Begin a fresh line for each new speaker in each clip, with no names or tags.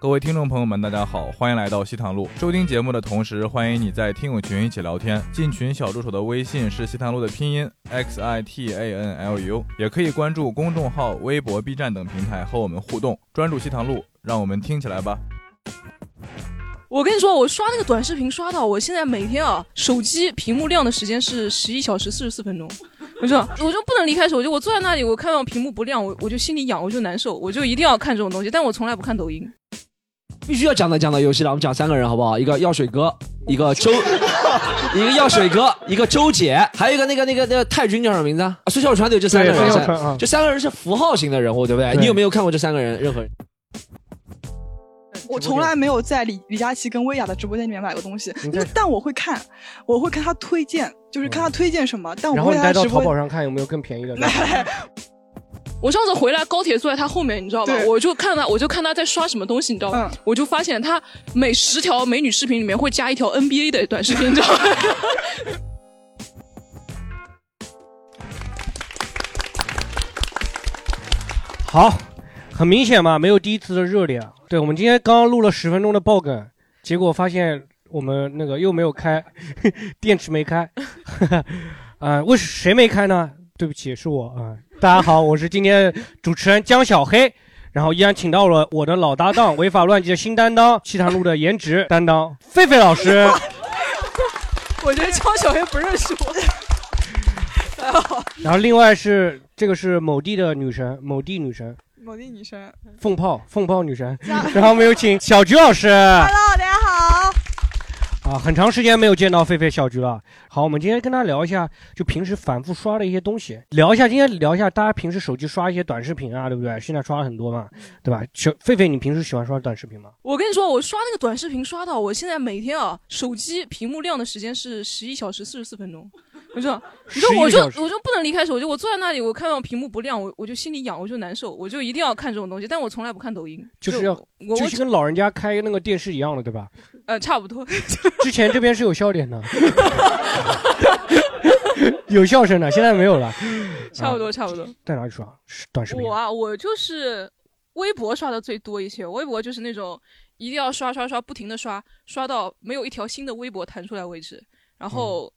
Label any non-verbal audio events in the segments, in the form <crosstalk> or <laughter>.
各位听众朋友们，大家好，欢迎来到西塘路。收听节目的同时，欢迎你在听友群一起聊天。进群小助手的微信是西塘路的拼音 x i t a n l u，也可以关注公众号、微博、B 站等平台和我们互动。专注西塘路，让我们听起来吧。 <laughs>
我跟你说，我刷那个短视频刷到，我现在每天啊，手机屏幕亮的时间是十一小时四十四分钟。我就我就不能离开手机，我坐在那里，我看到屏幕不亮，我我就心里痒，我就难受，我就一定要看这种东西。但我从来不看抖音。
必须要讲的讲到游戏了，我们讲三个人好不好？一个药水哥，一个
<laughs>
周，一个药水哥，一个周姐，还有一个那个那个那个太君叫什么名字啊？啊孙笑川对，这三个人，
对孙笑
三
川啊
这三个人是符号型的人物，对不对？
对
你有没有看过这三个人任何人？
我从来没有在李李佳琦跟薇娅的直播间里面买过东西，那但我会看，我会看他推荐，就是看他推荐什么，但我
嗯然
不
后
会
你
在
再
他
到
直
淘
播
宝上看有没有更便宜的。
我上次回来高铁坐在他后面，你知道吧？
对
我就看他，我就看他在刷什么东西，你知道吧？我就发现他每十条美女视频里面会加一条 NBA 的短视频，你知道吧？
好，很明显嘛，没有第一次的热烈啊。对，我们今天刚刚录了十分钟的爆梗，结果发现我们那个又没有开， <laughs> 电池没开。 <laughs> 啊、为谁没开呢？对不起，是我啊、大家好，我是今天主持人江小黑，然后依然请到了我的老搭档，违法乱纪的新担当，西塘路的颜值担当，狒狒
<laughs>
老师。
<laughs> 我觉得江小黑不认识我。
然后另外是这个是某地的女神，某地女神，
<laughs> 某地女生。
凤炮，凤炮女神。然后我们有请小菊老师。
Hello，大家好。
啊，很长时间没有见到狒狒小菊了。好，我们今天跟大家聊一下，就平时反复刷的一些东西，聊一下。今天聊一下大家平时手机刷一些短视频啊，对不对？现在刷了很多嘛，对吧？小狒狒，你平时喜欢刷短视频吗？
我跟你说，我刷那个短视频刷到，我现在每天啊，手机屏幕亮的时间是十一小时四十四分钟。
<laughs>
我就，你知道，
11
我就
小时
我就不能离开手机，我坐在那里，我看到屏幕不亮，我我就心里痒，我就难受，我就一定要看这种东西。但我从来不看抖音，
就是要
我
就是跟老人家开那个电视一样的，对吧？
呃，差不多。 <laughs>
之前这边是有笑点的， <laughs> 有笑声的，现在没有了。
差不
啊
多，差不多。
在哪里刷？是短视频
我啊，我就是微博刷的最多一些，微博就是那种一定要刷刷刷，不停的刷，刷到没有一条新的微博弹出来为止。然
嗯
后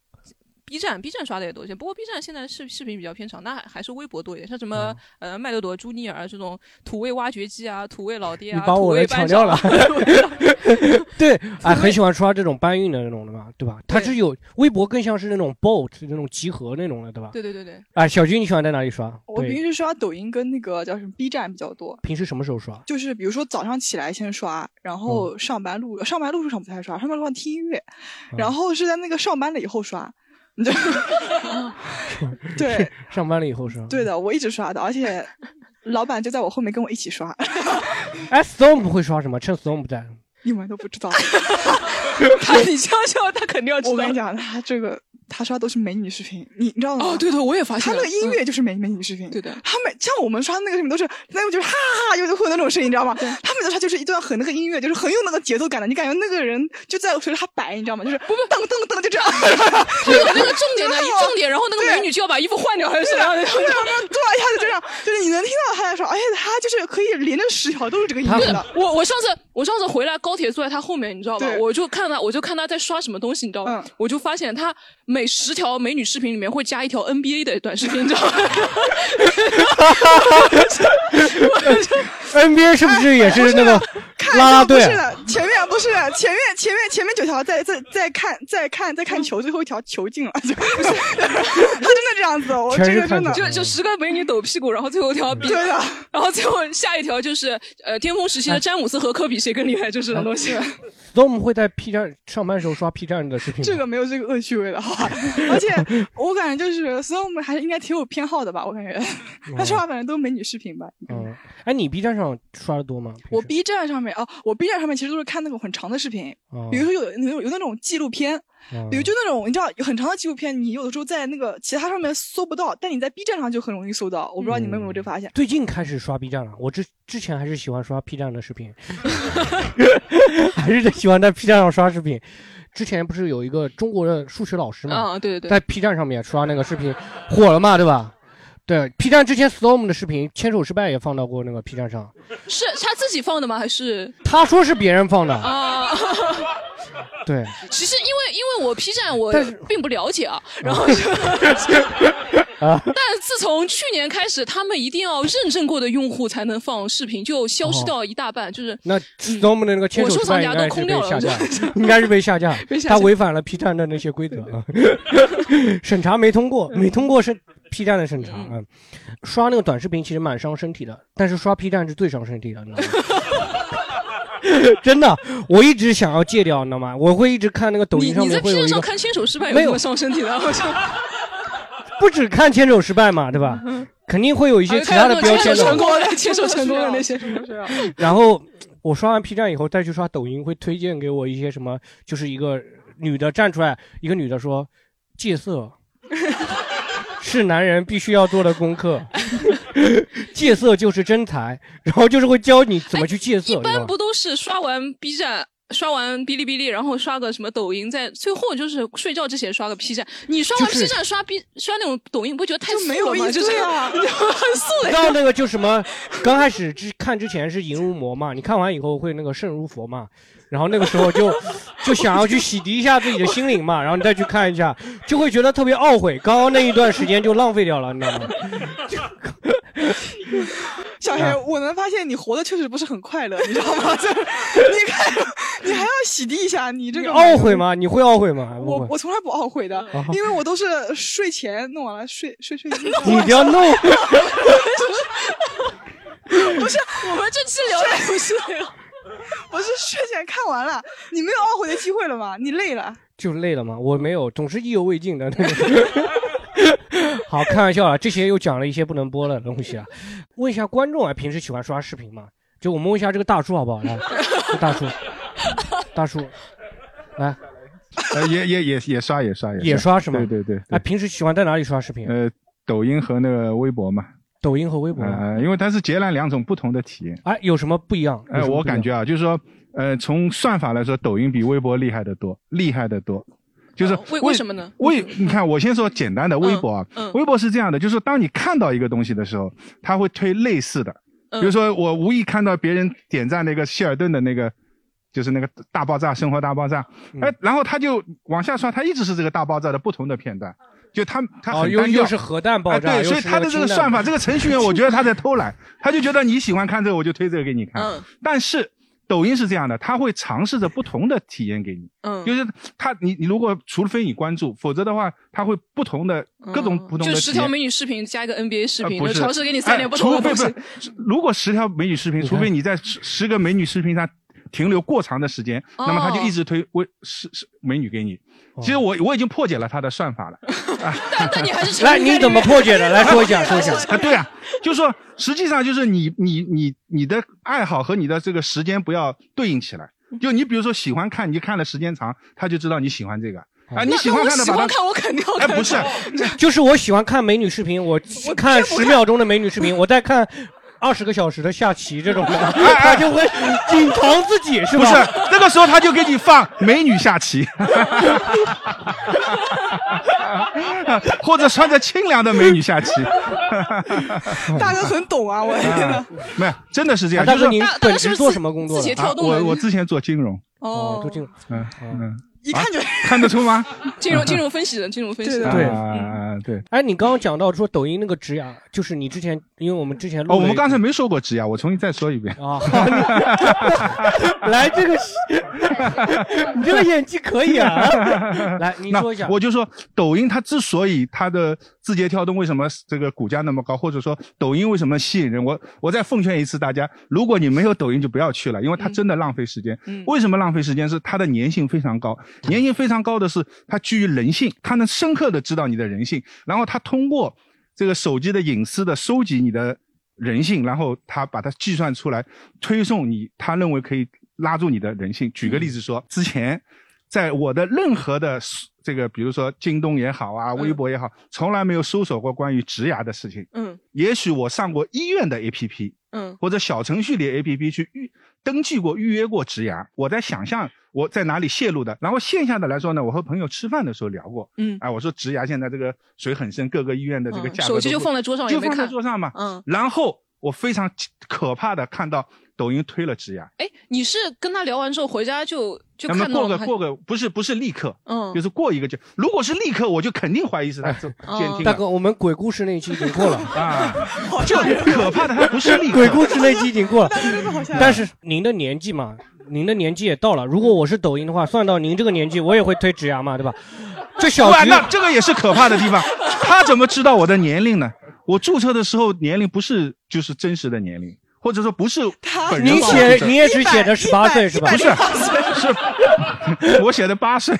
B 站、b 站刷的也多一些，不过 B 站现在视视频比较偏长，那还还是微博多一点，像什么、
嗯
呃麦德朵、朱尼尔这种土味挖掘机啊、土味老爹
你
啊、
把
土
我
味
的抢
班长
掉
啊 <laughs>
了。
<laughs>
对，哎，很喜欢刷这种搬运的那种的吧，对吧？它是有微博更像是那种 bot 那种集合那种的，对吧？
对对对对，
哎，小军，你喜欢在哪里刷？
我平
对，
时刷抖音跟那个叫什么 B 站比较多，
平时什么时候刷？
就是比如说早上起来先刷，然
嗯
后上班路、上班路上不太刷，上班路上听音乐，然后是在那个上班了以后刷。对
<laughs> 上班了以后刷。
对的，我一直刷的，而且老板就在我后面跟我一起刷， <laughs>
哎，Storm 会刷什么？趁 Storm 不在，
你们都不知道。
他你笑笑，他肯定要知道。
我跟你讲，他这个他刷都是美女视频，你你知道吗？
哦，对对，我也发现
他那
了
个音乐就是美美女视频，
对的
他每像我们刷那个视频都是，那个就是哈哈哈，就是会有那种声音，你知道吗？他们的刷就是一段很那个音乐，就是很有那个节奏感的，你感觉那个人就在随着他摆，你知道吗？就是不不噔噔噔就这样，
他有那个重点的一重点，然后那个美女就要把衣服换掉还是怎么
<laughs>
样的？
对，然后突然一下子就这样，就是你能听到他在说，而且他就是可以连着十条都是这个音乐的。
我我上次我上次回来高铁坐在他后面，你知道吧？
对
我就看他，我就看他在刷什么东西，你知道吧？
嗯
我就发现他每十条美女视频里面会加一条 NBA 的短视频，你知道吗？
NBA 是不是也是那个
看
啦啦
哎不
队
是？的，前面不是的，前面前面前面九条在在在看在看在看球，最后一条球进了， <laughs> 就不是， <laughs> 他真的这样子，哦我
全
这
是
个真
看
的嗯
球
就就十个美女抖屁股，然后最后一条比，
对的，
然后最后下一条就是呃巅峰
哎
时期的詹姆斯和科比谁更厉害，就这种东西。
嗯
Storm 会在 P 站上班时候刷 P 站的视频吗？
这个没有这个恶趣味了，好吧？而且我感觉就是，所以我们还是应该挺有偏好的吧？我感觉 <laughs> 他说话反正都是美女视频吧。
嗯，哎，你 B 站上刷的多吗？平时
我 B 站上面哦，我 B 站上面其实都是看那种很长的视频，
哦
比如说有有有那种纪录片，比如就那种你知道有很长的纪录片，你有的时候在那个其他上面搜不到，但你在 B 站上就很容易搜到。我不知道你们有没有这个发现？
最近开始刷 B 站了，我之之前还是喜欢刷 B 站的视
<laughs>
频，还是喜欢在 B 站上刷视频。之前不是有一个中国的数学老师嘛，
啊，对对对
在。B 站上面刷那个视频火了嘛，对吧？对 P 站之前 Storm 的视频《牵手失败》也放到过那个 P 站上，
<laughs> 是是他自己放的吗？还是
他说是别人放的，
啊？ <laughs>
对，
其实因为因为我 P 站我
但是
并不了解啊，然后就，
啊
<laughs> 但自从去年开始，他们一定要认证过的用户才能放视频，就消失掉一大半，就是
那
嗯
Storm 的那个《牵手失败》应该是被下架
我收藏夹都空掉 <laughs> 了，
应该是被下架
被，下架
他违反了 P 站的那些规则
<laughs>
啊，审查没通过，
嗯
没通过是 P 站的审查啊。刷那个短视频其实蛮伤身体的，但是刷 P 站是最伤身体的，你知道吗？ <laughs> 真的，我一直想要戒掉，你知道吗？我会一直看那个抖
你
音上
你在
面
P
会有
站
一
上
个，
看牵手失败有
没
什
有
么伤身体的？我就
不只看牵手失败嘛，对吧？
嗯
肯定会有一些其他的标签
牵手成
的。
功的，
牵手成功的那些
然后我刷完 P 站以后再去刷抖音，会推荐给我一些什么，就是一个女的站出来，一个女的说戒色。 <laughs> 是男人必须要做的功课， <laughs> 戒色就是真财，然后就是会教你怎么去戒色。你知
一
道
般
吗
不都是刷完 B 站，刷完哔哩哔哩，然后刷个什么抖音，在最后就是睡觉之前刷个 P 站。你刷完
就是
P 站刷 B 刷那种抖音，不觉得太
就
素
没有
了吗？
意思
就是
啊
<laughs> 很素
你
的
知。道那个就什么，刚开始之看之前是淫如魔嘛，你看完以后会那个圣如佛嘛，然后那个时候就 <laughs> 就想要去洗涤一下自己的心灵嘛，然后你再去看一下，就会觉得特别懊悔，刚刚那一段时间就浪费掉了，你知道吗？
小
啊
黑，我能发现你活的确实不是很快乐，你知道吗？ <laughs> 就是你看，你还要洗涤一下你这
你
个
懊悔吗？你会懊悔吗？不
我
会
我从来不懊悔
嗯
的
啊，
因为我都是睡前弄完了睡睡睡觉。
你
<laughs>
不要弄，
我们这期聊的不是
<laughs>
那个
我是睡前看完了，你没有懊悔的机会了吗？你累
<laughs>
了， <laughs>
就累了嘛，我没有，总是意犹未尽的那种。 <laughs> 好，开玩笑啊，这些又讲了一些不能播的东西啊。问一下观众啊，平时喜欢刷视频吗？就我们问一下这个大叔好不好？来，大叔，大叔，来，
<laughs> 呃，也也也也刷也刷
也刷是吗
对对对，
哎，平时喜欢在哪里刷视频？
呃，抖音和那个微博嘛，
抖音和微博啊。
呃，因为它是截然两种不同的体验。
哎，有什么不一样？
哎、
有什么不一样
我感觉啊，就是说，呃，从算法来说，抖音比微博厉害的多，厉害的多。就是
哦为为什么呢
微，你看，我先说简单的微博啊，
嗯嗯
微博是这样的，就是说，当你看到一个东西的时候，它会推类似的。
嗯
比如说，我无意看到别人点赞那个希尔顿的那个，就是那个大爆炸，生活大爆炸，
嗯
哎、然后他就往下刷，它一直是这个大爆炸的不同的片段，就它它
哦，
很
又
单调。
又是核弹爆炸，
哎、对，
又是
所以他的这个算法，这个程序员，我觉得他在偷懒，他就觉得你喜欢看这个，我就推这个给你看。
嗯
但是抖音是这样的，他会尝试着不同的体验给你，
嗯
就，是他你你如果除非你关注，否则的话，他会不同的各种不同的体
嗯就
验。
十条美女视频加一个 NBA 视
呃
频，
不
就是尝试给你三点不同的
哎除
东
非
西。
不是，如果十条美女视频，
看
除非你在十十个美女视频上停留过长的时间，
哦
那么他就一直推微十十美女给你。
哦
其实我我已经破解了他的算
<laughs>
法了
但但你
<laughs>
还是沉
来，
迷在
你
里
怎么
面
破解的？来说一
<laughs>
下，说一下。
啊，对啊，就说实际上就是你你你你的爱好和你的这个时间不要对应起来。就你比如说喜欢看，你就看了时间长，他就知道你喜欢这个啊，你
那
喜
那
欢
我
看的
喜
把
欢
它
看，我肯定要
哎
看。
不是，
哦就是我喜欢 <laughs> 看美女视频，我看十秒钟的美女视频，我再看二十个小时的下棋这种的，他 <laughs> 就会隐藏自己，是
哎不
吧？
是啊那个时候他就给你放美女下
<laughs>
棋，或者穿着清凉的美女下
<laughs>
棋，
大哥很懂啊，我的天呐。
没有，真的是这样，
大
就是
哥，
说
啊您
大大
本
哥是
职
不是
做
自
什么工作
字节
的？
跳
啊，
动的
我我之前做金融，
哦，都进
嗯嗯，
一看就
看得出
<laughs>
吗？
金融金融分析人，金融分析人
对。
对
啊对。
哎，你刚刚讲到说抖音那个职涯，就是你之前，因为我们之前录
哦，
了
我
一个，
们刚才没说过职业，我重新再说一遍。
啊， <laughs> 来
<laughs>
这个是，你这个演技可以啊！来，你
那
说一下，
我就说，抖音它之所以它的字节跳动为什么这个股价那么高，或者说抖音为什么吸引人，我我再奉劝一次大家，如果你没有抖音就不要去了，因为它真的浪费时间。
嗯
为什么浪费时间？是它的粘性非常高，粘性非常高的是它基于人性，它能深刻的知道你的人性，然后它通过这个手机的隐私的收集你的人性，然后它把它计算出来，推送你他认为可以拉住你的人性。举个
嗯
例子说，之前在我的任何的 s- 这个，比如说京东也好
嗯
啊，微博也好，从来没有搜索过关于植牙的事情。
嗯
也许我上过医院的 APP
嗯
或者小程序里 APP 去预登记过、预约过植牙。我在想象我在哪里泄露的。然后线下的来说呢，我和朋友吃饭的时候聊过，
嗯
哎，我说植牙现在这个水很深，各个医院的这个
嗯
价格、
手机就放在桌上也
就
没
放在
看
桌上嘛，
嗯
然后我非常可怕的看到抖音推了植牙，
哎，你是跟他聊完之后回家就就
那么
看到
过
了
个
吗
过个不是不是立刻，
嗯
就是过一个就，如果是立刻，我就肯定怀疑是他监
哦
听
哎大
了
哥，我们鬼故事那一期已经过了
<laughs> 啊，就可怕的还不是立刻
鬼故事那期已经过了
好吓，人
但是您的年纪嘛，您的年纪也到了。如果我是抖音的话，算到您这个年纪，我也会推植牙嘛，对
<laughs>
吧？ <laughs> 这小
哇，
菊
那这个也是可怕的地
<laughs>
方，他怎么知道我的年龄呢？我注册的时候年龄不是就是真实的年龄，或者说不是本人
您
注册
写
的
你也只写着18岁是吧
不是，是 <laughs> 我写的八岁。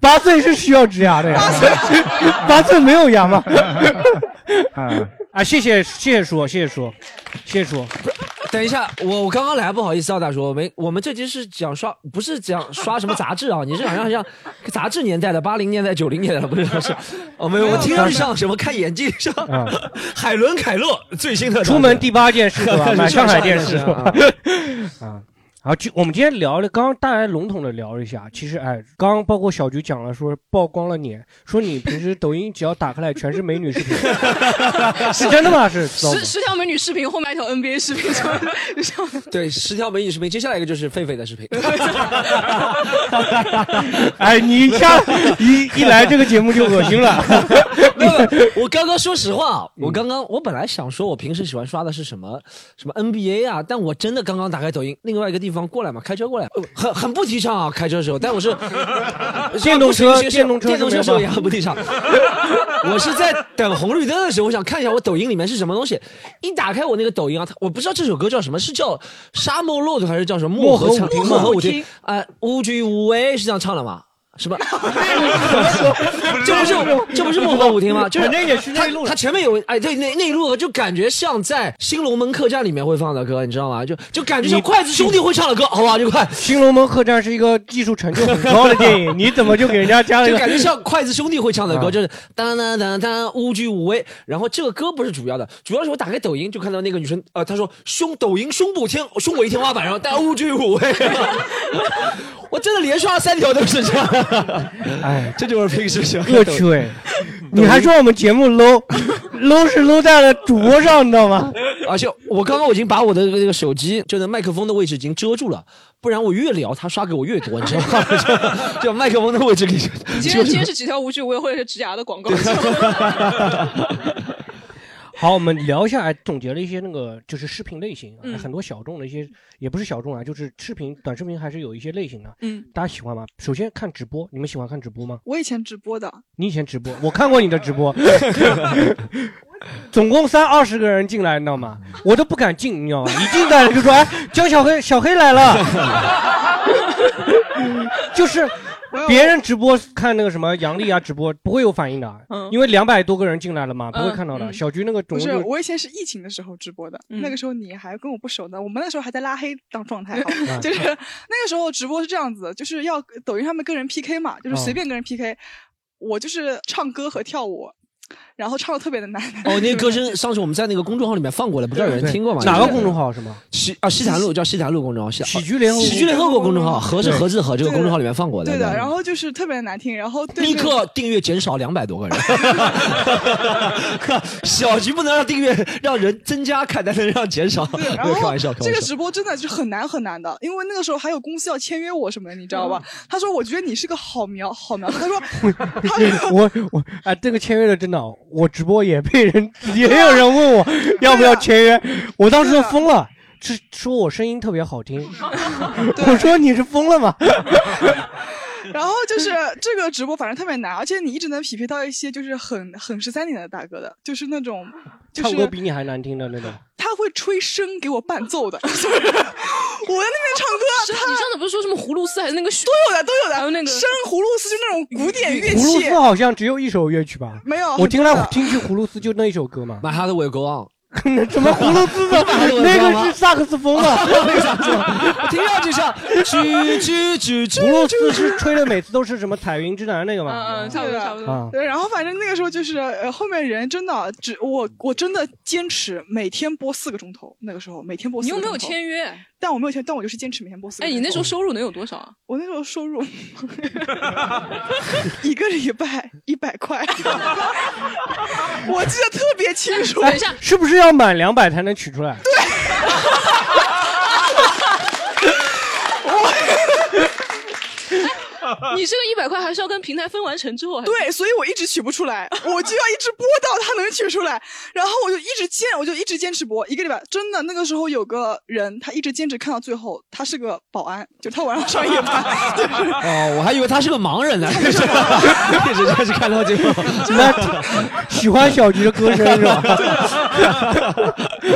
八岁是需要植牙的呀，八岁没有
<laughs>
牙吗？ <laughs> 啊，谢谢谢谢叔，谢谢叔，谢谢叔。
等一下，我我刚刚来，不好意思啊，大叔，我没，我们这集是讲刷，不是讲刷什么杂志啊，你 <laughs> 是好像像杂志年代的，八零年代、九零年代的，不是不是，哦没有，我听上什么看眼镜上， <laughs> 海伦凯勒最新的杂志，
出门嗯第八件事
<laughs>
是吧？买上海电视是吧
啊？
<laughs> 啊，好，就我们今天聊了，刚刚大家笼统的聊了一下，其实哎，刚刚包括小菊讲了说曝光了你，说你平时抖音只要打开来全是美女视频， <laughs> 是真的吗？是知道吗
<laughs> 十十条美女视频，后面一条 NBA 视频什么的，
对，十条美女视频，接下来一个就是狒狒的视频。 <laughs>
哎，你一下一一来这个节目就恶心了。 <laughs>
没有，我刚刚说实话，
嗯
我刚刚我本来想说，我平时喜欢刷的是什么什么 NBA 啊，但我真的刚刚打开抖音，另外一个地方过来嘛，开车过来，呃很很不提倡啊，开车的时候，但我
<laughs>
是
电动车
不是
电动车
电动
是没
车时
有
候
办
也很不提倡。 <laughs> 我是在等红绿灯的时候，我想看一下我抖音里面是什么东西，一打开我那个抖音啊，它我不知道这首歌叫什么，是叫《沙漠骆驼》还是叫什么《漠
漠河
河
舞厅
漠
嘛
河舞厅
厅》
啊，无惧无畏是这样唱的吗？是 <laughs> 吧？ <laughs> 这不是这不是漠河舞厅吗？就是
反正也是内陆
它它前面有哎，对内内陆就感觉像在《新龙门客栈》里面会放的歌，你知道吗？就就感觉像
你
筷子兄弟会唱的歌，好不好？就快。
《新龙门客栈》是一个技术成就很高的
<laughs>
电影，你怎么就给人家加了一
就
个
感觉像筷子兄弟会唱的歌，
啊
就是当当当当，无惧无畏。然后这个歌不是主要的，主要是我打开抖音就看到那个女生，呃，她说胸抖音胸部天胸围天花板，然后但无惧无畏。我真的连刷了三条都是这样，
<laughs> 哎，
这就是平时喜欢
恶
抖音
趣哎味。你还说我们节目 low low 是 low 在了主播上，你知道吗？ <laughs>
而且我刚刚我已经把我的这个手机就那麦克风的位置已经遮住了，不然我越聊他刷给我越多，你知道
<laughs>
吗？就就麦克风的位置给
你今天今天是几条无惧无畏或者是植牙的广告？
好，我们聊一下，哎，总结了一些那个就是视频类型，啊
嗯
很多小众的一些，也不是小众啊，就是视频短视频还是有一些类型的，
嗯，
大家喜欢吗？首先看直播，你们喜欢看直播吗？
我以前直播的，
你以前直播，我看过你的直播，总共三二十个人进来，你知道吗？我都不敢进，你知道吗？一进来就说，哎，江小黑，小黑来了， <laughs> 就是。别人直播看那个什么杨丽啊，直播不会有反应的，
嗯
因为两百多个人进来了嘛，不会
嗯
看到的。
嗯
小菊那个总
不
共
是
就
我以前是疫情的时候直播的，
嗯
那个时候你还跟我不熟呢，我们那时候还在拉黑当状态，
啊
<laughs>
好就是那个时候直播是这样子，就是要抖音上面跟人 PK 嘛，就是
哦
随便跟人 PK，、我就是唱歌和跳舞，然后唱的特别的难。
哦，那个
<laughs>
歌声上次我们在那个公众号里面放过了，不知道有人
对
听过吗？
哪个
就是
公众号是吗？
西啊西坛路叫西坛路公众号，喜
喜剧联合国
喜剧联合国公众号，和是
对
和是和这个
对的
公众号里面放过的。
对的，然
后
后就是特别难听，然后对
立
面
刻订阅减少两百多个人， <laughs> 小局不能让订阅让人增加看，但能让减少。没 <laughs>
对，然
有
后
开玩笑，开
这
玩
个
笑。
直播真的是很难很难的，因为那个时候还有公司要签约我什么的，你知道
哦
吧？他说我觉得你是个好苗好苗，他说他说
<laughs> 我我啊，这个签约的真的哦，我直播也被人 <laughs> 也有人问
<laughs>
我要
啊
不要签约，我当时就疯了，是说我声音特别
<laughs>
好听，我说你是疯了吗？
<laughs>
然后就是这个直播反正特别难，而且你一直能匹配到一些就是很很十三点的大哥的，就是那种就
唱歌
是
比你还难听的那种，
他会吹笙给我伴奏
<laughs>
的，就是我在那边唱歌，
是你上次不是说什么葫芦丝还是那个都
都有的都有的，
还有那个
笙葫芦丝就那种古典乐
葫芦
器
丝，好像只有一首乐曲吧？
没有，
我听他
很多的
听去葫芦丝就那一首歌嘛。 <laughs>
My heart will go on，
怎么葫芦
<laughs>
丝的啊那个是萨克斯风啊
为啥这样啊听上去
<laughs>
像
去
去去
葫芦丝是吹的，每次都是什么彩云之南那个
呃
嘛？
<laughs> 嗯嗯，差不多差不
啊
多。
对，然后反正那个时候就是，呃，后面人真的只我我真的坚持每天播四个钟头，那个时候每天播四
你
个
又
钟
没
头。
有签约，
但我没有签，但我就是坚持每天播四个
哎，
钟头。
你那时候收入能有多少啊？
我那时候收入 <laughs> 一个礼拜一百块，我记得特别清楚。
哎，是不是要满两百才能取出来？
哎你这个一百块还是要跟平台分完成之后还。
对，所以我一直取不出来，我就要一直播到它能取出来，然后我就一直坚，我就一直坚持播一个礼拜。真的，那个时候有个人，他一直坚持看到最后，他是个保安，就他晚上上夜班，就是
<laughs> 哦，我还以为他是个盲
<laughs>
人呢， <laughs> 就是一直就是看到这个，
那喜欢小菊的歌声是
<laughs>
吧？
啊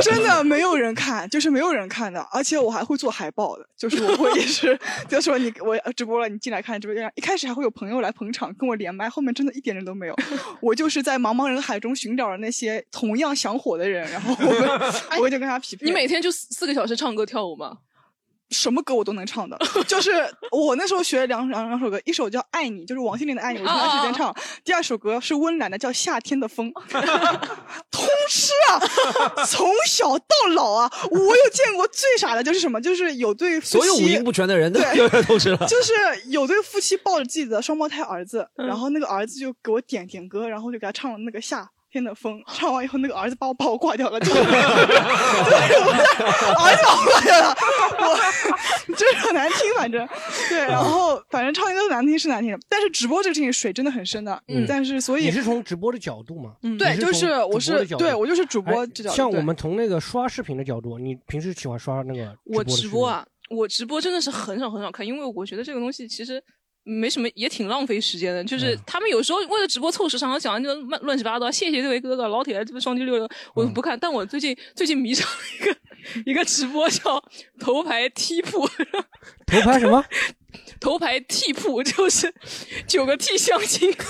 真的没有人看，就是没有人看的，而且我还会做海报的，就是我会也是 <laughs> 就说你我直播了，你进来看直播间，一开始还会有朋友来捧场跟我连麦，后面真的一点人都没有， <laughs> 我就是在茫茫人海中寻找了那些同样想火的人，然后我们哎我就跟他匹配。
你每天就四四个小时唱歌跳舞吗？
什么歌我都能唱的，就是我那时候学两两两首歌，一首叫《爱你》，就是王心凌的《爱你》，我从那时间唱；第二首歌是温岚的，叫《夏天的风》。通吃啊，从小到老啊，我有见过最傻的就是什么，就是有对夫妻
<laughs> 所有五音不全的人都
对
<laughs> 都是了。
就是 <laughs> 有对夫妻抱着自己的双胞胎儿子，然后那个儿子就给我点点歌，然后就给他唱了那个夏天的风，唱完以后那个儿子把我把我挂掉了，就是就是我的儿子把我挂掉了，哎我就是很难听，反正对，然后反正唱歌难听是难听的，但是直播这个事情水真的很深的，
嗯
但是所
你
以
是从直播的角度嘛？
嗯对
你
就是
从
我
主播的
是
角度
对我就是主播
哎
这角度
像
对
我们从那个刷视频的角度，你平时喜欢刷那个
我
的视
直
频
播？啊，我直播真的是很少很少看，因为我觉得这个东西其实没什么，也挺浪费时间的。
啊
就是他们有时候为了直播凑时长，啊讲就乱乱七八糟。谢谢这位哥哥，老铁，这个双击六六，我
嗯
不看。但我最近最近迷上了一个一个直播叫头牌踢铺，
头拍什么？
头牌替铺就是九个替相
<laughs>
亲， <laughs>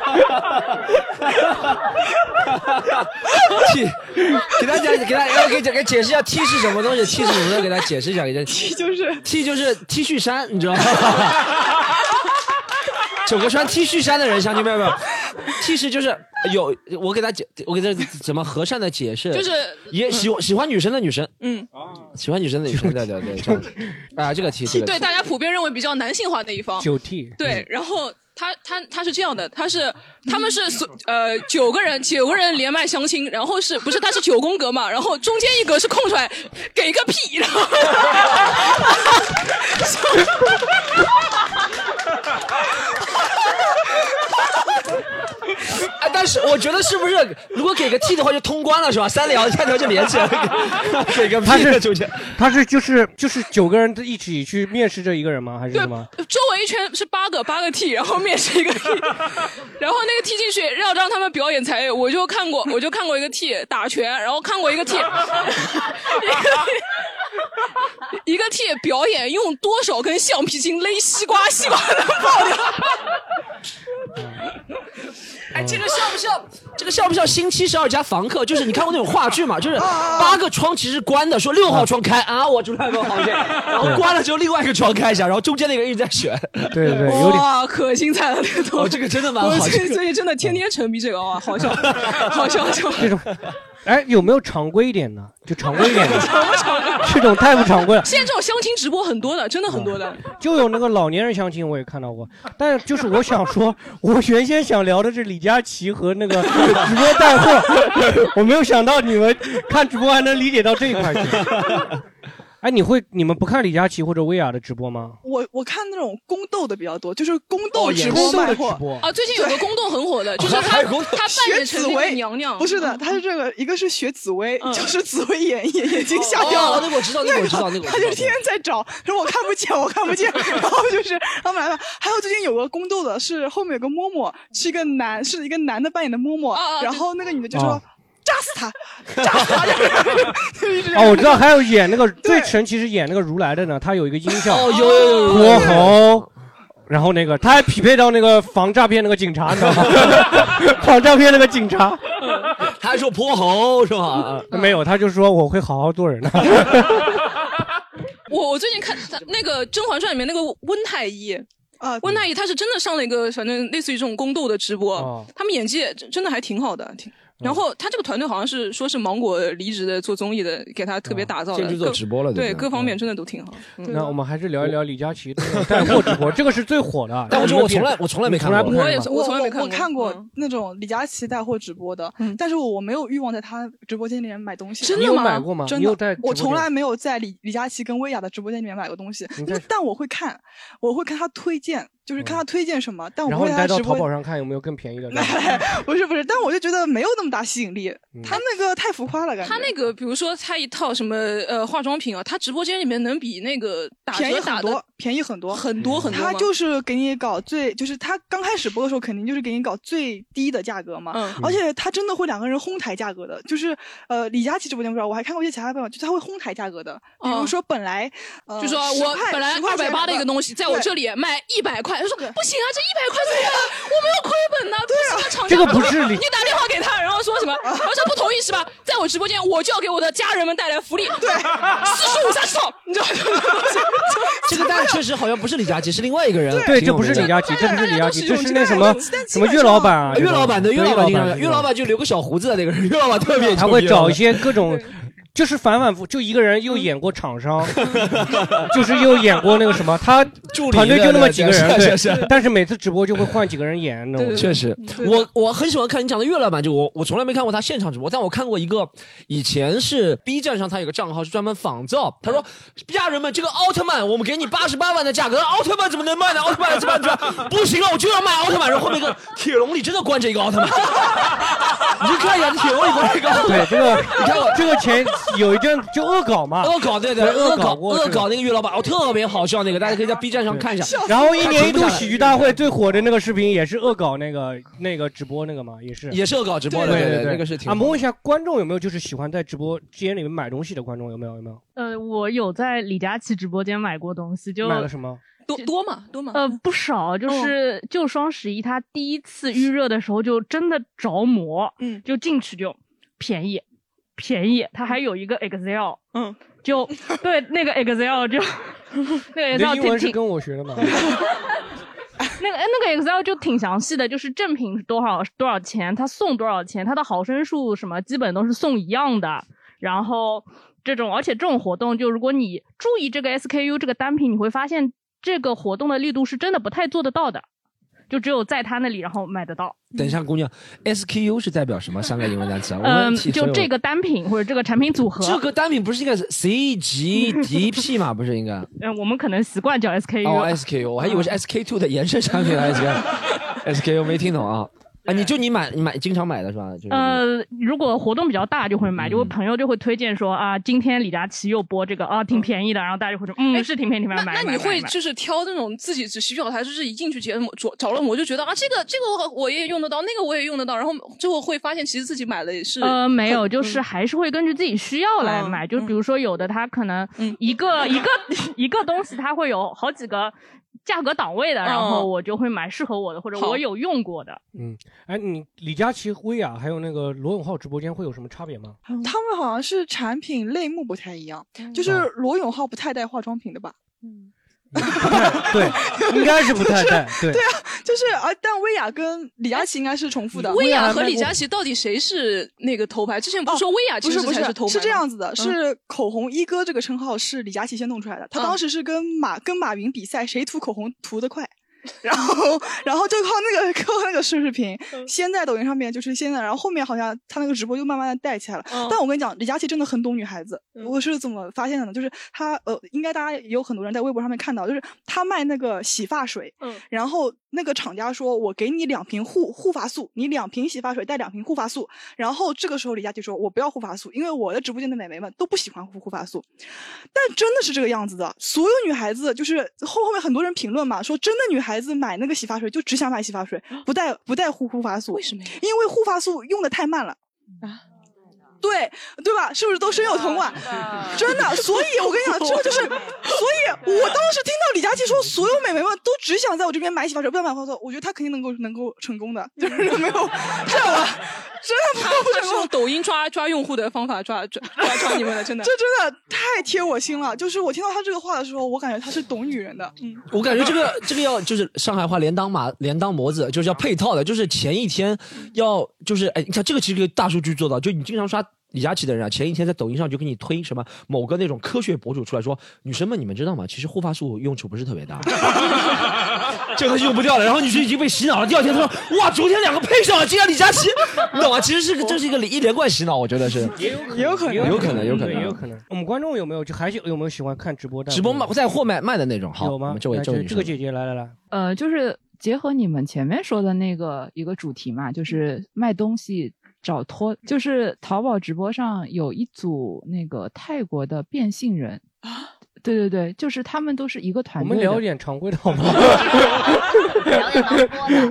<laughs> T，给大家给大家，给给解释一下 T 是什么东西，T 是什么东西，给大家解释一下，给大家。
就是。
T 就是 T 恤衫，你知道吗？ <laughs> 整个穿 T 恤衫的人，乡亲们们，T 恤就是有我给他解，我给他怎么和善的解释，
就是
也喜喜欢女生的女生，
嗯，
喜欢女生的女生，对对对，这样啊，这个 T 这个
对大家普遍认为比较男性化那一方。
九 T
对，然后他他他是这样的，他是他们是所呃九个人九个人连麦相亲，然后是不是他是九宫格嘛，然后中间一格是空出来，给个屁，然后
哎，但是我觉得是不是如果给个 T 的话就通关了是吧？三条三条就连起来了，给给个
他
P
是
的中间，
他是就是就是九个人一起去面试这一个人吗？还是什么？
周围一圈是八个八个 T，然后面试一个 T，然后那个 T 进去要让他们表演才艺，我就看过我就看过一个 T 打拳，然后看过一个 T，一个 <laughs> 一个 T 表演用多手跟橡皮筋勒西瓜，西瓜能爆掉。嗯
哎，这个像不像？这个像不像星期十二家房客？就是你看过那种话剧嘛？就是八个窗其实是关的，说六号窗开啊，我住那个房间，然后关了之后另外一个窗开一下，然后中间那个人一直在选。
对对对，有点
哇，可精彩了，这个东
哦，
西。
这个真的蛮
我
好。这
最
个
最近真的天天沉迷这个啊，好笑，好笑，就
这种。哎，有没有常规一点的？就常规一点的，这种太不常
<laughs>
规了。
现在这种相亲直播很多的，真的很多的。
就有那个老年人相亲，我也看到过。但就是我想说， <laughs> 我原先想聊的是李佳琦和那
<laughs>
个直播带货，我没有想到你们看直播还能理解到这一块去。
<laughs>
哎，你会你们不看李佳琦或者薇娅的直播吗？
我我看那种宫斗的比较多，就是宫斗
哦
直
也
播
是
卖
的直
货，
播，
啊，最近有个宫斗很火的，就是他
还有宫斗
他扮
学
演成
紫
那个
薇
娘娘，
不是的，他是这个，一个是学紫薇，
嗯
就是紫薇眼眼眼睛瞎掉
哦
了。
那个我知道，那个我知道，那个我
<laughs> 他就
知
是天天
道。
在找，说我看不见，我看不
<laughs>
见，然后就是他们来了。还有最近有个宫斗的，是后面有个嬷嬷，是一个男，是一个男的扮演的嬷嬷
啊啊，
然
对
后那个女的就说
啊
扎死他，扎死他，就是一直
哦，我知道，还有演那个最
对
神奇是演那个如来的呢，他有一个音效，
哦，有有有有
泼猴，然后那个他还匹配到那个防诈骗那个警察，你知
<laughs>
道吗？ <laughs> 防诈骗那个警察，
他还说泼猴是吧？
没有，他就说我会好好做人的。啊
我我最近看他那个《甄嬛传》里面那个温太医
啊，
温太医他是真的上了一个反正类似于这种宫斗的直播，
哦
他们演技真真的还挺好的，挺。
嗯
然后他这个团队好像是说是芒果离职的做综艺的，给他特别打
哦
造的，
进去做
各
直播了对
对
吧
各方面真的都挺好。嗯
那我们还是聊一聊李佳琦这个带货直播，这个是最
<laughs>
火的。
但我觉得我从来
我从来没
你从来不看嗯是吧
我我看过那种李佳琦带货直播的，但是我没有欲望在他直播间里面买东西。
嗯真的吗你有买过吗
真
你有在
的
直，播
我
间
从来没有在李李佳琦跟薇娅的直播间里面买过东西
你在，
但我会看，我会看他推荐，就是看他推荐什么，但我
嗯然
不
后
会
你
在
带
他
到
啊
直
淘
播 <laughs>
宝上看有没有
<laughs>
更便宜的。
不是不是，但我就觉得没有那么大吸引力，
嗯
他那个太浮夸了，感觉。
他那个，比如说他一套什么呃化妆品啊，他直播间里面能比那个打
便宜
折打
很
的
多，便宜很多，
很多很多吗
他就是给你搞最，就是他刚开始播的时候，肯定就是给你搞最低的价格嘛。
嗯
而且他真的会两个人哄抬价格的，就是呃，李佳琦直播间不知道，我还看过一些其他的办法，就他会哄抬价格的。比如说本来，呃、
嗯就说我本来二百八的一个东西，在我这
里。
里卖一百块，他说不行啊，这一百块怎么办？我没有亏本呐、不行啊，厂
这
家啊
个不是理
你打电话给他，然后说什么？我说不同意是吧？在我直播间，我就要给我的家人们带来福利，
对，
四十五三十套， <laughs> 你知道吗？
<laughs>
这个但确实好像不是李佳琦，是另外一个人。
对，这不是李佳琦，这不是李佳琦，这是那什么什么岳老板啊，
岳老板的岳
对
老板经常，岳
岳
老
老
板就留个小胡子的那个人，岳老板特别啊
他会找一些各种，就是反反复，就一个
嗯
人又演过厂
<laughs>
商，就是又演过那个什么，他
理
团队就那么几个人，
的
对
是是是，
但是每次直播就会换几个
<laughs>
人演那种，
确实，我我很喜欢看你讲的岳老板，就我我从来没看过他现场直播，但我看过一个，以前是 B 站上他有个账号是专门仿造，他
嗯
说家人们，这个奥特曼我们给你八十八万的价格，奥特曼怎么能卖呢？奥特曼怎么能不行了，我就要卖奥特曼。然后后面一个铁笼里真的关着一个奥特曼，你去看一下铁笼里关着一个奥特曼
对，这个
你看我
这个前有一阵就恶搞嘛，
恶搞对对恶
恶
搞
过
恶搞那个岳老板，哦特别好笑那个，大家可以在 B 站上看一下。
<laughs> 然后一年一度喜
剧
剧大会最火的那个视频也是恶搞那个那个直播那个嘛，也是
也是恶搞直播的，
对
对
对，
那个是挺
俺们问一下观众有没有就是喜欢在直播间里面买东西的观众有没有有没有？
<laughs> 呃，我有在李佳琦直播间买过东西，就
买了什？么？
多多嘛多嘛。哦
呃，不少，就是、就双十一，他第一次预热的时候就真的着魔，
嗯，
就进去就便宜，便宜，他还有一个 Excel，
嗯，
就对那个 Excel 就 <laughs> 那个
你的
Excel
英
挺
文是
挺
跟我学的吗？
<laughs> 那个哎那个 Excel 就挺详细的，就是正品是多少多少钱，他送多少钱，他的毫升数什么基本都是送一样的。然后这种，而且这种活动，就如果你注意这个 SKU 这个单品，你会发现这个活动的力度是真的不太做得到的，就只有在他那里然后买得到。
等一下，姑娘，SKU 是代表什么三个英文单词啊？我
嗯，
们替所
就
有
这个单品或者这个产品组合，
这个单品不是应该是 CGDP 吗？不是应该？
嗯，我们可能习惯叫 SKU
哦
了
，SKU，我还以
嗯
为是 SK two 的延伸产品还是 SKU，SKU 没听懂啊。啊，你就你买你买经常买的是吧？就是
呃，如果活动比较大，就会
嗯
买，就会朋友就会推荐说啊，今天李佳琦又播这个啊，挺便宜的，然后大家就会说，嗯，是挺便宜，挺便宜，买。
哦哎那你
买
会
买
就是挑那种自己只需要它，就是一进去觉得某着着了魔，就觉得啊，这个这个我我也用得到，那个我也用得到，然后最后会发现其实自己买了也是
呃，没有，
很
就是
嗯哦
还是会根据自己需要来买。就比如说，有的它可能
嗯
一个、一个 <laughs> 一个东西，它会有好几个价格档位的，然后
哦
嗯
我就会买适合我的，或者
好
我有用过的。
嗯，哎，你李佳琦、薇娅还有那个罗永浩直播间会有什么差别吗？ <laughs>
他
嗯
们好像是产品类目不太一样，就是
嗯
罗永浩不太带化妆品的吧？
对，应该是不太
<laughs>
带。对，
对啊，就是啊，但薇娅跟李佳琦应该是重复的。
薇娅和李佳琦到底谁是那个头牌？之前不是说薇娅
哦不
其
是
实
不
才
是
头牌
是这
吗
样子的，
嗯
是口红一哥这个称号是李佳琦先弄出来的。
嗯
他当时是跟马跟马云比赛谁涂口红涂得快，然后然后就靠那个 <laughs> 靠那个视频，
嗯
先在抖音上面就是先在，然后后面好像他那个直播就慢慢的带起来了。
嗯
但我跟你讲，李佳琦真的很懂女孩子，我是怎么发现的呢？就是他呃，应该大家也有很多人在微博上面看到，就是他卖那个洗发水，
嗯
然后那个厂家说：“我给你两瓶护护发素，你两瓶洗发水带两瓶护发素。”然后这个时候李佳琦说：“我不要护发素，因为我的直播间的美眉们都不喜欢护护发素。”但真的是这个样子的，所有女孩子就是后后面很多人评论嘛，说真的女孩子买那个洗发水就只想买洗发啊水，不带不带护护发素。为
什么呀？
啊因为护发素用的太慢了。对对吧？是不是都深有同感？
啊
真 <laughs> 的，所以啊我跟你讲，这就是，所以我当时听到李佳琦说所有美眉们都只想在我这边买洗发水，不想买花皂，我觉得他肯定能够能够成功 <laughs> 的，就是没有，真的，
<laughs>
真的
他他是用抖音抓抓用户的方法抓抓抓抓你们的，
<laughs>
真的。
这真的太贴我心了。就是我听到他这个话的时候，我感觉他是懂女人的。嗯，
我感觉这个 <laughs> 这个要就是上海话连裆马连裆模子，就是要配套的，就是前一天要就是哎，你看这个其实可以大数据做到，就你经常刷李佳琦的人啊，前一天在抖音上就给你推什么某个那种科学博主出来说，女生们你们知道吗？其实护发素用处不是特别 <laughs> 大，这个是用不掉的。然后女生已经被洗脑了，第二天她说哇，昨天两个配上了，今天李佳琦， <laughs> 你懂吗？其实是个这是一个一连贯洗脑，我觉得是。
也有可
能哦有可能有可能
也有可能。 <laughs> 我们观众有没有就还是有没有喜欢看直播的？
直播卖在货卖卖的那种，好，
有
我
吗
们？这位
来
这位女
这
生
个姐姐来来来，
呃，就是结合你们前面说的那个一个主题嘛，就是卖东西找托，就是淘宝直播上有一组那个泰国的变性人啊，对对对，就是他们都是一个团
我
队
们聊
的
一点常规的好吗？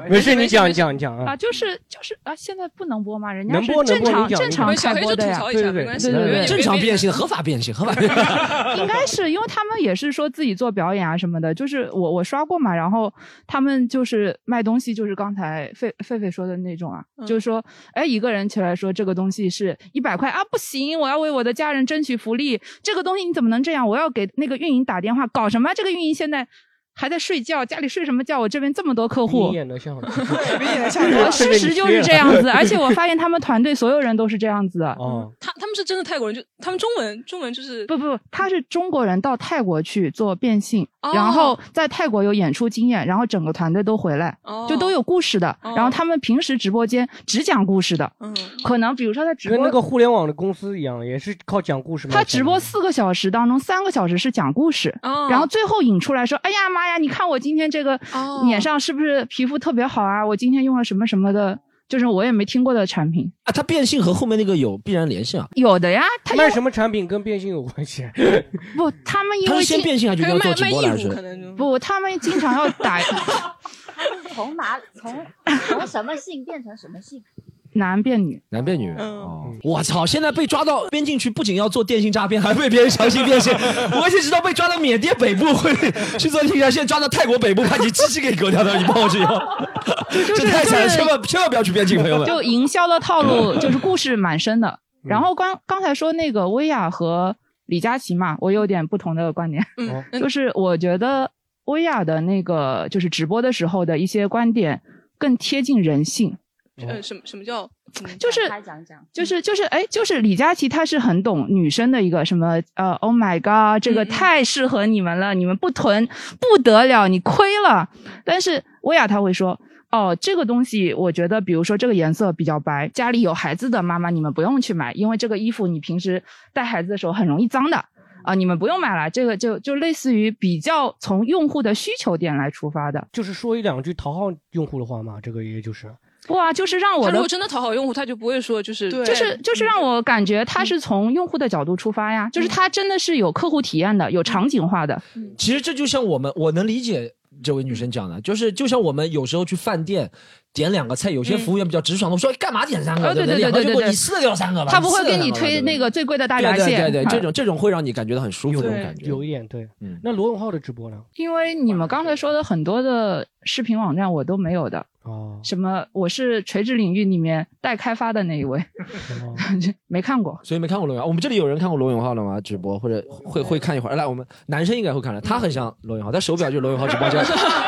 没事，你讲你讲你讲
啊，
啊。
就是就是啊，现在不能播吗？人家
能
是
播能
正
播你
常
讲
正
你
常
讲
开播的呀，
对对对
对对对
正常变性合法变性合法变性。
<laughs> 应该是因为他们也是说自己做表演啊什么的，就是我我刷过嘛，然后他们就是卖东西，就是刚才狒狒狒说的那种啊，
嗯
就是说，哎，一个人起来说这个东西是一百块啊，不行，我要为我的家人争取福利，这个东西你怎么能这样？我要给那个运营打电话，搞什么？这个运营现在。还在睡觉，家里睡什么觉？我这边这么多客户，
你演的像， <laughs>
我事实就是这样子，而且我发现他们团队所有人都是这样子。
哦，
他他们是真的泰国人，就他们中文中文就是
不不，他是中国人到泰国去做变性，
哦
然后在泰国有演出经验，然后整个团队都回来，
哦
就都有故事的。然后他们平时直播间只讲故事的，
嗯，
可能比如说他直
跟那个
播，
互联网的公司一样，也是靠讲故事嘛。
他直播四个小时当中三个小时是讲故事，
哦
然后最后引出来说，哎呀妈呀，你看我今天这个
哦
脸上是不是皮肤特别好啊？我今天用了什么什么的，就是我也没听过的产品。
啊，它变性和后面那个有必然联系啊？
有的呀，他因
卖
为
什么产品跟变性有关系？
不，他们因
他
为
是先
经
变性还是
还
要
有卖
做直
卖
播来
义
着
乳可？能就
不，他们经常要打
<laughs> 从哪
<laughs>
从从什么性变成什么性？
男变
<laughs>
女。
男变女？
嗯
哦，我操！现在被抓到边境去，不仅要做电信诈骗，还被别人强行
<laughs>
变性。我一直知道被抓到缅甸北部会去做电信诈骗，现在抓到泰国北部，把你鸡鸡给割掉的，你帮我
<laughs>
去要。这太惨了，千万千万不要去边境，朋友们。
就营销的套路就是故事蛮深的。然后刚刚才说那个薇娅和李佳琦嘛，我有点不同的观点，
嗯，那
就是我觉得薇娅的那个就是直播的时候的一些观点更贴近人性，
呃什么什么叫嗯
就是
他讲讲，
就是就是哎，就是李佳琦他是很懂女生的一个什么呃，Oh my god，这个
嗯嗯
太适合你们了，你们不囤不得了，你亏了。但是薇娅她会说。哦，这个东西我觉得，比如说这个颜色比较白，家里有孩子的妈妈，你们不用去买，因为这个衣服你平时带孩子的时候很容易脏的啊、你们不用买了。这个就就类似于比较从用户的需求点来出发的，
就是说一两句讨好用户的话嘛，这个也就是。
哇，啊就是让
他
我
如
的
果真的讨好用户，他就不会说就是
对
就是
嗯
就是让我感觉他是从用户的角度出发呀，就是他真的是有客户体验的，有场景化的。
其实这就像我们，我能理解这位女生讲的，就是就像我们有时候去饭店点两个菜，有些服务员比较直爽，我说哎干嘛点三个？
哦对
不
对对
两个
对对
就够
对
你撕掉三个吧。
他不会
撕掉
给你
两吧
推那个。最贵的大
对吧
闸
对
蟹，
对对对，
啊
这种这种会让你感觉到很舒服，这种感觉。
有一点对。
嗯
<laughs> 那罗永浩的直播呢？
因为你们刚才说的很多的视频网站我都没有的，
哦，
什么我是垂直领域里面待开发的那一位，
哦
<laughs> 没看过。
所以没看过罗永浩，我们这里有人看过罗永浩的吗？直播或者会会看一会儿。来，我们男生应该会看的，他很像罗永浩，他手表就是罗永浩直播
<laughs>
间，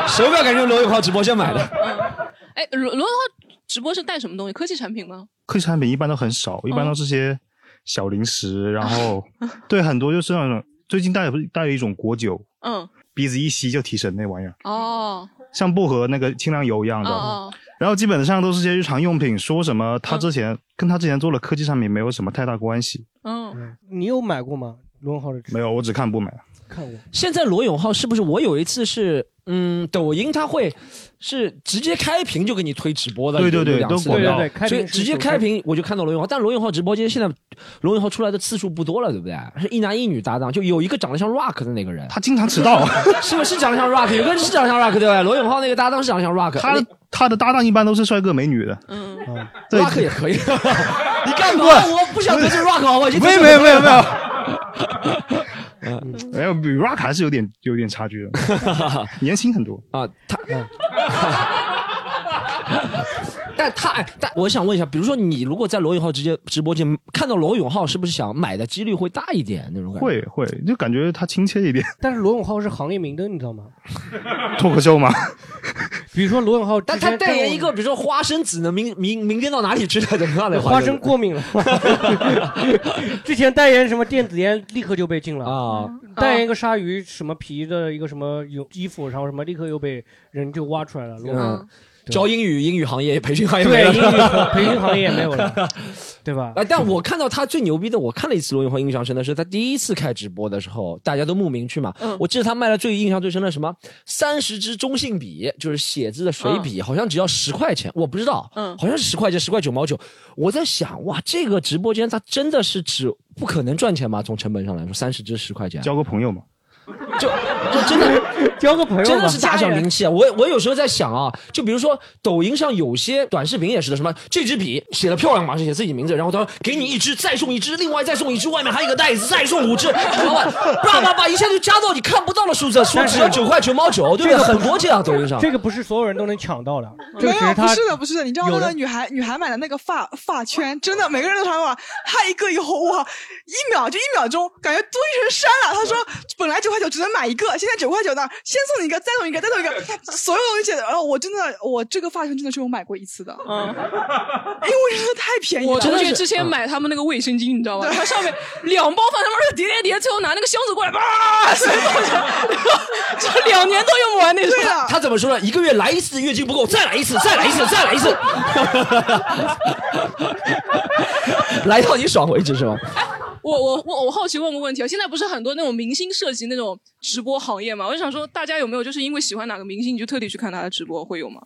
手表感觉就是罗永浩直播间买的。
哎罗罗浩直播是带什么东西？科技产品
<laughs>
吗？
科技产品一般都很少，
嗯
一般都是些小零
<laughs>
食，然后对很多就是那种最近带有带有一种果酒，
嗯
鼻子一吸就提神那玩意儿，
哦
像薄荷那个清凉油一样
哦
的。
哦
然后基本上都是些日常用品，说什么他之前、跟他之前做的科技产品没有什么太大关系。
嗯
你有买过吗？罗永浩的
没有，我只看不买。
看我。
现在罗永浩是不是？我有一次是，嗯，抖音他会是直接开屏就给你推直播的，
对对对
有两次
都广告
对对对开屏
所以
是
直接
主
开屏我就看到罗永浩。但罗永浩直播间现在罗永浩出来的次数不多了，对不对？是一男一女搭档，就有一个长得像 Rock 的那个人，
他经常迟到，
<laughs> 是不是长得像 Rock？有个人是长得像 Rock 对吧？罗永浩那个搭档是长得像 Rock，
他的他的搭档一般都是帅哥美女的。
嗯，
哦
对
Rock 也可以。你干嘛？我不想得罪 Rock 好不好？已经
没
得
有没
罪
有没
很多
有
人
没
了
有， <laughs> 没有比 Rock 还是有点有点差距
<laughs>
的，年轻很多。
啊，他，但他哎，但我想问一下，比如说你如果在罗永浩直接直播间看到罗永浩，是不是想买的几率会大一点那种感觉？
会会，就感觉他亲切一
<laughs>
点。
但是罗永浩是行业明灯，你知道吗？
脱口秀嘛，
比如说罗永浩之
但
前
他
跟我，
代言一个，比如说花生籽能明明明天到哪里去的？等到的
<laughs> 花生
<laughs>
过敏了，之前代言什么电子烟，立刻就被禁了。
啊，
嗯代言一个鲨鱼什么皮的一个什么有衣服，然后什么立刻又被人就挖出来了。罗永浩
嗯，教英语，英语行业培训行业没
对英
了。
语培训行业也没有了，对吧？
<laughs> 哎，但我看到他最牛逼的，我看了一次罗永浩，印象深的是他第一次开直播的时候，大家都慕名去嘛。
嗯
我记得他卖了最印象最深的什么三十支中性笔，就是写字的水笔，好像只要十块钱，我不知道，
嗯
好像是十块钱，十块九毛九。我在想，哇，这个直播间他真的是只不可能赚钱吗？从成本上来说，三十支十块钱，
交个朋友嘛。
就就真的。
<laughs> 交个朋友吧
真的是打小名气啊！我我有时候在想啊，就比如说抖音上有些短视频也是的，什么这支笔写的漂亮嘛，是写自己名字，然后他说给你一支，再送一支，另外再送一支，外面还有一个袋子，再送五支，老板，叭叭叭，一下就加到你看不到的数字，说只要九块九毛九，哦对不对？很多这样抖音上，
这个不是所有人都能抢到的，这
嗯没
个只
有，
是
不
他
是的，不是的，你知道
有
那个
的
女孩女孩买的那个发发圈，真的每个人都穿过来，她一个以后哇，一秒就一秒钟，感觉堆成山了。
<laughs>
她说本来九块九只能买一个，现在九块九呢，先送你一个，再送一个，再送一
<laughs>
个，所有东西写的。然后我真的，我这个发圈真的是我买过一次的，
嗯，
因为我觉得太便宜了。
我同
真的
学
是
之前买他们那个卫生巾，你知道吗？它上面两包放，他们说叠叠叠，最后拿那个箱子过来，
<laughs>
叭， <laughs> 所有就两年都用不完那种。
对的，
他怎么说呢？一个月来一次月经不够，再来一次，再来一次，再来一次， <laughs> 来到你爽为止是吧？
我我我我好奇问个问题啊，现在不是很多那种明星涉及那种直播行业嘛？我就想说，大家有没有就是因为喜欢哪个明星，你就特地去看他的直播，会有吗？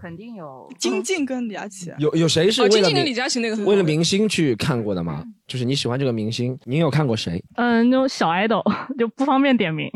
肯定有。
金靖跟李佳琦，
有有谁是
哦，
为
金
了
靖跟
明
李佳琦那个 <laughs> 很好
为了明星去看过的吗？
嗯
就是你喜欢这个明星，你有看过谁？
嗯，那种小 idol <laughs> 就不方便点名。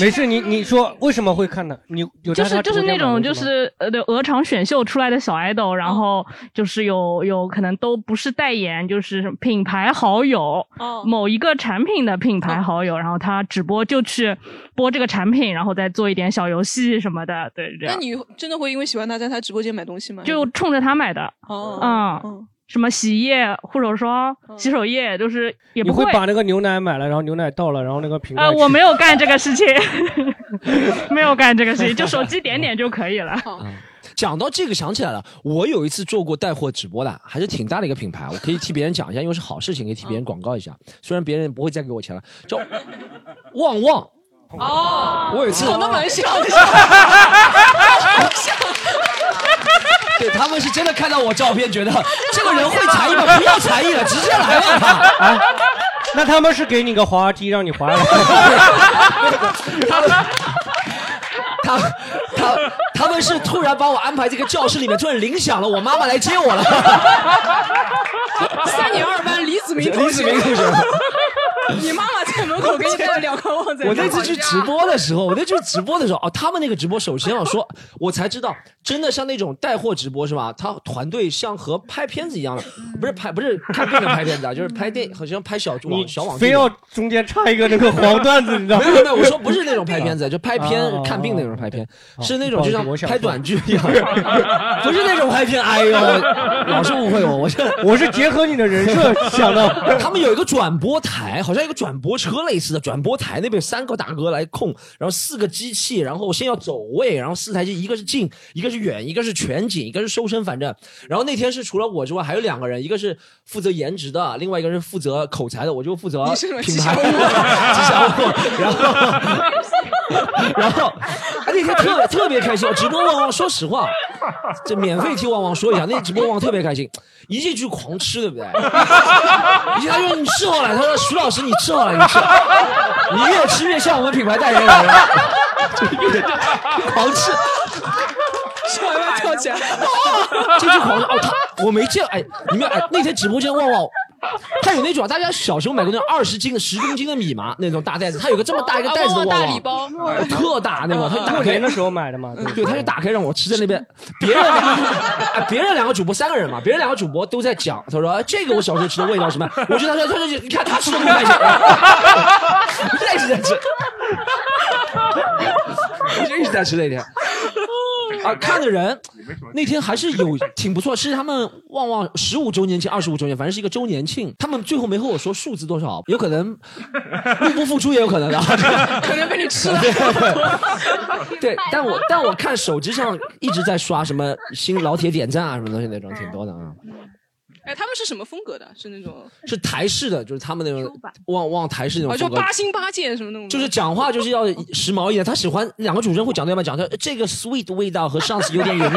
没事。你你说为什么会看的？你有
就
在他
是就
直播
是
间
那
买过
种
吗哦
就是呃对鹅厂选秀出来的小 idol，然后就是有有可能都不是代言，就是什么品牌好友，
哦
某一个产品的品牌好友，然后他直播就去播这个产品，然后再做一点小游戏什么的，对，这
那
样
你真的会因为喜欢他在他直播间买东西吗？
就冲着他买的，
哦，
嗯
嗯
什么洗衣液、护手霜、洗手液，就是也
你
不
会
会。
把那个牛奶买了，然后牛奶倒了，然后那个瓶盖
呃，
吃
我没有干这个
<laughs>
事情，没有干这个事
<laughs>
情，就手机点点就可以了。
<laughs>
讲到这个，想起来了，我有一次做过带货直播的，还是挺大的一个品牌，我可以替别人讲一下，因为是好事情，可以替别人广告一
哦
下。虽然别人不会再给我钱了，叫旺旺。哦，我有一次，
长得蛮像的，
<laughs> 对他们是真的看到我照片，觉得这个人会才艺吗？不要才艺了，直接来吧他。
那他们是给你个滑梯让你滑了，
他他他们是突然把我安排这个教室里面，突然铃响了，我妈妈来接我了。
<laughs> 三年二班李子
<laughs>
明同
李
学
子，明同学。
<laughs> 你妈妈在门口给你带了两个旺仔
我那次去
啊
直播的时候，我那次直播的时候，哦，他们那个直播，首先啊，说，我才知道，真的像那种带货直播是吧？他团队像和拍片子一样的，不是拍，不是看电影拍片子啊，就是拍电，好像拍小网小网剧
非要中间插一个那个黄段子，你知道
没
吗
有？没有没有，我说不是那种拍片子，就拍片
啊啊啊
看病那种拍片，
啊
是那种就像
不好意思我想
拍短剧一样，不是那种拍片。哎呦，老是误会我，我这。
我是结合你的人设想的。
<laughs> 他们有一个转播台，好像有个转播车类似的转播台，那边有三个大哥来控，然后四个机器，然后先要走位，然后四台机，一个是近，一个是远，一个是全景，一个是瘦身，反正。然后那天是除了我之外还有两个人，一个是负责颜值的，另外一个是负责口才的，我就负责
你是什么
品 <laughs>
吉
牌
祥物
吉祥物然后 <laughs> 然后哎那天特特别开心，直播旺旺，说实话， <laughs> 这免费替旺旺说一下，那直播旺旺特别开心，一进去狂吃，对不对？一进去他说你吃好了，他说徐老师你吃好了，你吃，你越吃越像我们品牌代言人，就越狂吃。
吃完饭跳起来，
这就狂热哦！他我没见哎，你们哎，那天直播间旺旺，他有那种大家小时候买过那种二十斤的、十公斤的米嘛，那种大袋子，他有个 <laughs> 这么大一个袋子的旺
啊旺旺
旺，
大礼包
哎特大那种，他打
过
开
年啊的时候买的嘛，对不对
对，
嗯
他就打开让我吃，在那边，别人哎，别人两个主播三个人嘛，别人两个主播都在讲，他说哎这个我小时候吃的味道什么样，我觉得他说他说你看他吃的不开心，他一直在吃，我就一直在吃那天。啊，看的人那天还是有挺不错，是他们旺旺十五周年庆、二十五周年，反正是一个周年庆。他们最后没和我说数字多少，有可能入不敷出也有可能的。
<laughs> 可能被你吃了。
对，但我但我看手机上一直在刷什么新老铁点赞啊，什么东西那种挺多的
嗯
啊，
哎，他们是什么风格的？是那种
是台式的，就是他们那种往往台式那
啊，
种
就
风格。
八星八戒什么那种的，
就是讲话就是要时髦一点，他喜欢两个主持人会讲对半讲的，这个 sweet 味道和上次有点远离， <laughs>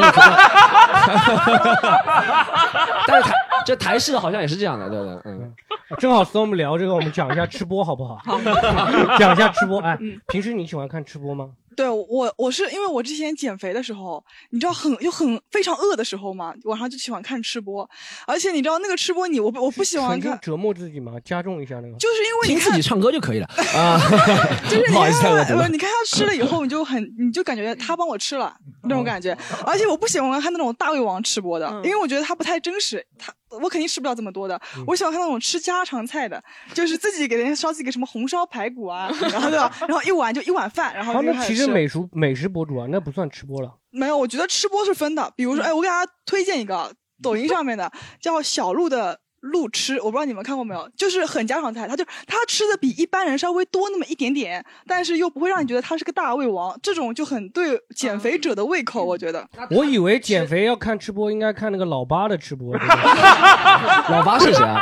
但是台这台式的好像也是这样的，对不对？嗯，
正好 storm 聊 <laughs> 这个，我们讲一下吃播好不好？
好
<laughs> 讲一下吃播。哎，
嗯
平时你喜欢看吃播吗？
对我，我是因为我之前减肥的时候，你知道很又很非常饿的时候嘛，晚上就喜欢看吃播，而且你知道那个吃播你我不我不喜欢
曾经
看，
折磨自己吗？加重一下那个。
就是因为你
听
看
自己唱歌就
<laughs>
可以了啊， <laughs>
就是
不
你
好意
看
思，太恶
啊
毒
他，
了
呃你。看他吃了以后，你就很，你就感觉他帮我吃了那种感觉。而且我不喜欢看那种大胃王吃播的，因为我觉得他不太真实，他我肯定吃不了这么多的。我喜欢看那种吃家常菜的，就是自己给人家烧自己个什么红烧排骨啊，然后对吧？然后一碗就一碗饭，然后
他
就
们
开始
其实
吃
美食美食博主啊，那不算吃播了。
没有，我觉得吃播是分的。比如说，哎，我给大家推荐一个抖音上面的叫小鹿的鹿吃，我不知道你们看过没有，就是很家常菜，他就他吃的比一般人稍微多那么一点点，但是又不会让你觉得他是个大胃王，这种就很对减肥者的胃口，我觉得。
我以为减肥要看吃播，应该看那个老八的吃播，对吧
<laughs> 老八是谁啊？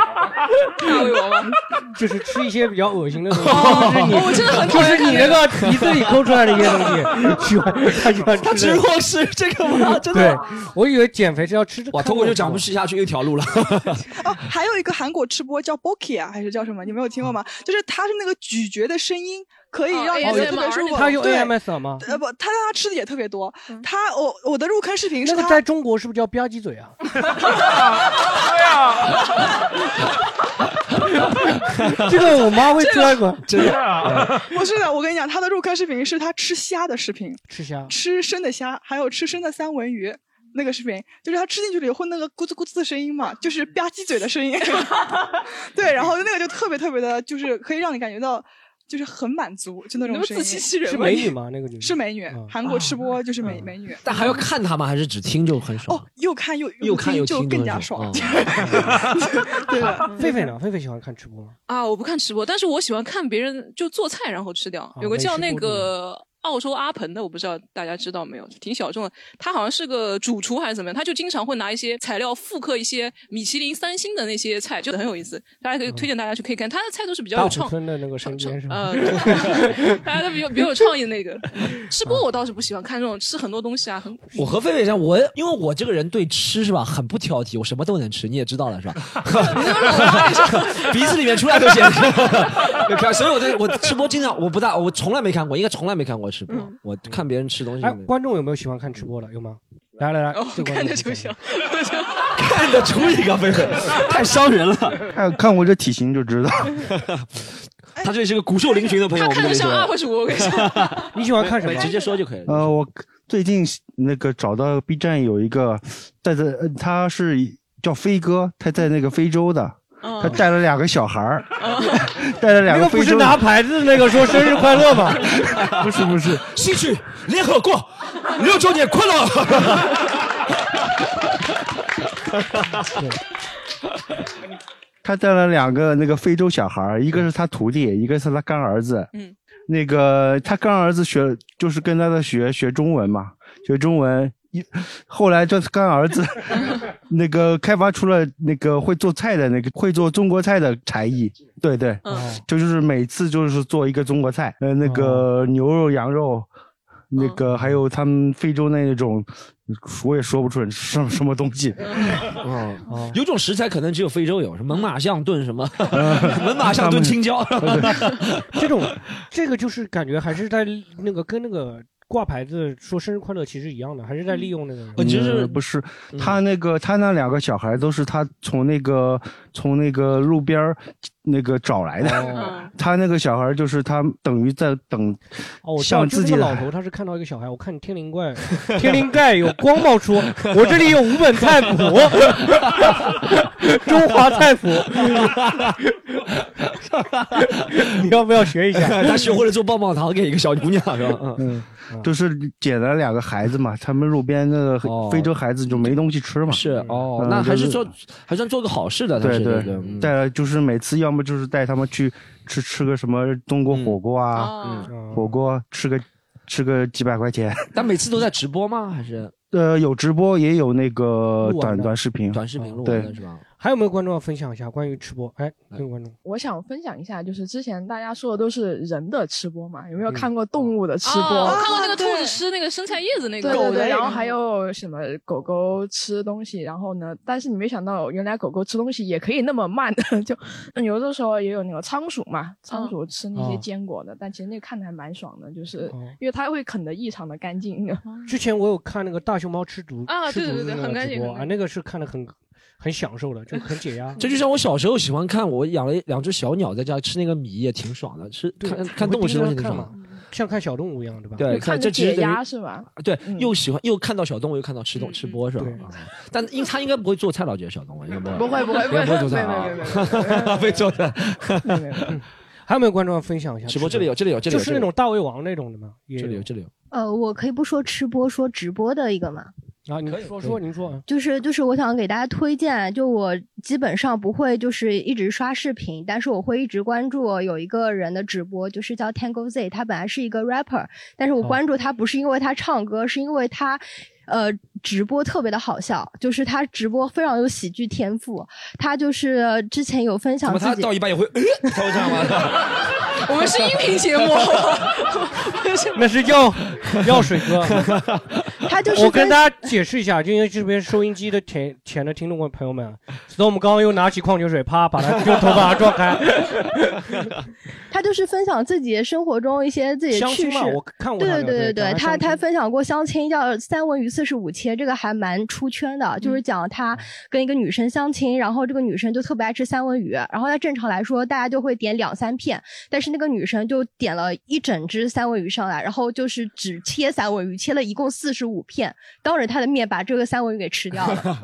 大胃王吗？
<laughs> 就是吃一些比较恶心的东西。
哦
就是你，
哦我真的很讨
就
厌
是
看
你
那
那
个。
个鼻子里抠出来的一些东
<laughs>
西，喜欢他喜欢
他
吃
直
<laughs>
的。
播是这个
<laughs>
吗？真的
对
吗？，
我以为减肥是要吃这。
哇，
看
脱口
这
秀
个
讲不
的。
下去，又一条路了。
哦，还有一个韩国吃播叫 Boki 啊，还是叫什么？你没有听过吗？就是他是那个咀嚼的声音，可以
哦
让你觉得特别
ASMR
舒服。
他有
对
AMS 吗？
呃不，他他吃的也特别多。他我我的入坑视频
那
是
个
他
在中国是不是叫吧唧嘴啊？对 <laughs> 呀，这个我妈会摔过。
真
<laughs>
的，啊
啊
<laughs>
不是 <laughs> 的，我跟你讲，他的入坑视频是他吃虾的视频，
吃虾，
吃生的虾，还有吃生的三文鱼。那个视频就是他吃进去了以后，那个咕滋咕滋的声音嘛，就是吧唧嘴的声音。 <laughs> 对，然后那个就特别特别的，就是可以让你感觉到，就是很满足，就那
你那
种
么
声音。
自欺欺人
是
吗？
美女吗？那个女
是美女，韩国吃播就是美美女。
嗯啊但还要看他吗？还是只听就很爽
哦？，又看又
又看又听
就
就
更
很
加爽
爽。
对吧？
狒狒呢？狒狒喜欢看吃播吗？
啊，我不看吃播，但是我喜欢看别人就做菜然后吃掉。有个
美
叫
食
那
博主
个澳洲阿鹏的，我不知道大家知道没有，挺小众的。他好像是个主厨还是怎么样，他就经常会拿一些材料复刻一些米其林三星的那些菜，就很有意思。大家可以推荐大家去可以看，他的菜都是比较
大
有
土
创。
村的那个身边是吧？
呃，对大家都比较比较有创意的那个吃播，我倒是不喜欢看这种吃很多东西啊，很
我和狒狒一样，我因为我这个人对吃是吧很不挑剔，我什么都能吃，你也知道了是吧？ <laughs> 鼻子里面出来都显得，所以我 <laughs> 对我吃播经常我不大，我从来没看过，应该从来没看过吃播，
嗯
我看别人吃东西
哎
没，
观众有没有喜欢看吃播的？有吗？来
哎
来来，这个观
哦看着
众
就行。 <laughs>
看得出一个狒狒，太伤人了。
看看我这体型就知道，
他这是个骨瘦嶙峋的朋友，
哎他
我们就
看着
没
像
说了
UP 主，我跟你说，
<laughs> 你喜欢看什么
你？直接说就可以了。
呃，我最近那个找到 B 站有一个，在这呃他是叫飞哥，他在那个非洲的，他带了两个小孩儿， <laughs> 带了两
那
个
个不
非
是
洲
拿
的，
牌子那个说生日快乐吗？
<laughs> 不是不是，
西区联合国六周年快乐！
他带了两个那个非洲小孩儿，一个是他徒弟，一个是他干儿子。
嗯，
那个他干儿子学就是跟他的学学中文嘛，学中文一后来这干儿子 <laughs> 那个开发出了那个会做菜的那个会做中国菜的才艺，对对，就就是每次就是做一个中国菜，呃，那个牛肉、羊肉，那个还有他们非洲那种，我也说不准是什么什么东西，
嗯，
哦
有种食材可能只有非洲有，什么猛犸象炖什么， <laughs>
嗯
猛犸象炖青椒，
他们
<laughs>
<laughs> 这种这个就是感觉还是在那个跟那个挂牌子说生日快乐其实一样的，还是在利用那个人。
嗯不是他那个他那两个小孩都是他从那个从那个路边儿那个找来的，他那个小孩就是他等于在等
哦，我知道
像
就
自
是
己
那个
的
老头，他是看到一个小孩，我看你天
<laughs>
灵盖，天灵盖有光冒
<laughs>
出，我这里有五本菜谱， <laughs> 中华菜谱，你要不要
<laughs>
学一下？
他学会了做棒棒糖给一个小姑娘是吧？
嗯，就是捡了两个孩子嘛，他们路边那
哦
个非洲孩子就没东西吃嘛。
是哦
嗯
那还
就
是
是
做还算做个好事的，他
对
是对对
对
嗯，
带了就是每次要么就是带他们去吃吃个什么中国火锅啊，
嗯
火锅吃个吃个几百块
<laughs>
钱。
但每次都在直播吗？还是
呃，有直播也有那个
录完
短
的
短视频，
<laughs> 短视频录完
对
的是吧？
还有没有观众要分享一下关于吃播？哎，各位观众，
我想分享一下，就是之前大家说的都是人的吃播嘛，有没
嗯
有看过动物的吃播？
哦
啊我看过那个兔子吃那个生菜叶子那
对
个
对对，然后还有什么狗狗吃东西，然后呢，但是你没想到，原来狗狗吃东西也可以那么慢的， <laughs> 就嗯有的时候也有那个仓鼠嘛，仓
嗯
鼠吃那些
哦
坚果的，但其实那个看着还蛮爽的，就是、
哦
因为它会啃得异常的干净。
哦
之前我有看那个大熊猫吃竹
啊
吃
对
竹
对
子
对
那
很
个
干
直
净
播
很
啊，那个是看的很很享受的，就很解压。
<laughs> 这就像我小时候喜欢看，我养了一两只小鸟在家吃那个米也挺爽的，吃
对
看
你
看
会
动物
盯
吃东
着
西挺
看
爽
嘛
的。
像看小动物一样，对吧？
对，看这其实等于
吧？
对，又喜欢又看到小动物，又看到吃东吃播是吧？啊但应他应该不会做菜了，这些小动物应该
不
不会，
会不会
应该不会做菜
没没
啊，不会做菜。
还有没有观众要分享一下？
直播这里有这里有这里有
就
这
是
里
那
有
种大胃王那种的吗？这里
有这里有。
呃，我可以不说吃播，说直播的一个嘛。
啊，你说说，您说，
就是就是，我想给大家推荐，啊就我基本上不会就是一直刷视频，但是我会一直关注有一个人的直播，就是叫 Tango Z，他本来是一个 rapper，但
哦
是我关注他不是因为他唱歌，是因为他。呃，直播特别的好笑，就是他直播非常有喜剧天赋。他就是之前有分
怎
享
么
自
他
己
到一半也会，呃他会这样吗？
我们是音频节目，
<laughs> 那是药药水哥，
他
就是
我跟
跟
大家解释一下，就因为这边收音机的前前的听众朋友们啊，所以我们刚刚又拿起矿泉水，啪，把他用头把他撞开。 <laughs>
他就是分享自己生活中一些自己的
相
趣
亲
事
嘛。我看过
对
他
对
的对
对
讲
对，
他
他
相
他分享过相亲，叫三文鱼四十五切，这个还蛮出圈的，
嗯
就是讲他跟一个女生相亲，然后这个女生就特别爱吃三文鱼，然后他正常来说大家就会点两三片，但是那个女生就点了一整只三文鱼上来，然后就是只切三文鱼，切了一共四十五片，当着他的面把这个三文鱼给吃掉
<laughs>
了。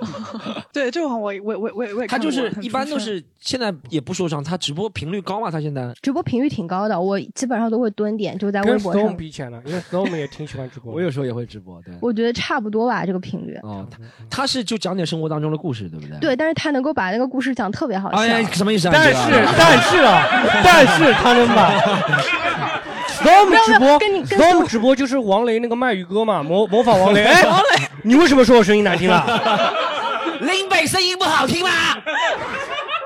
<laughs>
对，这个我我我我也我也
他
看
就
过
是
很
一般
出
都
圈
是现在也不说上，他直播频率高嘛，他现在。
直播频率挺高的，我基本上都会蹲点，就在微
跟
博上
Storm。比起来呢，因为 Storm 也挺喜欢直播
<laughs>
的。
我有时候也会直播，对。
我觉得差不多吧，这个频率。
哦，他他是就讲点生活当中的故事，对不对？
对，但是他能够把那个故事讲特别好笑。
哎呀，什么意思啊？
但
你这
是但是啊，但是
<laughs>
他能把 Storm 直播，Storm 直播就是王雷那个卖鱼哥嘛，模模仿王雷。哎，你为什么说我声音难听啊了？
林北声音不好听吗？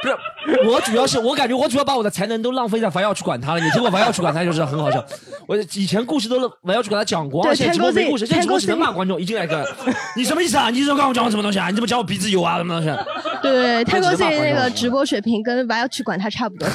不是，我主要是我感觉我主要把我的才能都浪费在樊耀去管他了。你听过樊耀去管他就是很好笑。 <laughs> 我以前故事都是樊耀去管他讲光，
对
现在直播
Tango Z-
没故事，现在直播只能
Tango Z-
骂观众，一进来一个， <laughs> 你什么意思啊？你一直告诉我讲我什么东西啊？你怎么讲我鼻子油啊？什么东西啊？
对
<laughs>
对对，泰国
我只
自
能骂
己
观
那
众
个直播水平跟娃要去管他差不多。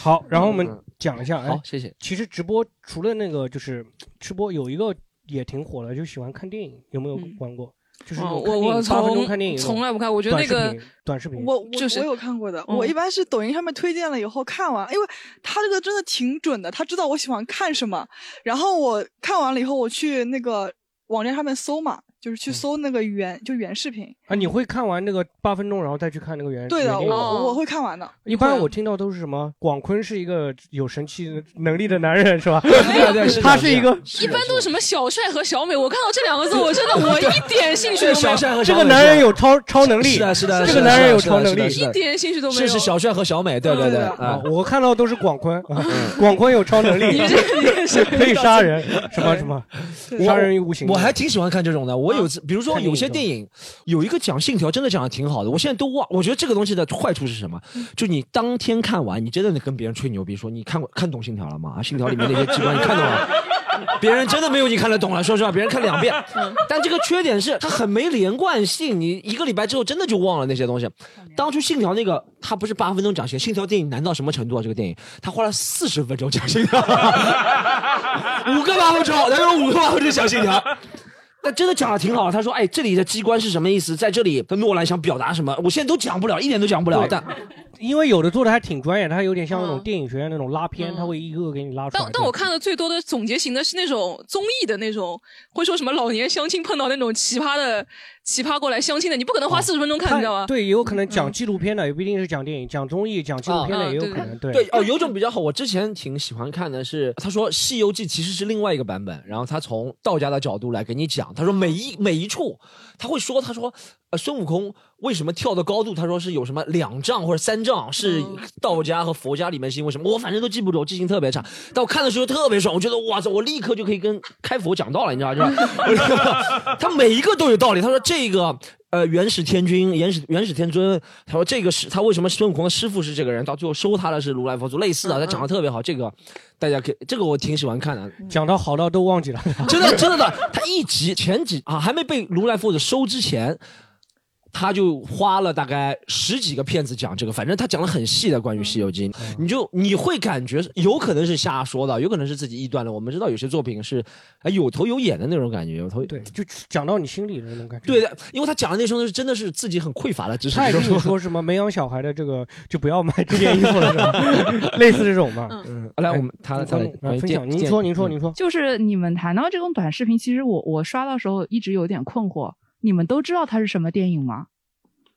好，然后我们讲一下。好，
谢谢。
其实直播除了那个就是吃播，有一个也挺火的，就喜欢看电影，有没有玩过？就是那
嗯哦
种看电影八分
我我
钟
从
看电影，
从来不看我觉得那个
短视频，
我我、我有看过的，
嗯
我一般是抖音上面推荐了以后看完，因为他这个真的挺准的，他知道我喜欢看什么，然后我看完了以后，我去那个网站上面搜嘛，就是去搜那个原就原视频。
啊，你会看完那个八分钟，然后再去看那个原
对的，
原定
哦
吗
我我会看完的。
一般我听到都是什么广坤是一个有神奇能力的男
<laughs>
人，是吧？
对对是的
他是一个
一般都是什么小帅和小美，我看到这两个字，我真的我一点兴趣都没有。
这个男人有超超能力，
是的，是的，
这
是
个
的
男人有
是的
超能力，
是的是的
一点兴趣都没
是
有
是小帅和小美，对对对啊嗯
啊，，我看到都是广坤，啊 <laughs> 广坤有超能力，
你这你这是
可以杀
<laughs>
人，什么什么，
我
杀人于无形。
我还挺喜欢看这种的。我有次，比如说
看电
有
影
些嗯电影，有一个讲信条，真的讲的挺好的。我现在都忘，我觉得这个东西的坏处是什么？就你当天看完，你真的跟别人吹牛逼说你看过看懂信条了吗？啊，信条里面那些机关你看懂了？别人真的没有你看得懂了，说实话，别人看两遍。但这个缺点是它很没连贯性，你一个礼拜之后真的就忘了那些东西。当初《信条》那个，它不是八分钟讲信，《信条》电影难到什么程度啊？这个电影它花了四十分钟讲信条， <laughs> 五个八分钟，他说五个八分钟讲信
<laughs>
条。 <laughs> 那真的讲的挺好，他说：“哎，这里的机关是什么意思？在这里，的诺兰想表达什么？我现在都讲不了，一点都讲不了。
对
但
因为有的做的还挺专业，他有点像那种电影学院那种拉片，他会一个个给你拉出来
但。但我看的最多的总结型的是那种综艺的那种，会说什么老年相亲碰到那种奇葩的奇葩过来相亲的，你不可能花四十分钟看，你知道吗？
啊哦对，也有可能讲纪录片的，也不一定是讲电影，讲综艺、讲纪录片的也有可能。对
对哦，有一种比较好，我之前挺喜欢看的是，他说《西游记》其实是另外一个版本，然后他从道家的角度来给你讲，他说每一每一处他会说，他说呃孙悟空为什么跳的高度，他说是有什么两丈或者三丈，是
嗯
道家和佛家里面是因为什么？我反正都记不住，我记性特别差，但我看的时候特别爽，我觉得哇塞，我立刻就可以跟开佛讲道了，你知道吗？就是 <laughs> 他每一个都有道理，他说这个。呃，元始天君、元始元始天尊，他说这个是他为什么孙悟空的师傅是这个人，到最后收他的是如来佛祖，类似的，啊他讲的特别好，这个大家可以，这个我挺喜欢看的。
讲到好到都忘记了，
真的真的的，他一集前几啊还没被如来佛祖收之前，他就花了大概十几个片子讲这个，反正他讲的很细的关于《西游记》，
嗯
你就你会感觉是有可能是瞎说的，有可能是自己臆断的。我们知道有些作品是哎有头有眼的那种感觉，有头
对，就讲到你心里的那种感觉。
对的，因为他讲的那时候是真的是自己很匮乏的知识。
他也跟你说什么没养小孩的这个就不要买这件衣服了，
<laughs>
是吧类似这种嘛。
嗯，来我们他他来关于
啊分
电
享，您说您说
嗯
您说，
就是你们谈到这种短视频，其实我我刷到时候一直有点困惑，你们都知道它是什么电影吗？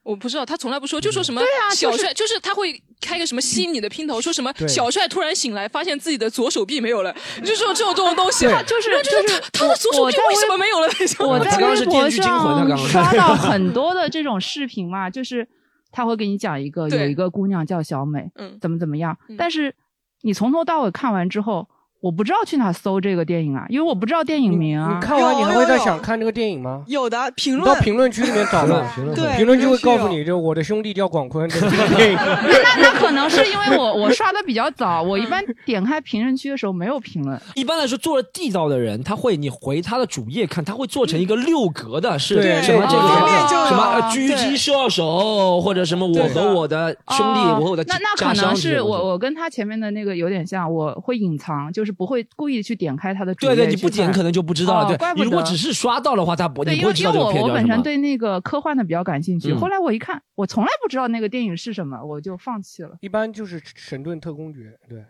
我不知道，他从来不说，就说什么
对啊
小
就是
帅，就是他会开个什么吸引你的片头，说什么
对
小帅突然醒来，发现自己的左手臂没有了，你就说这种这种东西，
对啊就是
那就是
就是
他他的左手
我
臂
在微
为什么没有了？ <laughs> 那种。
我在微博上刷
<laughs>
到很多的这种视频嘛，就是他会给你讲一个
对
有一个姑娘叫小美，
嗯，
怎么怎么样，但是你从头到尾看完之后，我不知道去哪搜这个电影啊，因为我不知道电影名啊。
你看完你还会再想看这个电影吗？
有的评
你
论
到评论区里面找吧，
评论区对
评论区会告诉你，就我的兄弟叫广坤，这个电影。
那
<laughs>
那可能是因为我我刷的比较早，我一般点开评论区的时候没有评论。
一般来说，做了地道的人，他会你回他的主页看，他会做成一个六格的，是
对
什么这个
哦
什么
就有
什么呃
对
狙击射手，或者什么我和我的兄弟，
哦
我和我的
那那
家
可能
乡这
是
种东西
我我跟他前面的那个有点像，我会隐藏，就是不会故意去点开他的主页
对
去看。
对，你不点可能就不知道了。
哦
对
怪，不
你如果
得
只是刷到的话，他不
对，
你
因
不
为
会知
因
道
为
这个
我
片
我
叫
本
什
身
么。
对那个科幻的比较感兴趣，
嗯
后来我一看，我从来不知道那个电影是什么，我就放弃了。
一般就是神盾特工局，对，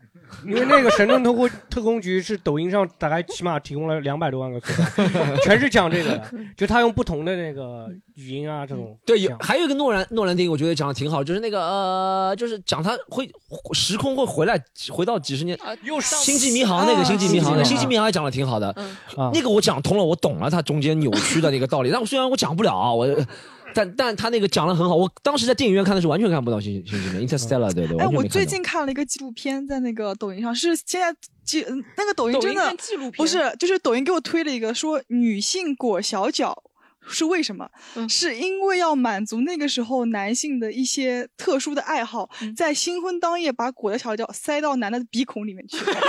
因为那个神盾特工特工局是抖音上大概起码提供了两百多万个客户， <laughs> 全是讲这个的，就他用不同的那个语音啊
嗯
这种。
嗯对，有还有一个诺兰诺兰电影，我觉得讲的挺好，就是那个呃，就是讲他会时空会回来，回到几十年，
又
是《星际迷航》那个《星际迷航》，《啊星际迷航》也讲的挺好的，那个我讲通了，我懂了它中间扭曲的那个道理，但我虽然我讲不了啊，我。但但他那个讲的很好，我当时在电影院看的是完全看不到星星际的 Interstellar，对对， <laughs>
哎，
完全
我
没看
最
到
近看了一个纪录片，在那个抖音上，是现在纪嗯那个抖音
抖
真
音
的
看纪录片
不是，就是抖音给我推了一个说女性裹小脚。是为什么？
嗯
是因为要满足那个时候男性的一些特殊的爱好，
嗯
在新婚当夜把裹的小脚塞到男的鼻孔里面
<laughs>
去。
这这这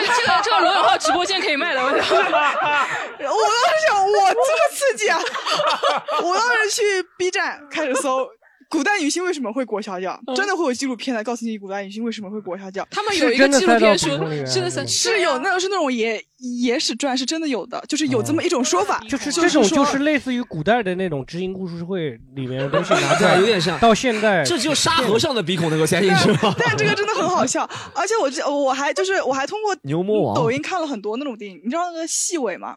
个这个罗永浩直播间可以卖
<laughs>
的，我
我当时想，哇，这么刺激啊！我当时去 B 站开始搜。古代女性为什么会裹小脚？真的会有纪录片来告诉你古代女性为什么会裹小脚。
嗯他们有一个纪录片说，真的
啊
是
是有那种是那种野野史传，是真的有的，就是有这
哦
么一种说法，
就是
就
这种就
说
是类似于古代的那种知音故事会里面的东西拿出来，
对有点像
到现在
这就沙和尚的鼻孔能够塞进去吗？
但这个真的很好笑，而且我这我还就是我还通过
牛魔王
抖音看了很多那种电影，你知道那个细尾吗？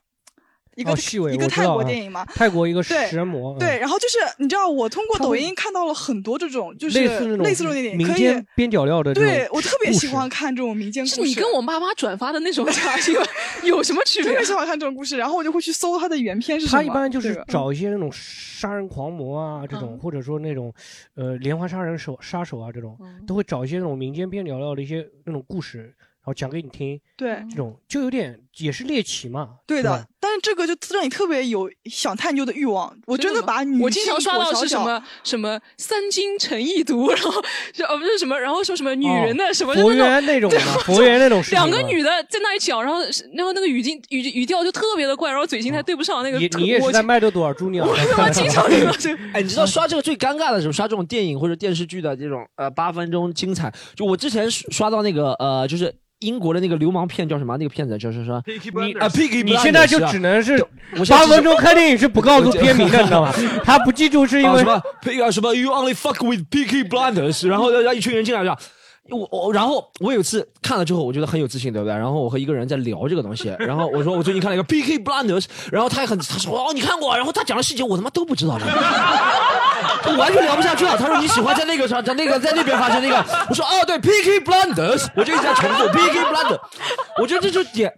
一个、
哦细尾
一个
我知
泰
道
国
啊
电影嘛。
泰国一个
对
食人魔，嗯
对，然后就是你知道，我通过
它
抖
会
音看到了很多这种，就是
类似那种
类似这种电影，
民
可以
间边角料的这种故事，
对我特别喜欢看这种民间故事，
是你跟我妈妈转发的那种差异吗 <laughs> 有什么区别啊
特别喜欢看这种故事，然后我就会去搜它的原片是什么。
他一般就
这
是
嗯
个
找一些那种杀人狂魔啊，这种、或者说那种，呃，连环杀人手杀手啊，这种、
嗯
都会找一些那种民间边角料的一些那种故事，然后讲给你听。
对
这种就有点也是猎奇嘛。
对
是
的
吧，
但是这个就让你特别有想探究的欲望。我真
真的
的
吗
把女
我经
性
常刷
裹
到
小
是什
脚
么什么三金成一毒，然后就呃不是什么，然后说什么女人的
哦
什么
佛
就
缘那
<laughs>
种
对
的佛缘那种事情
两个
吗
女的在那里讲，然后是然后那个语境语语调就特别的怪，然后嘴型还对不上那个
哦你
口。
你也
我
是在卖豆多少
<laughs>
猪尿？
我经常听到这个。
哎，你知道刷这个最尴尬的是什么？刷这种电影或者电视剧的这种呃八分钟精彩，就我之前刷刷到那个呃就是。英国的那个流氓片叫什么？那个片子叫什么？你啊，Piggy，
你现在就只能是八分钟看电影是不告诉片名的，你知道吗？ <laughs> 他不记住是因
啊
为
什么 Pig 啊什么 You only fuck with Piggy Blinders，然后让一群人进来是吧？我我然后我有一次看了之后，我觉得很有自信，对不对？然后我和一个人在聊这个东西，然后我说我最近看了一个 P K Blinders，然后他也很他说哦你看过啊，然后他讲的细节我他妈都不知道， <laughs> 我完全聊不下去了。他说你喜欢在那个上在那个在那边发生那个，我说哦对 P K Blinders，我就一直在重复 P K Blinders，我觉得这就点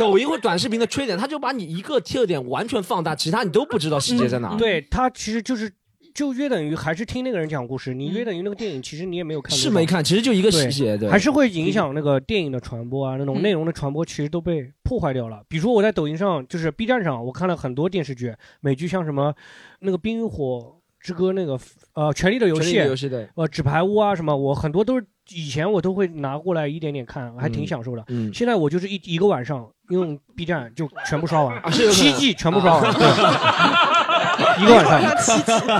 抖音或短视频的缺点，他就把你一个特点完全放大，其他你都不知道细节在哪。
嗯对他其实就是就约等于还是听那个人讲故事，你约等于那个电影其实 <laughs> 你也没有看多少，
是没看，其实就一个细节，对，
还是会影响那个电影的传播啊，那种
嗯
内容的传播其实都被破坏掉了。比如说我在抖音上，就是 B 站上，我看了很多电视剧、美剧，像什么那个《冰与火之歌》那个呃《权力的游
权
戏
力》的游戏对
呃《纸牌屋》啊什么，我很多都是以前我都会拿过来一点点看，还挺
嗯
享受的。
嗯
现在我就是一一个晚上用 B 站就全部刷完，
啊是有可能
七季全部刷完。
啊
对一个晚上，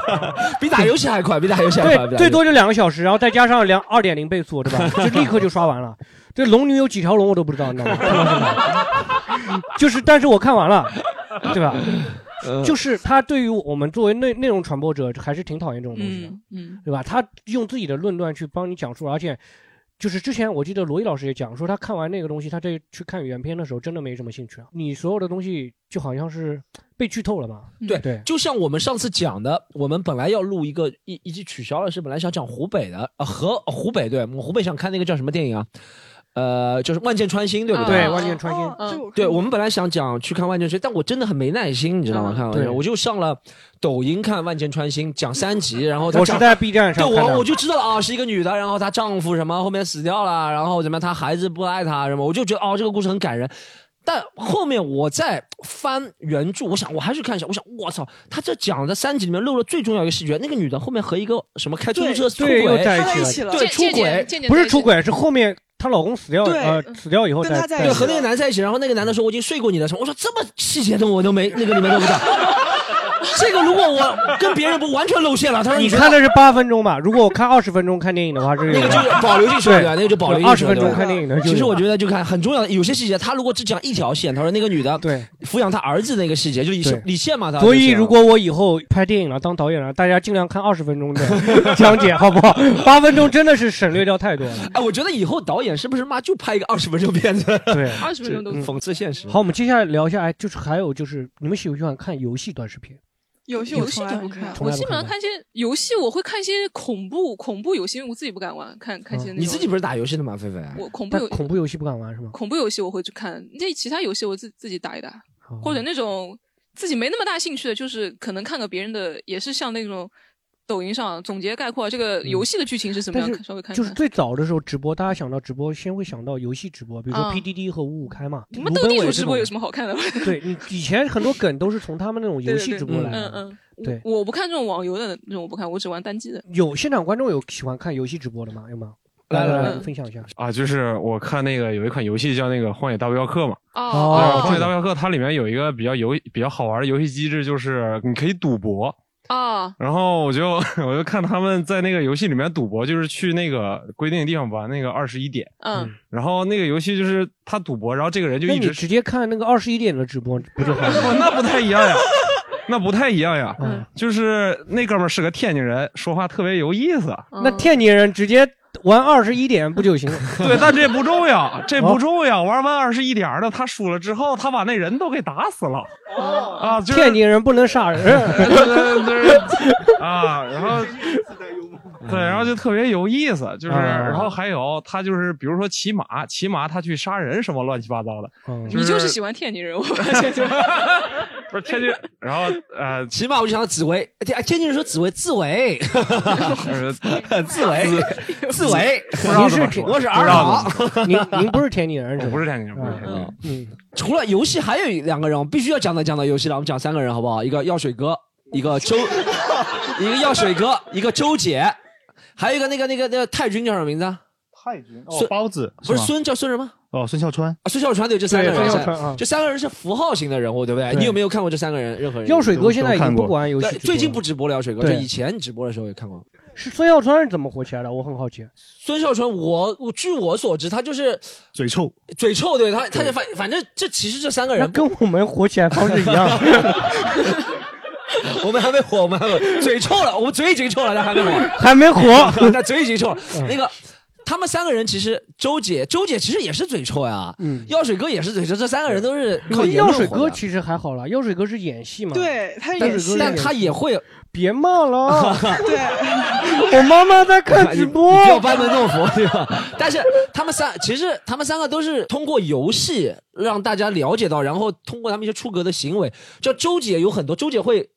<laughs> 比打游戏还快，比打游戏还快，比打
对，最
游戏 <laughs>
多就两个小时，然后再加上两二点零倍速，对吧？就立刻就刷完了。这龙女有几条龙我都不知道，你知道吗？看到什么就是，但是我看完了，对吧？就是他对于我们作为内内容传播者，还是挺讨厌这种东西
啊
的，
嗯
<laughs>
嗯
对吧？他用自己的论断去帮你讲述，而且就是之前我记得罗毅老师也讲说，他看完那个东西，他再去看原片的时候，真的没什么兴趣啊。你所有的东西就好像是被剧透了嘛？
嗯
嗯对
对，
就像我们上次讲的，我们本来要录一个一一集取消了，是本来想讲湖北的，啊，河湖北对，我们湖北想看那个叫什么电影啊？呃，就是《万箭穿心》，对不
啊对
对，
万箭穿心
哦这我
对，我们本来想讲去看《万箭穿心》，但我真的很没耐心，你知道吗？
嗯
看完
对
我就上了抖音看《万箭穿心》，讲三集，然后他
我
讲
是在 B 站上
对
看的
我我就知道了啊，是一个女的，然后她丈夫什么后面死掉了，然后怎么样她孩子不爱她什么，我就觉得哦这个故事很感人。但后面我再翻原著，我想我还是看一下，我想我操，他这讲的三集里面漏了最重要一个细节，那个女的后面和一个什么开出租车出
对，
轨
又在一了，
对出轨，
不是出轨，是后面她老公死掉，
对
呃，死掉以后再
对和那个男在一起，然后那个男的说我已经睡过你了，什么？我说这么细节的我都没那个里面都不知道。这个如果我跟别人不完全露馅了，他说
你
说
看的是八分钟吧？如果我看二十分钟看电影的话，这
那个就是保留进去了，啊对吧那个就保留进去了。
二十分钟
对吧
看电影的。
其实我觉得就看很重要的有些细节，他如果只讲一条线，他说那个女的
对
抚养她儿子那个细节，就李
对
李现嘛，他
所以如果我以后拍电影了，当导演了，大家尽量看二十分钟的
<laughs>
讲解，好不好？八分钟真的是省略掉太多了。
哎，我觉得以后导演是不是妈就拍一个二十分钟片子？
对
20分钟都
就讽刺现实。
好，我们接下来聊一下，哎，就是还有就是，你们喜不喜欢看游戏短视频？
游戏我
游戏
从来
就
不
不
看，
从
我
来不
基本上
看
看一些游戏，我会看一些恐怖恐怖游戏，因为我自己不敢玩，看看一
哦
些那种。
你自己不是打游戏的吗？菲菲，
我恐怖
嗯但
游
恐怖游戏不敢玩是吗？
恐怖游戏我会去看，那其他游戏我自自己打一打，
哦
或者那种自己没那么大兴趣的，就是可能看个别人的，也是像那种抖音上总结概括这个游戏的剧情是怎么样，
嗯但是
稍微看一看。
就是最早的时候直播，大家想到直播，先会想到游戏直播，比如说
嗯
PDD 和五五开嘛。
你
卢
们斗地
本
主
伟
直播有什么好看的？
这种？ <laughs> 对你以前很多梗都是从他们那种
对 <laughs>
游
对
戏
对
直播来
嗯
的。
嗯，我
对
我不看这种网游的那种，我不看，我只玩单机的。
有现场观众有喜欢看游戏直播的吗？有吗？来来来，分享一下。
啊，就是我看那个有一款游戏叫那个《荒野大镖客》嘛。
哦
然后
哦
荒野大镖客》它里面有一个比较游比较好玩的游戏机制，就是你可以赌博。
啊，
然后我就 <laughs> 我就看他们在那个游戏里面赌博，就是去那个规定的地方玩那个二十一点。
嗯，
然后那个游戏就是他赌博，然后这个人就
那
一
你
直
直接看那个二十一点的直播不就好了？嗯
不， <laughs> 那不太一样呀，那不太一样呀。
嗯
就是那哥们儿是个天津人，说话特别有意思。
那天津人直接玩二十一点不就
<laughs>
行了？
对，但这不重
<laughs>
要，这
哦
不重要。玩完二十一点儿的，他输了之后，他把那人都给打死了。啊，就是
哦天津人不能杀人。
啊，然后对，然后就特别有意思，就是，
啊
然后还有他就是，比如说骑马，骑马他去杀人什么乱七八糟的，
你就是是喜欢天津人，
<laughs>
我发现。
不是天津，然后呃，
<laughs> 起码我就想到紫薇，哎天天津人说紫薇，自
<laughs>
维，自维，自维，
您是天
我是二老，
您您不是天津人，
<laughs> 我不是天津人，不是天
津人。
嗯，
除了游戏，还有一两个人，我们必须要讲到讲到游戏了。我们讲三个人好不好？一个药水哥，一个周，一个药水哥，一个周姐，还有一个那个那个那个太君叫什么名字啊？
太君
哦
包子
不是
吗
孙叫孙什么？
哦，孙笑川
啊，孙笑川对，这三个人，
对孙笑川啊
这三个人是符号型的人物，对不对？
对
你有没有看过这三个人？任何人？
药水哥现在已经不玩游戏
对
直播了
最近不直播了。药水哥，就
对
以前直播的时候也看过。
是孙耀川是怎么火起来的？我很好奇。啊
孙笑川，我我据我所知，他就是
嘴臭，
嘴臭，对他，他就反反正这其实这三个
那
人，
跟我们火起来方式一样。
<laughs> 我们还没火，我们还没嘴臭了，我们嘴已经臭了，但还没火，
<laughs> 还没火
<laughs>
嗯
但嘴已经臭了。那个他们三个人其实，周姐，周姐其实也是嘴臭呀，
嗯
药水哥也是嘴臭，这三个人都是靠言
药
论
水
火
哥
的。
其实还好了，药水哥是演戏嘛，
对他是
但
演戏
哥
但他也会。
别骂了，
<laughs> 对
<laughs> 我妈
<laughs>
妈在看直播，
不要班门弄斧，对吧？ <laughs> 但是他们三，其实他们三个都是通过游戏让大家了解到，然后通过他们一些出格的行为，叫周姐有很多，周姐会。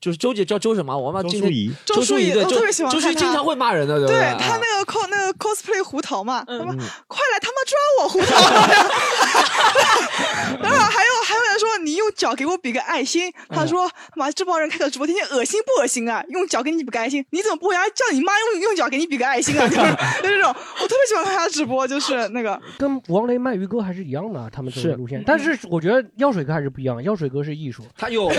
就是周姐叫周什么？我妈今天
周淑怡
周淑怡
周淑怡
对，
我
周
特别喜欢
周
看
淑怡经
她
常会骂人的，对不啊
对
对
他那嗯个 cos 那个 cosplay 胡桃嘛，
嗯
他说快来他妈抓我胡桃！ <laughs> 然后还有还有人说你用脚给我比个爱心，他说妈这帮人开个直播天天恶心不恶心啊？用脚给你比个爱心，你怎么不回家叫你妈用用脚给你比个爱心啊？就是 <laughs> 就是这种，我特别喜欢看他直播，就是那个
跟王雷卖鱼哥还是一样的，啊他们走的
是
路线。但
嗯
是我觉得药水哥还是不一样，药水哥是艺术。
他
<laughs>
有，哎，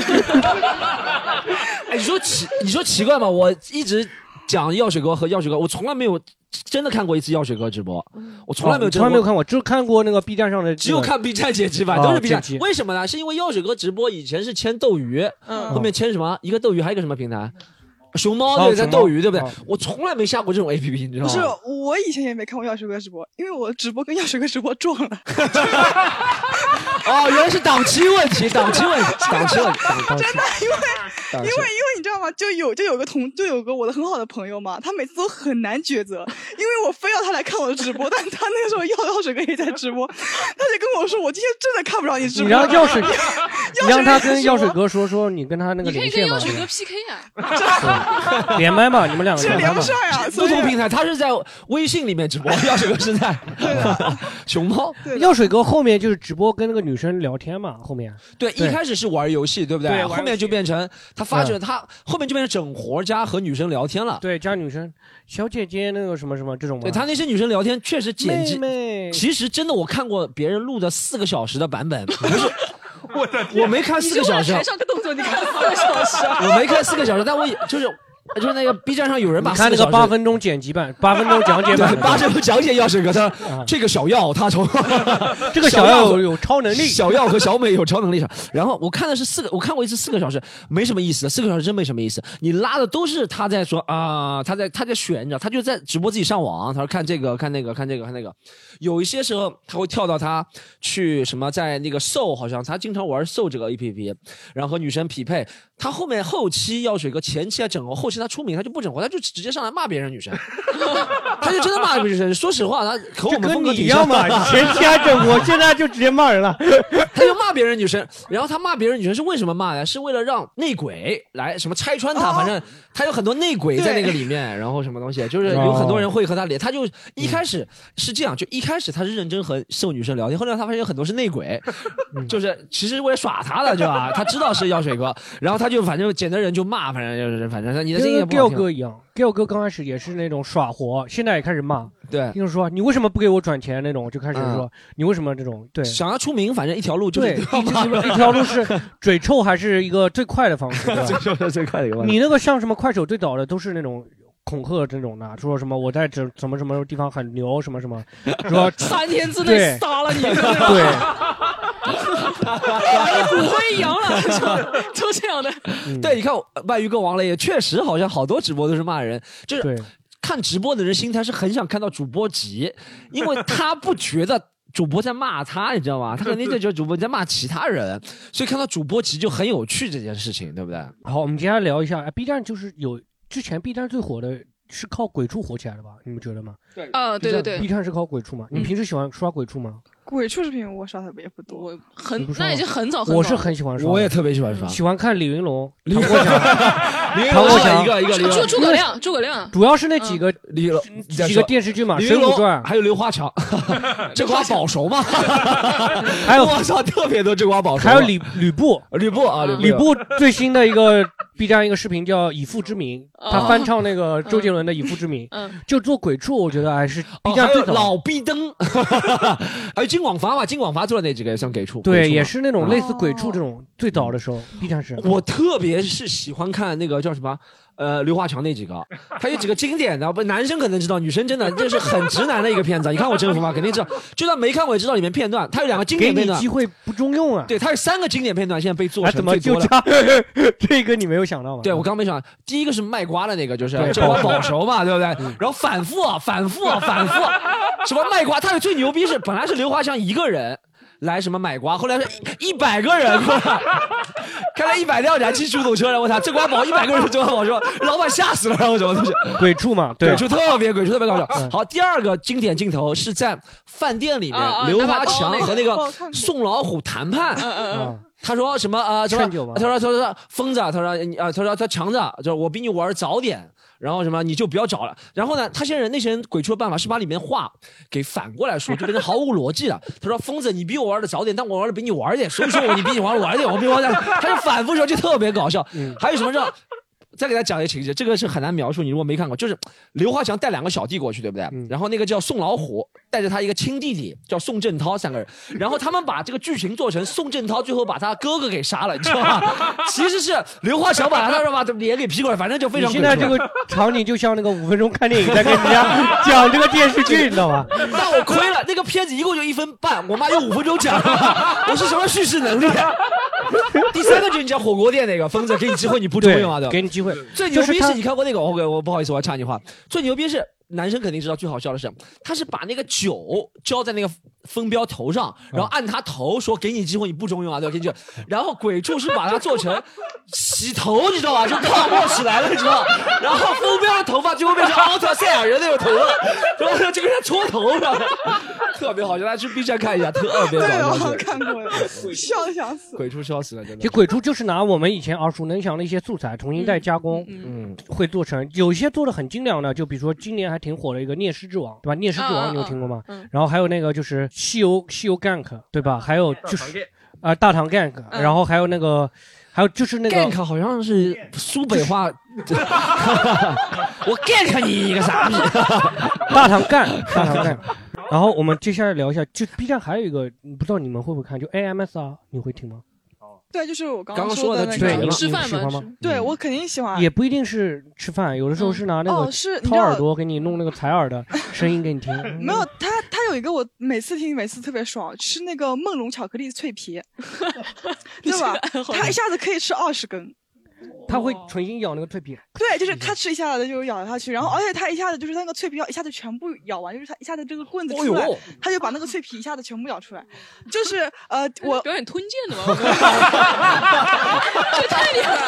你说奇，你说奇怪吗？我一直讲药水哥和药水哥，我从来没有真的看过一次药水哥直播，我从来没有
哦
真
从
的
来没有看过，只有看过那个 B 站上的，
只有看 B 站剪辑版，
啊
都是 B 站
剪辑。
为什么呢？是因为药水哥直播以前是签斗鱼，
嗯
后面签什么？一个斗鱼，还有一个什么平台？熊猫
哦
对，在
熊猫
斗鱼对不对
嗯哦？
我从来没下过这种 A P P，你知道
不是
吗？
我以前也没看过药水哥直播，因为我直播跟药水哥直播撞了。 <laughs>
哦，原来是档期问题，档期问题，档期问
<laughs>
题，档期
真的，因为因
档
为
期
因为你知道吗？就有就有个同就有个我的很好的朋友嘛，他每次都很难抉择，因为我非要他来看我的直播，但他那个时候药药水哥也在直播，他就跟我说我今天真的看不了你直
你
播。
让
<laughs>
药水，你让他跟药水
哥
哥说说，你跟他那个
<laughs> 你可
连
以
线
啊跟
吧
药，水哥 PK 呀、
<laughs>
连
<laughs>
麦吧，你们两个连麦吧。
啊
不同平台，他是在微信里面直播，药水哥是在 <laughs> 熊猫。
药水哥后面就是直播跟那个女生聊天嘛，后面
对，一开始是玩游戏，对不
对玩游戏
后面就变成他发觉
嗯
他后面就变成整活加和女生聊天了。
对加女生小姐姐那个什么什么这种嘛
对他那些女生聊天确实剪辑，
妹妹
其实真的我看过别人录的四个小时的版本，不
<laughs>
是。我的我没看四个小时，啊
你就为了台上个动作，你看四个小时、啊，
<laughs> 我没
<laughs>
看四个小时，但我也就是就是那个 B 站上有人把
你看那
四
个
小时
八分钟剪辑版、八分钟讲解
<laughs>
版啊
对，八分钟讲解药水哥，
<laughs>
他说这个小药他从
这个小药
和
有超能力
小药和小美有超能力啥？然后我看的是四个，我看过一次四个小时，没什么意思，四个小时真没什么意思。你拉的都是他在说啊，他在他在选，你知道，他就在直播自己上网，他说看这个看那个看这个看那个。有一些时候他会跳到他去什么，在那个 Soul 好像他经常玩 Soul 这个 APP，然后和女生匹配。他后面后期药水哥前期啊整活，后期他出名他就不整活，他就直接上来骂别人女生。他就真的骂女生。说实话，他和我们风格
你
挺
一样
像
嘛， <laughs> 前期还整我，现在就直接骂人了。
<laughs> 他就骂别人女生，然后他骂别人女生是为什么骂呢？是为了让内鬼来什么拆穿
哦
他，反正他有很多内鬼在那个里面，然后什么东西，就是有很多人会和他连，他就一开始是这样，就一开始他是认真和受女生聊天，后来他发现有很多是内鬼，
嗯
<laughs> 就是其实为了耍他的，对吧？他知道是药水哥，然后他就反正捡的人就骂，反正就是反正你的声音也
跟
不好
Giao
听
哥一样，Giao 哥刚开始也是那种耍活，现在也开始骂，
对，
就是说你为什么不给我转钱那种，就开始说
嗯
你为什么这种，对，
想要出名，反正一条路就是
对，一一条路是
<laughs>
嘴臭还是一个最快的方式，对吧
最臭是最快的一个方式
你那个像什么快手最早的都是那种。恐吓这种的，说什么我在这什么什么地方很牛，什么
<laughs>
什么，说
三天之内杀
<laughs>
了你，
对对，
对，骨灰扬了，就就这样的。
<laughs> 呃对，你看我鳗鱼跟王雷也确实好像好多直播都是骂人，就是
对。
看直播的人心态是很想看到主播急，因为他不觉得。主播在骂他，你知道吗？他肯定就觉得主播在骂其他人，所以看到主播急就很有趣这件事情，对不对？
好，我们接下来聊一下哎，B 站就是有之前 B 站最火的是靠鬼畜火起来的吧？你们觉得吗？
对啊对对对嗯
B 站是靠鬼畜嘛？你平时喜欢刷鬼畜吗？
鬼畜视频我刷的也不多，
我
你
很
不刷吗
那已经很早很早，
我是很喜欢刷，
我也特别喜欢刷
喜欢看李云龙、
李
国强、
李云
唐
龙
国强
一个一个李云龙 <laughs>
诸诸葛亮，诸葛亮
主要是那几个呃
李
几个电视剧嘛，《
李
水
云龙
浒传》
还有刘华强， <laughs> 这瓜保熟吗？
<laughs> 还有
我操，特别多这瓜保熟。啊
还有吕吕布，
吕布啊，
吕
吕
布最新的一个 B 站一个视频叫《以父之名》，
哦
他翻唱那个周杰伦的《以父之名》，
嗯
就做鬼畜，我觉得还是 B 站
哦还
最
有
早
老逼灯，
<laughs>
还有金广发嘛，金广发做的那几个也算给出，
对，
给出嘛啊
也是那种类似鬼畜这种最早的时候
嗯
，B 站是
我特别是喜欢看那个叫什么，呃，刘华强那几个，他有几个经典的，不，男生可能知道，女生真的这是很直男的一个片子。啊你看我征服吗？肯定知道，就算没看我也知道里面片段。他有两个经典
给
片
你
段，
机会不中用啊。
对，他有三个经典片段，现在被做
哎，
成
怎么
最
就
多了
<laughs> 这。样？这个你没有想到吗？
对，我刚没想到，第一个是卖瓜的那个，就是
对 <laughs> 嗯
这瓜
保
保熟嘛，对不对？然后反复啊，反复啊，反复啊，什么卖瓜？他有最牛逼是，本来是刘华强一个人来什么买瓜，后来是一百个人过来， <laughs> 开了一百辆燃气出租车，然后我操，这瓜保一百个人，这瓜保说，老板吓死了，然后什么东西？
鬼畜嘛，对嗯
鬼畜特别鬼畜特别搞笑。好，第二个经典镜头是在饭店里
啊
面，
啊
刘
拿
华
把刀
强
那个
和那个
哦看过
宋老虎谈判。
嗯嗯嗯
他说什么啊？呃他
劝酒
说
吗
他说他说疯子，他说你啊，他说他强子，就是我比你玩儿早点，然后什么你就不要找了。然后呢，他现在人那些人鬼畜的办法是把里面话给反过来说，就变成毫无逻辑了。他说疯子，你比我玩的早点，但我玩的比你晚一点，所以说我你比你玩的晚一点，我比你玩的，他就反复说，就特别搞笑。
嗯
还有什么叫？再给大家讲一个情节，这个是很难描述。你如果没看过，就是刘华强带两个小弟过去，对不对？
嗯
然后那个叫宋老虎，带着他一个亲弟弟叫宋振涛，三个人。然后他们把这个剧情做成宋振涛最后把他哥哥给杀了，你知道吗？ <laughs> 其实是刘华强把他是吧脸给劈过来，反正就非
你
常。
现在这个场景就像那个五分钟看电影在跟人家 <laughs> 讲这个电视剧，你知道吧？
那我亏了，那个片子一共就一分半，我妈用五分钟讲了，我是什么叙事能力？啊第三个就是你讲火锅店那个疯子，给你机会你不中用啊，对吧？
给你机会。
最牛逼
就是他
你看过那个，我我不好意思，我要插你话。最牛逼是男生肯定知道，最好笑的是，他是把那个酒浇在那个风标头上，然后按他头说给你机会，你不中用啊，对吧？给你机会。然后鬼畜是把它做成洗头，你知道吧？就泡沫起来了，你知道吧。然后风标的头发最
<laughs>
后变成奥特赛亚人那种头发，然后这个人搓头，你知道吧？特别好笑，大家去 B 站看一下，特别
对，啊
搞笑
我。看过了，笑想死。
鬼畜笑死了，真的。
其实鬼畜就是拿我们以前耳熟能详的一些素材重新再加工，
嗯，
会做成有一些做的很精良的，就比如说今年还挺火的一个《聂狮之王》，对吧？《聂狮之王》你有听过吗？
嗯嗯嗯
然后还有那个就是《西游西游 gank》，对
嗯
吧？还有就
大唐
是
gank
啊、大唐 gank，、然后还有那个还有就是那个
gank 好像是苏北话，我 gank 你一个傻逼。
<laughs> 大唐干，大唐干。然后我们接下来聊一下，就 B 站还有一个，不知道你们会不会看，就 AMS 啊，你会听吗？
对，就是我刚
刚刚
说
说的
那
对
个
你吃饭吗嗯吃
对，我肯定喜欢。
也不一定是吃饭，有的时候是拿那
啊嗯
个
哦是你知
掏
道
耳朵给你弄那个采耳的声音给你听。
<laughs> 没有他，他有一个我每次听每次特别爽，吃那个梦龙巧克力脆皮， <laughs> 对吧？他一下子可以吃二十根，
他会重新咬那个脆皮，
对，就是他吃一下子就咬下去，然后而且他一下子就是那个脆皮要一下子全部咬完，就是他一下子这个棍子出来，
哦呦
他就把那个脆皮一下子全部咬出来，就是呃，我
表演吞剑的吗？ <laughs> 这太厉害了！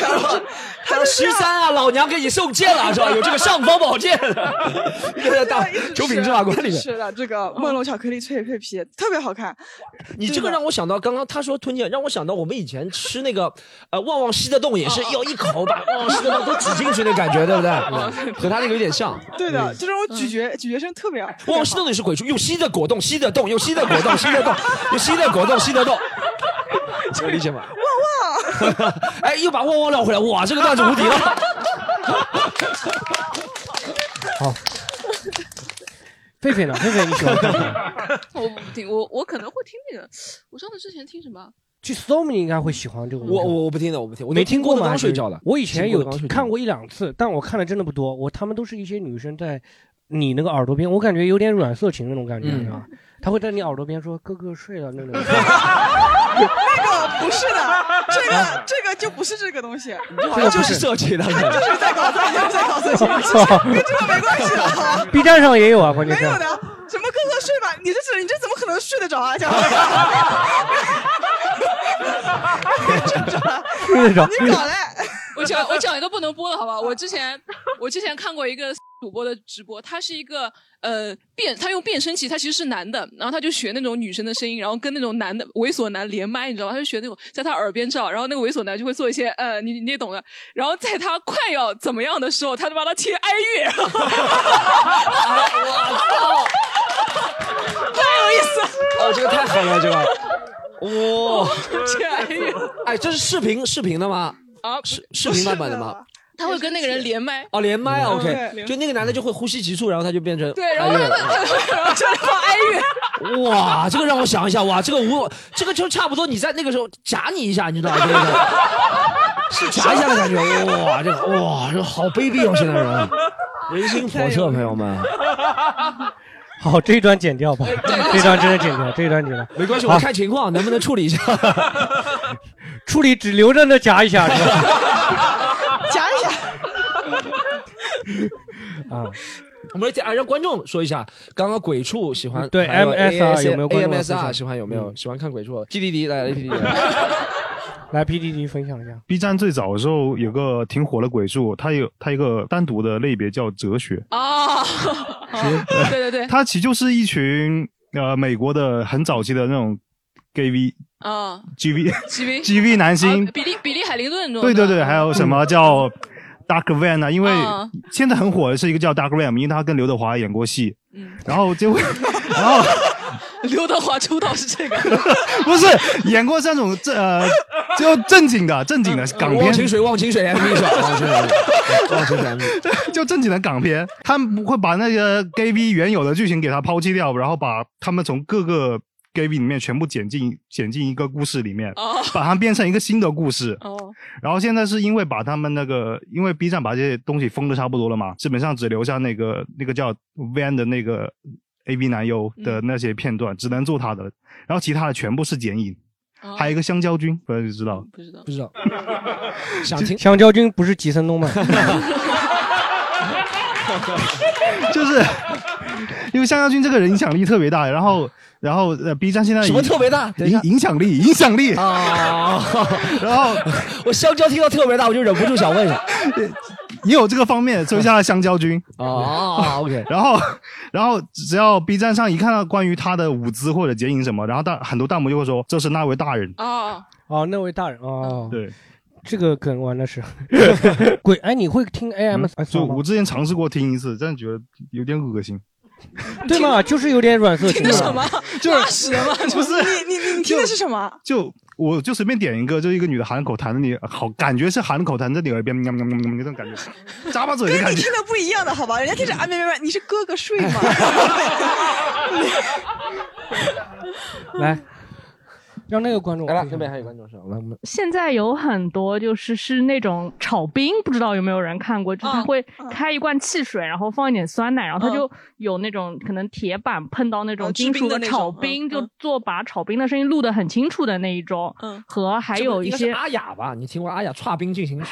他说他说十三啊，老娘给你送剑了是吧？有这个尚方宝
<laughs>
剑，对大 <laughs> 九品芝麻官里面。
啊是的，这个梦龙巧克力脆脆皮特别好看。
你这个让我想到刚刚他说吞剑，让我想到我们以前吃那个呃旺旺西的洞也是
哦
要一口把旺旺西的洞都挤进去的感觉，对不对？嗯和他那个有点像。
哦
嗯
对
哎
的，这
嗯
种咀嚼咀嚼声特别好。
旺旺西洞也是鬼畜，又吸的果冻，吸的洞，又吸的果冻，吸的洞，又吸的果冻，吸的洞，能理解吗？
旺旺，
哎，又把旺旺绕回来，哇，这个段子无敌了。
狒狒呢？狒狒你喜欢看？
我不听，我我可能会听那个，我上次之前听什么？
去搜你应该会喜欢这个。
我我我不听的，我不听，我
没
能
听
过
吗？
的
还
刚
是
睡觉的。
我以前有
听过的刚睡着
看过一两次，但我看的真的不多。我他们都是一些女生在你那个耳朵边，我感觉有点软色情那种感觉，你知道吧？她会在你耳朵边说：“哥哥睡了。”那种。
那个不是的，这个这个就不是这个东西，
这个不是设计的。
他就是在搞自己，就是在搞自
<laughs>
己，
我
其
操
实跟这个没关系的，好吧
B 站上也有啊，关键
没
是
有的，什么哥哥睡吧，你这这你这怎么可能睡得着啊？讲这个
睡得着。
你搞嘞！
我讲我讲一个不能播的好吧？我之前我之前看过一个 <laughs> 主播的直播，他是一个呃变，他用变声器，他其实是男的，然后他就学那种女生的声音，然后跟那种男的猥琐男连麦，你知道吗？他就学那种在他耳边照，然后那个猥琐男就会做一些呃，你你也懂的。然后在他快要怎么样的时候，他就把他切哀乐， <laughs>
我
操，太有意思了。
哦，这个太狠了，这个，
哦
哇、
切 <laughs> 哀乐
哎，这是视频视频的吗？
啊，
视视频版本的吗？
他会跟那个人连麦。
哦，连麦
嗯
OK，
对
就那个男的就会呼吸急促，然后他就变成
对，然后他
哎
们，然后就 <laughs> 放哀乐。
呦哇，这个让我想一下，哇，这个无，这个就差不多，你在那个时候夹你一下，你知道吗？这个是 <laughs> 夹一下的感觉，哇，这个哇，这个好卑鄙
啊
哦，现在人人心叵测，朋友们。
<laughs> 好，这一段剪
<laughs>
掉吧， <laughs> 这一段真的剪掉，这一段剪掉，
没关系，
好
我看情况能不能处理一下。
<laughs> 处理只留着那夹一下是吧？
讲
<laughs>
一下，
啊，
我们来啊，让观众说一下，刚刚鬼畜喜欢
对 MSR 有没有观众
MSR
分享
啊喜欢有没有
嗯
喜欢看鬼畜？GDD 来 <laughs> GDD
来 PDD 分享一下，
B 站最早的时候有个挺火的鬼畜，它有它一个单独的类别叫哲学，
<laughs>
哦，对 <laughs> 对对，
它其实就是一群呃美国的很早期的那种 gay V
啊
G V <laughs>
，GV
G V 男星
啊，比利比利海灵顿那种
对
的
对对，还有什么叫 Dark Van 啊？因为
嗯
现在很火的是一个叫 Dark Van，因为他跟刘德华演过戏，然后就会然后。
嗯 <laughs> 刘德华出道是这个，
<laughs>
<laughs> 不是演过这种这呃， <laughs> 就正经的正经的港片，
嗯忘情水，忘情水 M
<laughs>
<laughs>
V 是吧？忘情水，忘情水 M V。
就正经的港片，他们不会把那个 gay V 原有的剧情给它抛弃掉，然后把他们从各个 gay V 里面全部剪进剪进一个故事里面，
哦
把它变成一个新的故事。
哦，
然后现在是因为把他们那个，因为 B 站把这些东西封的差不多了嘛，基本上只留下那个那个叫 Van 的那个 A V 男优的
嗯
那些片段，只能做他的，然后其他的全部是剪影，还有一个香蕉君，不知道你知道？
哦嗯不知道，
不知道。想听
香蕉君不是吉森东吗？ <laughs>
就是因为香蕉君这个人影响力特别大，然后然后呃，B 站现在
什么特别大等一
影
下
影响力，影响力
啊！
然后
我香蕉听到特别大，我就忍不住想问一下。
也有这个方面，所以叫他香蕉君。
哦，OK。
<laughs> 然后然后只要 B 站上一看到关于他的舞姿或者剪影什么，然后大很多弹幕就会说这是那位大人。
哦
哦，那位大人哦，
对，
这个梗玩
<laughs>
的是鬼哎，你会听 AM
嗯就我之前尝试过听一次，真的觉得有点恶心。
<laughs> 对嘛？就是有点软色情
听的
<laughs>
什么
就是拉屎
<laughs>
的吗？
不是
你你你听的是什么？
就我就随便点一个，就是一个女的喊口痰在你好，感觉是喊口痰在你耳边，喵喵喵喵喵那种感
<laughs>
觉，咂巴嘴的
跟
感
你
觉
听。的不一样的，好吧？人家听着啊，没没没，你是哥哥睡吗？
来，让那个观众
来吧，那边还有观众是吧？我们
现在有很多就是是那种炒冰，不知道有没有人看过？
嗯
就是他会开一罐汽水，然后放一点酸奶，然后他就有那种可能铁板碰到那
哦
种
制
金属
冰的那种
炒
嗯
冰，就做把炒冰的声音录得很清楚的那一种。
嗯，
和还
这不
有一
应该
些
是阿雅吧？你听过阿雅《跨冰进行曲》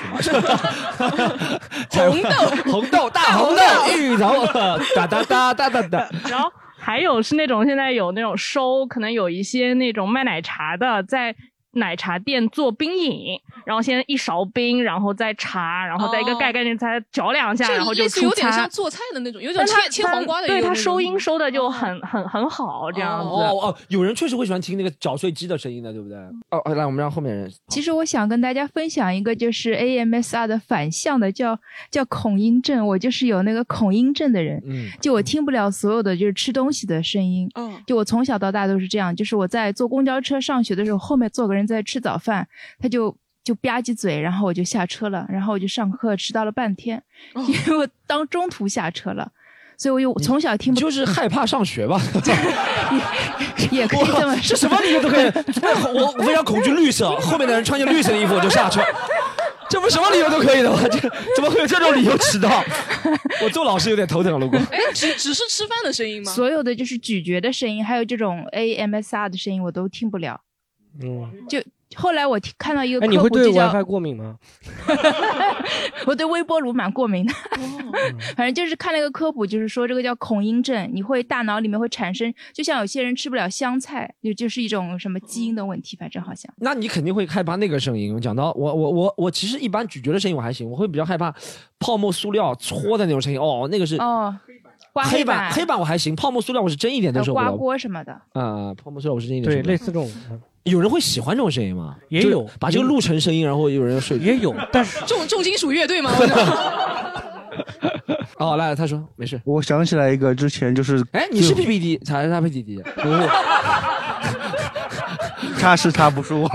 <laughs>
吗？
红
豆， <laughs> 红豆，大红豆，哎芋头， <laughs> 哒哒哒哒哒哒。
然后还有是那种现在有那种收，可能有一些那种卖奶茶的在。奶茶店做冰饮，然后先一勺冰，然后再茶，然后再一
哦
个盖盖，再搅两下，然后就
类似
出
有点
餐
像做菜的那种，有点
但他
切切
但
黄瓜的
对
有那
他
种嗯
收音收的就很很很好这样子。
哦哦，有人确实会喜欢听那个搅碎机的声音的，对不对？哦，哦来，我们让后面人。
其实我想跟大家分享一个，就是 AMSR 的反向的，叫叫恐音症。我就是有那个恐音症的人，
嗯
就我听不了所有的就是吃东西的声音。
嗯，
就我从小到大都是这样，就是我在坐公交车上学的时候，后面坐个人在吃早饭，他就就吧唧嘴，然后我就下车了，然后我就上课迟到了半天，因为我当中途下车了。所以我又从小听不
就是害怕上学吧，
<laughs>
<laughs>
也可以这么说。
这什么理由都 <laughs>
<laughs>
可以。哎我我非常恐惧绿色，后面的人穿件绿色的衣服我就下 <laughs> 车。这不什么理由都可以的吗？这怎么会有这种理由迟到？我做老师有点头疼，如果
哎，只只是吃饭的声音吗？
所有的就是咀嚼的声音，还有这种 AMSR 的声音，我都听不了。
嗯，
就后来我听看到一个
哎，
科
你
普
会对
就叫
WiFi 过敏吗？ <laughs>
我对微波炉蛮过敏的，
哦
<laughs> 反正就是看了一个科普，就是说这个叫恐音症，你会大脑里面会产生，就像有些人吃不了香菜，就就是一种什么基因的问题，反正好像。
<laughs> 那你肯定会害怕那个声音。我讲到我我我我其实一般咀嚼的声音我还行，我会比较害怕泡沫塑料搓的那种声音。哦，那个是
哦，刮
黑
板、
黑板我还行，泡沫塑料我是真一点都
呃
受不
刮
了。
锅什么的。
啊，泡沫塑料我是真一点
对
受不了
类似这种。
有人会喜欢这种声音吗？
也
就是
有
把这个录成声音，然后有人睡。
也有，但是
<laughs> 重重金属乐队嘛，我知
<laughs>
道
哦，来了，他说没事。
我想起来一个，之前就是，
哎，你是 PPD 还是他 PPD？
<laughs> 他是他，不是我。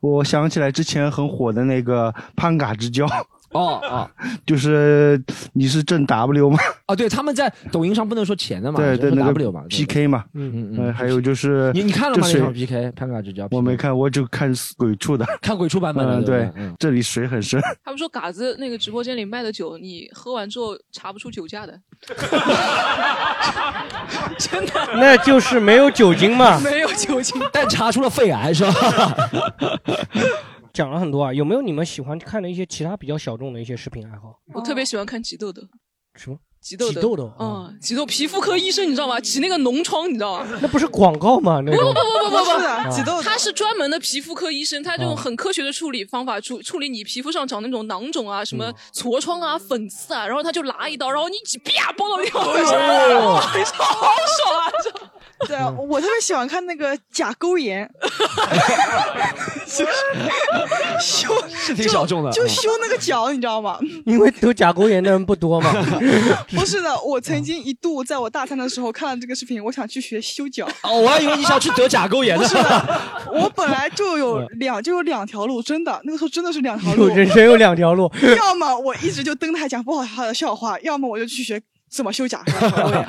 我想起来之前很火的那个潘嘎之交，
哦哦
<laughs> 就是你是挣 W 吗？
哦，对，他们在抖音上不能说钱的嘛，
对对，
就是
那
说
个
W 嘛，对
PK 嘛，
嗯
哎
呃 <laughs> 还有就是
你你看了吗？
这
那
水
场 PK 潘卡之交，
我没看，我就看鬼畜的，
看鬼畜版本的
<laughs>
嗯，
对
对
不对嗯，
这里水很深。
他们说嘎子那个直播间里卖的酒，你喝完之后查不出酒驾的，真的。
那就是没有酒精嘛，
<laughs> 没有酒精，
<laughs> 但查出了肺癌是吧？
<laughs> 讲了很多啊，有没有你们喜欢看的一些其他比较小众的一些视频爱好？
我特
哦
别喜欢看挤痘痘，
什么？
挤痘痘，
挤痘痘
哦
嗯，挤痘皮肤科医生你知道吗？挤那个脓疮你知道吗？
那不是广告吗？那
不
种
不不不
哦
不
是的
啊
不，
挤痘
他是专门的皮肤科医生，他就
啊
用很科学的处理方法处处理你皮肤上长那种囊肿啊、什
嗯
么痤疮啊、粉刺啊，然后他就拿一刀，然后你一挤，啪，崩到你头上，
<laughs> 哎
<laughs>
呦
哇好爽啊！这
对，我特别喜欢看那个甲沟炎，修
是挺小众的
就
嗯
修那个脚，你知道吗？
因为得甲沟炎的人不多嘛。
<laughs> 不是的，我曾经一度在我大三的时候看了这个视频，我想去学修脚。
<laughs> 哦，我还 <laughs> 以为你是要去得嗯甲沟炎呢
不是的， <laughs> 我本来就
<laughs>
有两就有两条路，真的，那个时候真的是两条路
<laughs> 有。人生有两条路，
<laughs> 要么我一直就登台讲不好笑的笑话，要么我就去学怎么修甲沟炎。 <laughs>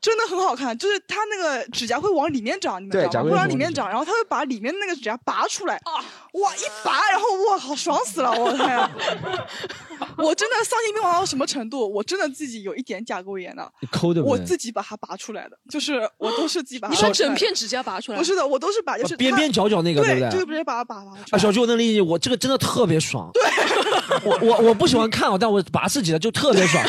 真的很好看，就是它那个指甲会往里面长，你们知
对
道
甲
吗？
沟
会
炎
往
是
里
往
面
里
长，然后它会把里面那个指甲拔出来，
啊
哇，一拔，然后我靠，爽死了！我的天啊， <laughs> 我真的丧心病狂到什么程度？我真的自己有一点甲沟炎的，
抠对不
我
对
自己把它拔出来的，就是我都是自己把它拔
你
出来
说
的。
整片指甲拔出来？
不是的，我都是把就是
边边角角那个
对
对不对
就是直接把它拔拔出来。
<laughs> 啊，小区我能理解，我这个真的特别爽。对， <laughs> 我我我不喜欢看啊，但我拔自己的就特别 <laughs> 爽，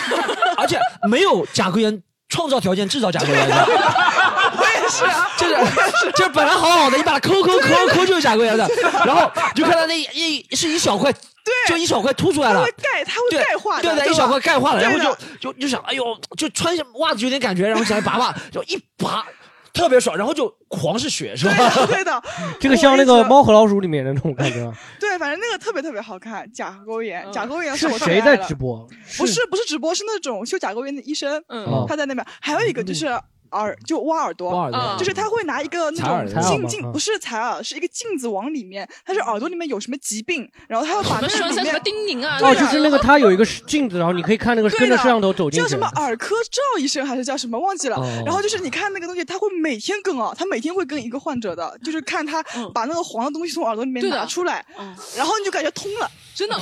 而且没有甲沟炎创造条件制造甲沟炎的。 <laughs>
我也是啊，
就是就是本来好好的，你把它抠抠抠抠就是甲沟炎的，
<laughs>
然后你就看到那一一是一小块，对，就一小块凸出来了
它会，盖，它会盖化的，
对
对
的，
吧
一小块钙化了，然后
对的
就就就想，哎呦，就穿上袜子有点感觉，然后起来拔拔，就一拔特别爽，然后就狂是血，是吧？
对
<laughs>
的，
这个像那个《猫和老鼠》里面的那种感觉啊。
对，反正那个特别特别好看，甲沟
嗯
炎，甲沟炎
是
我最
谁
爱
在
的
直？播？
不是不是直播，是那种修甲沟炎的医生，
哦嗯
嗯，他在那边。还有一个就是耳，就挖耳朵，
挖耳朵嗯
就是他会拿一个那
采耳采
种
耳
镜
吗
镜，
嗯
不是采耳，是一个镜子往里面，他是耳朵里面有什么疾病，然后他要把那
什
个
么栓
里
塞什
面
么叮咛啊
哦，
对
就
的
是那个他有一个镜子，然后你可以看那个
对
跟着
的
摄像头走进
叫
去
什么。耳科赵医生还是叫什么忘记了。
哦
然后就是你看那个东西，他会每天更啊，他每天会更一个患者的，就是看他把那个黄的东西从耳朵里面
嗯对的嗯
拿出来，然后你就感觉通了，<laughs>
真的，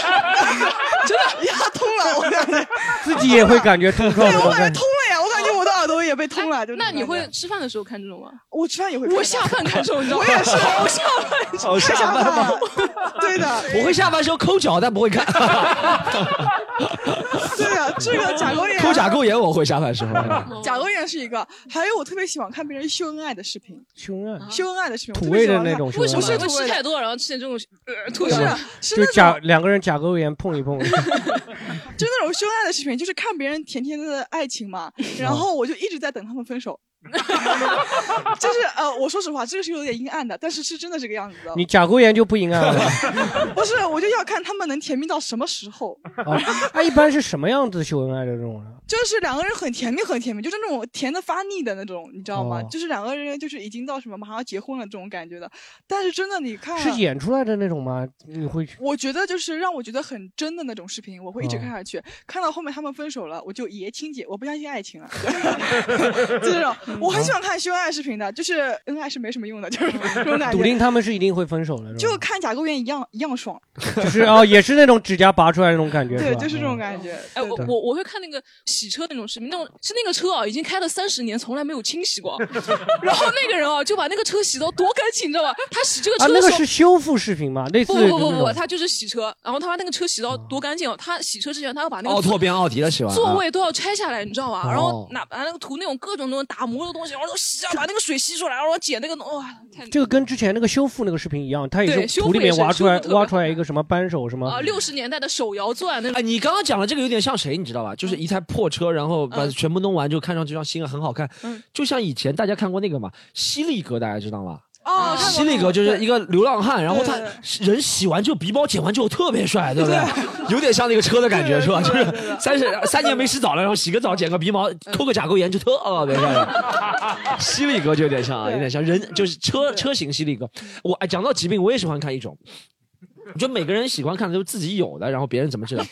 真的呀，通了，我感觉
自己也会感觉通
对
畅
<laughs>
的
我感
感
觉
觉
通。了呀，我感觉我的耳朵也被通了，就
那你
种感
会
觉？
吃饭的时候看这种吗？
我吃饭也会看的，
我下饭看这种，你知道吗？
我也是，
我下饭
我
下
下
班
了，对
<laughs>
的，啊
我会下班时候抠脚，但不会看。
对的，这个甲沟炎，
<laughs> 抠甲沟炎我会下班时候。
甲沟炎是一个，还有我特别喜欢看别人秀恩爱的视频，
秀恩爱，
秀恩爱的视频，我
土
特别喜
味的
欢
那
看
种秀
不
恩
是不是
爱
会
土
吃
味
太
的，
多，然后吃点这种呃吐
不
血
是
对吧
是
就
那
甲
种
两个人甲沟炎碰一碰，
就那种秀恩爱的视频，就是看别人甜甜的爱情嘛，然后我就一直在等他们分手。 <laughs> 就是呃，我说实话，这个是有点阴暗的，但是是真的这个样子的。 <laughs>
你甲沟炎就不应该了。
不是，我就要看他们能甜蜜到什么时候。
啊，那一般是什么样子秀恩爱的这种人？
<laughs> 就是两个人很甜蜜，很甜蜜，就是那种甜的发腻的那种，你知道吗？
哦
就是两个人就是已经到什么马上要结婚了这种感觉的。但是真的，你看，
是演出来的那种吗？你会
我觉得就是让我觉得很真的那种视频，我会一直看 <laughs>
嗯
下去。看到后面他们分手了，我就爷亲姐，我不相信爱情了，就这种。我很喜欢看秀恩爱视频的，就是恩爱是没什么用的，就是
嗯
这种感觉。
<laughs> 笃定他们是一定会分手的，是吧
就看甲沟炎一样一样爽，
就是哦，也是那种指甲拔出来那种感觉，
对，
吧
就是这种感觉。
哎，我
对
我我会看那个洗车那种视频，那种是那个车啊，已经开了三十年，从来没有
<laughs>
清洗过。然后那个人啊，就把那个车洗到多干净，你知道吧？他洗这个
啊，
车
那
的
个
时候，
是修复视频吗？类似
不
于
不不
那
不，
种
他就是洗车，然后他把那个车洗到多干净哦，他洗车之前他要把那个
奥拓变奥迪了，是吧？
座位都要拆下来，你知道吧？
哦
然后拿把那个涂那种各种那种打磨的东西，然后都洗啊，把那个水吸出来，然后剪那个哇，太
这个跟之前那个修复那个视频一样，它也
对
是
修
土里
复也
面
是
挖
修
出来
复特别
挖出来一个什么扳手什么
啊，六十年代的手摇钻那嗯
哎，你刚刚讲的这个有点像谁，你知道吧？就是一台破车，然后把全部弄完，就看上去像新的，很好看。
嗯
就像以前大家看过那个嘛，犀利哥，大家知道吗？
哦，
犀利哥就是一个流浪汉，然后他
对
人洗完之后，鼻毛剪完之后特别帅，对不对？ <laughs> 有点像那个车的感觉，是吧？就是三十三年没洗澡了，然后洗个澡，剪个鼻
嗯
毛，抠个甲沟炎，就特别帅了。
<laughs>
犀利哥就有点像啊，有点像人，就是车车型犀利哥。我哎，讲到疾病，我也喜欢看一种，我觉得每个人喜欢看的都是自己有的，然后别人怎么治疗。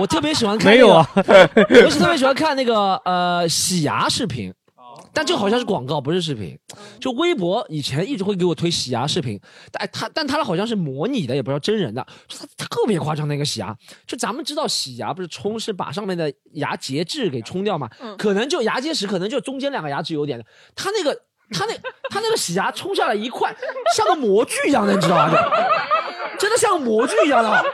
我特别喜欢看、
没有啊
我是特别喜欢看那个呃洗牙视频，但这好像是广告，不是视频。就微博以前一直会给我推洗牙视频，但他但他好像是模拟的，也不知道真人的，就他特别夸张那个洗牙。就咱们知道洗牙不是冲是把上面的牙结质给冲掉嘛，
嗯
可能就牙结石，可能就中间两个牙齿有点的，他那个。他那他那个洗牙冲下来一块，像个模具一样的，你知道吗？真的像模具一样的，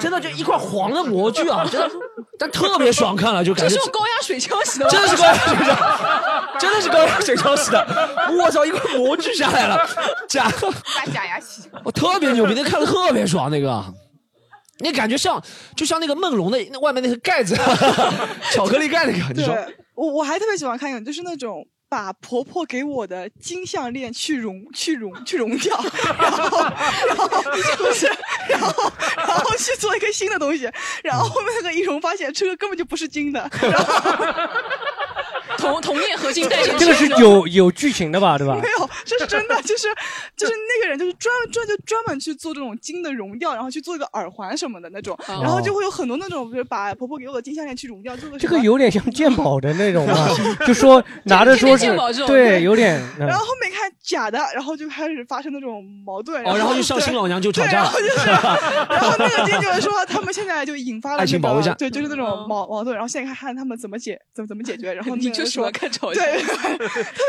真的就一块黄的模具啊，真的，但特别爽看了，就感觉
这是用高压水枪洗的吗，
真的是高压水枪，真的是高压水枪洗的，我操，一块模具下来了，假，
把假牙洗掉。
<laughs> 我特别牛逼，那看的特别爽，那个。那感觉像，就像那个梦龙的那外面那个盖子， <laughs> 巧
哦
克力盖那个，你说
对，我我还特别喜欢看一种，就是那种把婆婆给我的金项链去融、去融、去融掉，然后然后不是， <laughs> 然后然后去做一个新的东西，然后后面那个一融发现这个根本就不是金的， <laughs> 然后
铜铜镍合金带进去
这个是有有剧情的吧，对吧？
没有，这是真的，就是就是那个人就是专专就专门去做这种金的融掉，然后去做一个耳环什么的那种，
哦
然后就会有很多那种，比如把婆婆给我的金项链去融掉，做个
这
什么
个有点像鉴宝的那种嘛，
<laughs>
就说拿着说是
鉴宝这种
对，有点。嗯
然后后面看假的，然后就开始发生那种矛盾，
哦，然后就上新老娘就吵架了，
然后那个经纪人说，他们现在就引发了、那个、
爱情保卫哦战
对，就是那种矛矛盾，然后现在看看他们怎么解，怎么怎么解决。然后
你
那个
就喜
说
欢看吵架
对，特别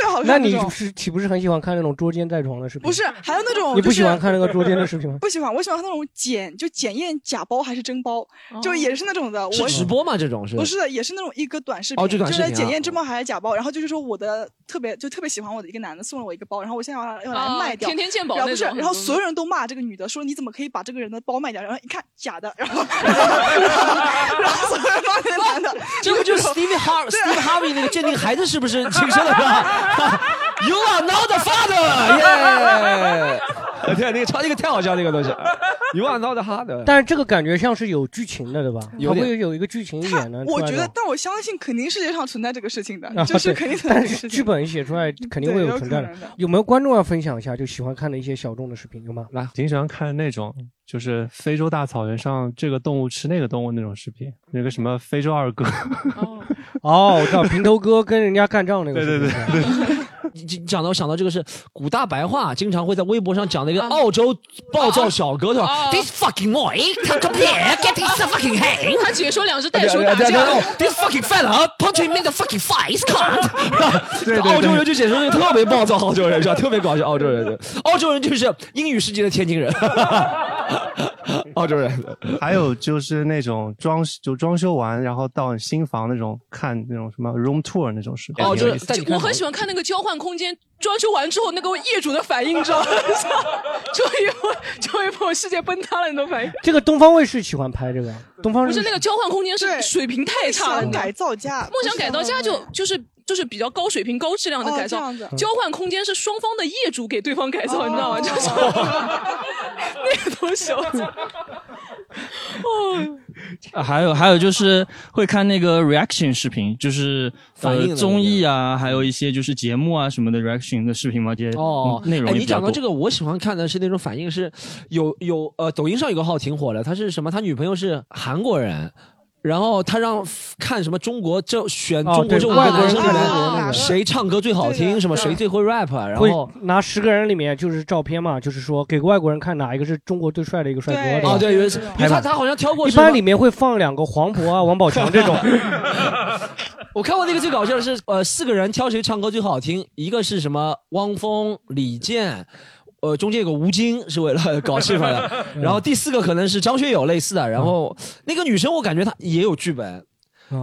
好看。
那你
种
是岂不是很喜欢看那种捉奸在床的视频？
不是还有那种
你
就
不喜
是
欢看那个捉奸的视频吗？
<laughs> 不喜欢，我喜欢看那种检，就检验假包还是真包，就也是那种的。
<laughs> 哦是
我
直播吗？这种是
不是的，也是那种一个短视频，
哦就短视频啊
是检验真包还是假包。然后就是说我的特别就特别喜欢我的一个男的送了我一个包，然后我现在要来要来
哦
啊
卖掉，
天天鉴宝
然后不
那
是，
种
嗯
然后所有人都骂这个女的，说你怎么可以把这个人的包卖掉？然后一看假的，然后 <laughs> 然后所有人骂那个男的，
这不就是 <laughs> Steve Har Steve Harvey 那个鉴定孩子是不是亲生的是 <laughs> 吧？You are not the father，耶！ <laughs> 对，那个超那个太好笑，那个东西。You are not the father。
但是这个感觉像是有剧情的，对吧？
有
它
点
会有一个剧情
他
演的。哦
我觉得，但我相信肯定世界上存在这个事情的，
啊
就是
对
肯定存在
但
这个
是
事
剧
情。嗯
本写出来肯定会
对有
有存在
可
的
能的。
有没有观众要分享一下就喜欢看的一些小众的视
<laughs>
频有吗？
来，
经常看那种就是非洲大草原上这个动物吃那个动物那种视频，那个什么非洲二哥， <laughs>
哦，我知道平头哥跟人家干仗那个。
对对
对对。
你你讲到我想到这个是古大白话，经常会在微博上讲的一个澳洲暴躁小哥，对吧？This fucking boy come
<laughs>
come here, get his fucking hand。
他解说两只袋鼠打架
This fucking fella punch him in the fucking face, cunt。
对对对
澳洲人就解说那个特别暴躁，澳洲人是吧？特别搞笑，澳洲人是澳洲人就是英语世界的天津人。 <laughs> 澳洲人。
<laughs> 还有就是那种装就装修完然后到新房那种看那种什么 room tour 那种视
哦
哦
频。有意思
哦就我很喜欢看那个交换空间装修完之后那个业主的反应，你知道吗？ <laughs> 终于我终于我世界崩塌了那种反应。
这个东方卫视喜欢拍这个，东方
不是那个交换空间是水平太差了，
梦想改造家，
梦想改造家就就是。就是比较高水平、高质量的
哦
改造，
这样子
交换空间是双方的业主给对方改造，你知道吗？就是那个东西，我操！哦，
啊还有还有就是会看那个 reaction 视频，就是
反应的那
呃
个
综艺啊，还有一些就是节目啊什么的 reaction 的视频嘛，这些
哦，
嗯内容
哎，
也
你
比较
讲
多。
到这个，我喜欢看的是那种反应是有有呃，抖音上有个号挺火的，他是什么？他女朋友是韩国人。然后他让 f- 看什么中国这选
哦
中国
对
这五个
外国
男
人
生里
看中国那
面
个
谁唱歌最好听，什么谁最会 rap，然啊
会
后
拿十个人里面就是照片嘛，就是说给外国人看哪一个是中国最帅的一个帅哥吧
哦对，有一次因为
对吧
他他好像挑过
一
是吧
般里面会放两个黄渤啊、王宝
<laughs>
强这种， <laughs>
我看过那个最搞笑的是，呃，四个人挑谁唱歌最好听，一个是什么汪峰、李健，呃，中间有个吴京是为了搞气氛的，然后第四个可能是张学友类似的，然后那个女生我感觉她也有剧本。
嗯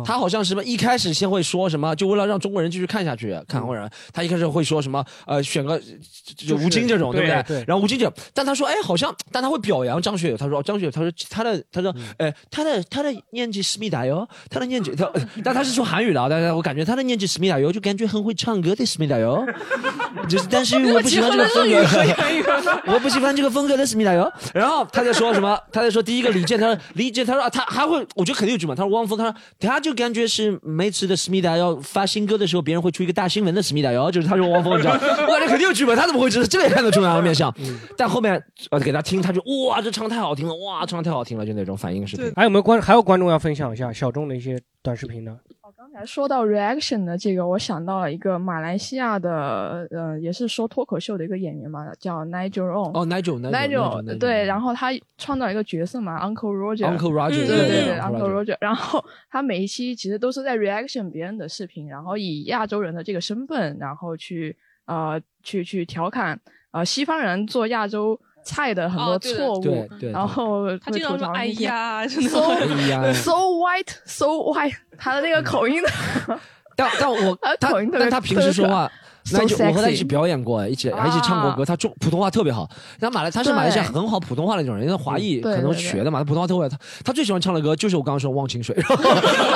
她好像是什么一开始先会说什么，就为了让中国人继续看下去，看中国人，她一开始会说什么，呃，选个就
就是
吴京这种，
对
不对？
对
然后吴京就，但他说，哎，好像，但他会表扬张学友，他说，哦张学友，他说他的，他说，呃，他的他的年纪思密达哟，他的年纪，他， <laughs> 但他是说韩语的啊，但是我感觉他的年纪思密达哟，就感觉很会唱歌的思密达哟，就是，但是我不喜欢这个风格，我不喜欢这个风格的思密达哟。然后他在说什么？他在说第一个李健，他说李健，他说、啊、他还会，我觉得肯定有剧本。他说汪峰，他说他就感觉是每次的思密达要发新歌的时候，别人会出一个大新闻的思密达哟，就是他说汪峰，你知道，我感觉肯定有剧本，他怎么会知道？这个也看得出来啊，面相。但后面呃给他听，他就哇，这唱太好听了，哇，唱太好听了，就那种反应视频。
还有没有观还有观众要分享一下小众的一些短视频的？
刚才说到 reaction 的这个，我想到了一个马来西亚的，呃，也是说脱口秀的一个演员嘛，叫 Nigel On。
哦，Nigel，Nigel，Nigel，Nigel
对，然后他创造一个角色嘛，Uncle Roger。
Uncle Roger，
对
对对
对
对
，Uncle
Uncle
Roger。然后他每一期其实都是在 reaction 别人的视频，然后以亚洲人的这个身份，然后去呃去去调侃呃西方人做亚洲。菜的很多
哦对的
错误，
对对对
然后
他经常
会吐槽
说哎
那些
呀真的
so
哎呀
so white so white，他的那个口音
但但我
他口音特别
但他平时说话
So
那就我和他一起
sexy
表演过，一起还一起唱过歌。他中普通话特别好，然后马来哎他是马来西亚
对
很好普通话的那种人，因为华裔
嗯对
可能
对对
学的嘛，他普通话特别好。他他最喜欢唱的歌就是我刚刚说《
<laughs>
忘情水》，然后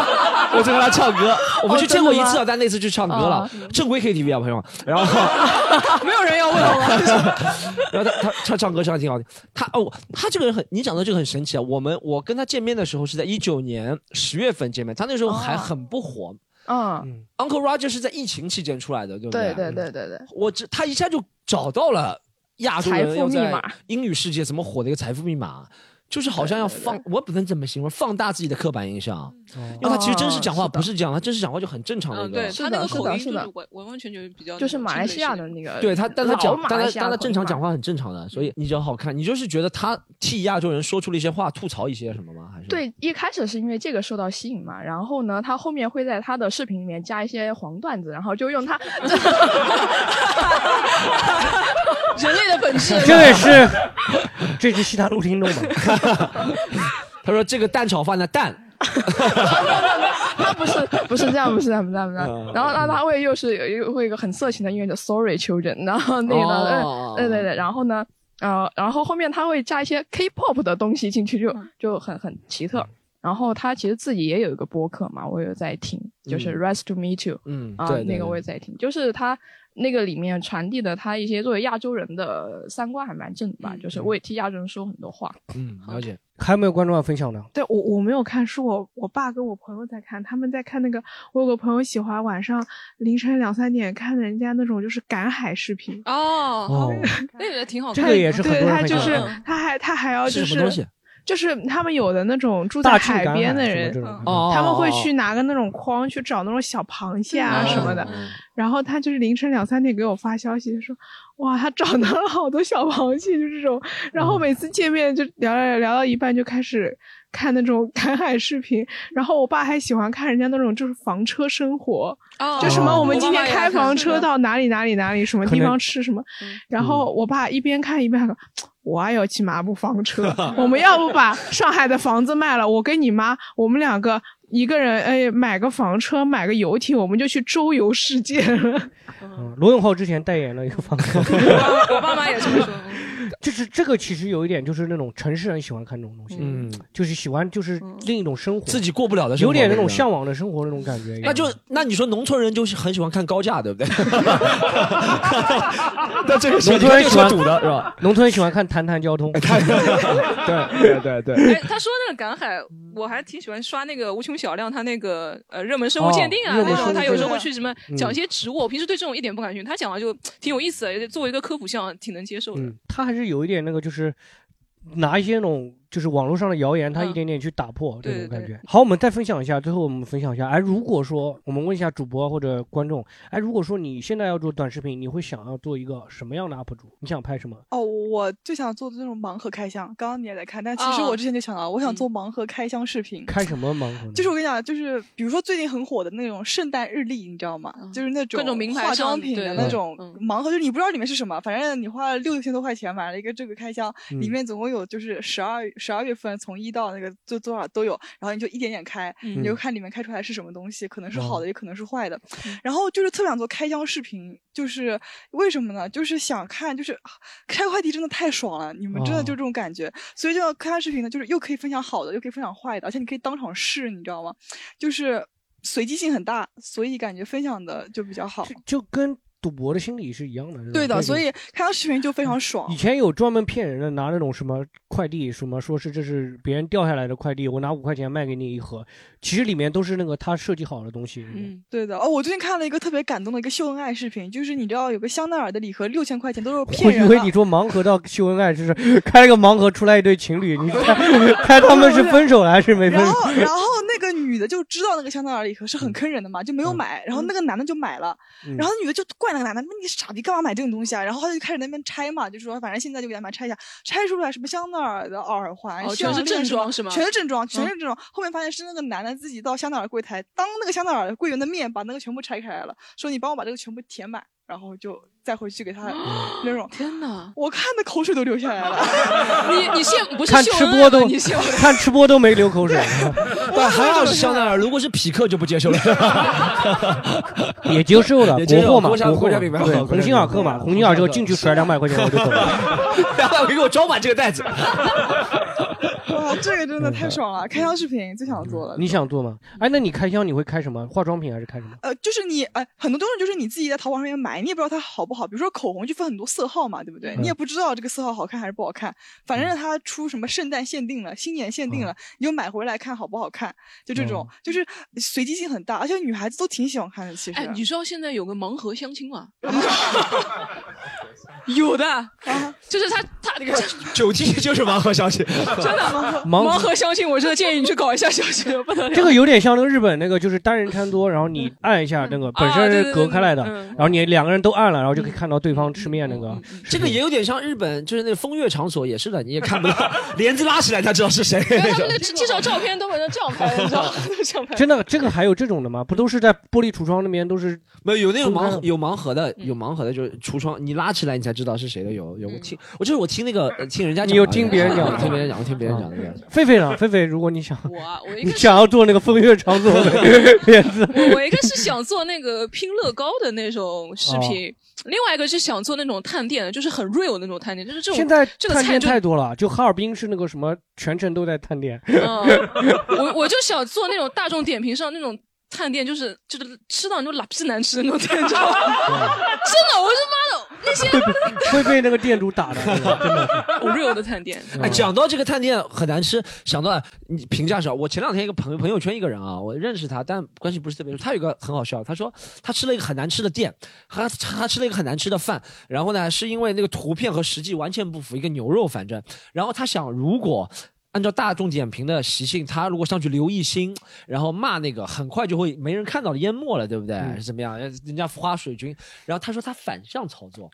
我就和他唱歌，我们
哦
就见
真的
过一次
吗
啊，但那次去唱歌了
哦，
正规 KTV 啊，朋友们。然后
没有人要问
哦
我。
<laughs> 然后他他他唱歌唱的挺好听，他哦，他这个人很，你讲到这个很神奇啊。我们我跟他见面的时候是在一九年十月份见面，他那时候
哦
还很不火。
嗯
Uncle Roger 是在疫情期间出来的，对不
对对
对
对对对，
我这他一下就找到了亚洲人要
财富密
在
码
英语世界怎么火的一个财富密码，就是好像要放，我不能怎么形容，放大自己的刻板印象，因为他其实真实讲话不是这样，他真实讲话就很正常的一
嗯，
个。
对他那个口音就是完完完全全比较
就是马来西亚的那个，
对他，但他讲，但他但他正常讲
话，
话很正常的，所以你只要好看，你就是觉得他替亚洲人说出了一些话，吐槽一些什么吗？还是
对，一开始是因为这个受到吸引嘛，然后呢，他后面会在他的视频里面加一些黄段子，然后就用他 <laughs>
人类的本
<laughs>
质
这也
<laughs>
是，这是西塔路听众吧？
<laughs> 他说这个蛋炒饭的蛋，
他不是不是这样，不是这样，不是这样，不是这
嗯
样。然后那他会又是有又会有一个很色情的音乐叫 Sorry Children，然后那个呢
哦
对对对对，然后呢，呃，然后后面他会加一些 K-pop 的东西进去就，就很很奇特。然后他其实自己也有一个播客嘛，我有在听，就是
嗯
Rest to Meet You，
嗯
啊
对对，
那个
对
我也在听，就是他那个里面传递的他一些作为亚洲人的三观还蛮正的吧，就是我也替亚洲人说很多话。
嗯，了解。
还有没有观众要分享的？
对我我没有看，是我我爸跟我朋友在看，他们在看那个，我有个朋友喜欢晚上凌晨两三点看人家那种就是赶海视频
哦，那个也挺好看
他
的，
对他
会
就
看
是
嗯
他还他还要
是
就
什
是
么东西
就是他们有的那种住
大
在
庆
海
赶
边
海
的
什么
人
这，种
嗯他们会
哦
去拿个那种筐去找那种小螃蟹啊
嗯
什么的，然后他就是凌晨两三点给我发消息说，哇，他找到了好多小螃蟹，就这种，
嗯
然后每次见面就聊聊聊到一半就开始。看那种 <laughs> 赶海视频，然后我爸还喜欢看人家那种就是房车生活，
哦
就什么我们今天
我爸爸也
开
爱看
房
这
车
个
到哪里哪里哪里什么地
可能
方吃什么，然
嗯
后我爸一边看一边还说：“我也要去麻布房
<laughs>
车，我们要不把上海的房子卖了，我跟你妈，我们两个一个人哎买个房车，买个游艇，我们就去周游世界了。
嗯，罗永浩之前代言了一个
<laughs>
房子，
我爸妈也这么说。
<laughs> 就是这个，其实有一点就是那种城市人喜欢看这种东西，
嗯，
就是喜欢就是
嗯
另一种生活，
自己过不了的生活
有点那种
对不对
向往的生活那种感觉。
那
嗯
就那你说农村人就是很喜欢看高价，
<laughs>
对不对？那这个是
农村人
你看这个
喜
车
欢
堵的是吧？
农村人喜欢看谈谈
<laughs>
交通， <laughs> 对
对对
<laughs>
哎，他说那个赶海，我还挺喜欢刷那个无穷小亮他那个呃热门生活鉴定啊，
哦热门
然
生活
后他
鉴
有时候
定
会去什么
嗯
讲一些植物，我平时对这种一点不感兴趣，他讲的就挺有意
嗯
思的，作为一个科普项挺能接受的。
嗯，他还是有一点那个，就是拿一些那种就是网络上的谣言，它一点点去打破这种
嗯对对
感觉。好，我们再分享一下，最后我们分享一下，哎，如果说我们问一下主播或者观众，哎，如果说你现在要做短视频，你会想要做一个什么样的
<laughs>
UP 主？你想拍什么？
哦，我就想做这种盲盒开箱，刚刚你也在看，但其实
哦
我之前就想啊，我
嗯
想做盲盒开箱视频。
开什么盲盒呢？
就是我跟你讲，就是比如说最近很火的那种圣诞日历，你知道吗？就是那种
啊各种名牌
化
上
妆品的
对
那
嗯
种盲盒，就是你不知道里面是什么，反正你花了六千多块钱买了一个这个开箱，
嗯
里面总共有就是十二十二月份从一到那个就多少都有，然后你就一点点开，
嗯哦
你就看里面开出来是什么东西，可能是好
哇
的，也可能是坏的。
嗯
然后就是特别想做开箱视频，就是为什么呢？就是想看，就是啊开快递真的太爽了，你们真的
哦
就这种感觉。所以这个开箱视频呢，就是又可以分享好的，又可以分享坏的，而且你可以当场试，你知道吗？就是随机性很大，所以感觉分享的就比较好。
就跟赌博的心理是一样的。是吧
对的，所
就
以开箱视频就非
嗯
常爽
以。前有专门骗人的，拿那种什么快递，什么说是这是别人掉下来的快递，我拿五块钱卖给你一盒，其实里面都是那个他设计好的东西。嗯，
对的哦，我最近看了一个特别感动的一个秀恩爱视频，就是你知道有个香奈儿的礼盒六千块钱都是
我
骗
以
人
为
的
你说盲盒到秀恩爱，就是开了个盲盒出来一对情侣，你猜猜他们是分手了还是没分
然
手？
后，然
<laughs>
后那个女的就知道那个香奈儿礼盒是很坑人的嘛，就没有买。然后那个男的就买了，
嗯
然后女的就怪那个男的，那你傻逼干嘛买这种东西啊？然后他就开始在那边拆嘛，就说反正现在就给他们拆一下，拆出来什么香奈儿的耳环，
哦
项链
全是正装是吗
全是正装，全是
嗯
正装。后面发现是那个男的自己到香奈儿柜台，当那个香奈儿柜员的面把那个全部拆开来了，说你帮我把这个全部填满，然后就再回去给
<gasps>
他那种。
天哪！
我看的口水都流下来了。
<laughs> 你你现不是
看
秀
吃
恩
播
爱
都
你秀恩爱
看吃播都没流
<laughs>
口水， <laughs>
但还好是香奈儿，如果是匹克就不接受了。 <laughs>
也接受了
也接
国
受
货嘛，
国产
国货
国产
嘛
品牌
对，
好国
鸿
产
星尔克嘛，鸿星尔克进去甩两百块钱我就走
<laughs>
了。
两百块给我装满这个袋子。
哇，这个真的太爽了！开箱视频最想做了。
你想做吗？哎，那你开箱你会开什么？化妆品还是开什么？
呃，就是你呃，很多东西就是你自己在淘宝上面买，你也不知道它好不好。比如说口红就分很多色号嘛，对不对？你也
嗯
不知道这个色号好看还是不好看。反正它出什么圣诞限定了、新年限定了，你就买回来看好不好看。就这种，就是随机性很大，而且女孩子都挺喜欢看的。其实，
哎，你知道现在有个盲盒 <laughs> 相亲
<laughs>
吗？有的，
啊
就是他他
<laughs>
那个
酒精就是盲盒消息，
真的
盲
盲盒相亲，我真的建议你去搞一下小姐，不能
这个有点像那个日本那个，就是单人餐桌，然后你按一下那个，本身
对
是
对
隔
对
开来的，
嗯
然后你两个人都按了，然后就可以看到对方吃面那个。
这个也有点像日本，就是那风月场所也是的，你也看不
<laughs>
到帘子拉起来，他知道是谁。
他
<laughs>
们那至少照片都反正这样拍的，你知道吗？这样拍。
真的，这个还有这种的吗？不都是在玻璃橱窗那边都是？
没有有那种盲有盲盒的，有盲盒的，就是橱窗你拉起来你才知道是谁的。有有我听，我就是我听那个呃听人家讲的，
你有听别人讲的
<laughs> 我听别人讲，我听别人讲的那个。
狒狒呢？狒狒，如果你想，
我一
你
个
想要做那个风月场所的帘子，
我我一个是想做那个拼乐高的那种
哦
视频，另外一个是想做那种探店的，就是很 real 的那种探店，就是这种
现在
这个
探
菜
店
就
太多了，就哈尔滨是那个什么，全程都在
<laughs>
探店。
我我就想做那种大众点评上那种探店，就是就是吃到那种拉屁难吃的那种店，你知道吗？真的，我他妈的那些
会被会被那个店主打的，真的是。
不 real 的探店，
哎，讲到这个探店很难吃，想到你评价少。我前两天一个朋友朋友圈一个人啊，我认识他，但关系不是特别熟。他有一个很好笑，他说他吃了一个很难吃的店，他他吃了一个很难吃的饭，然后呢是因为那个图片和实际完全不符，一个牛肉反正，然后他想如果。按照大众点评的习性，他如果上去留一星，然后骂那个，很快就会没人看到了，淹没了，对不对？是怎么样？人家花水军。然后他说他反向操作，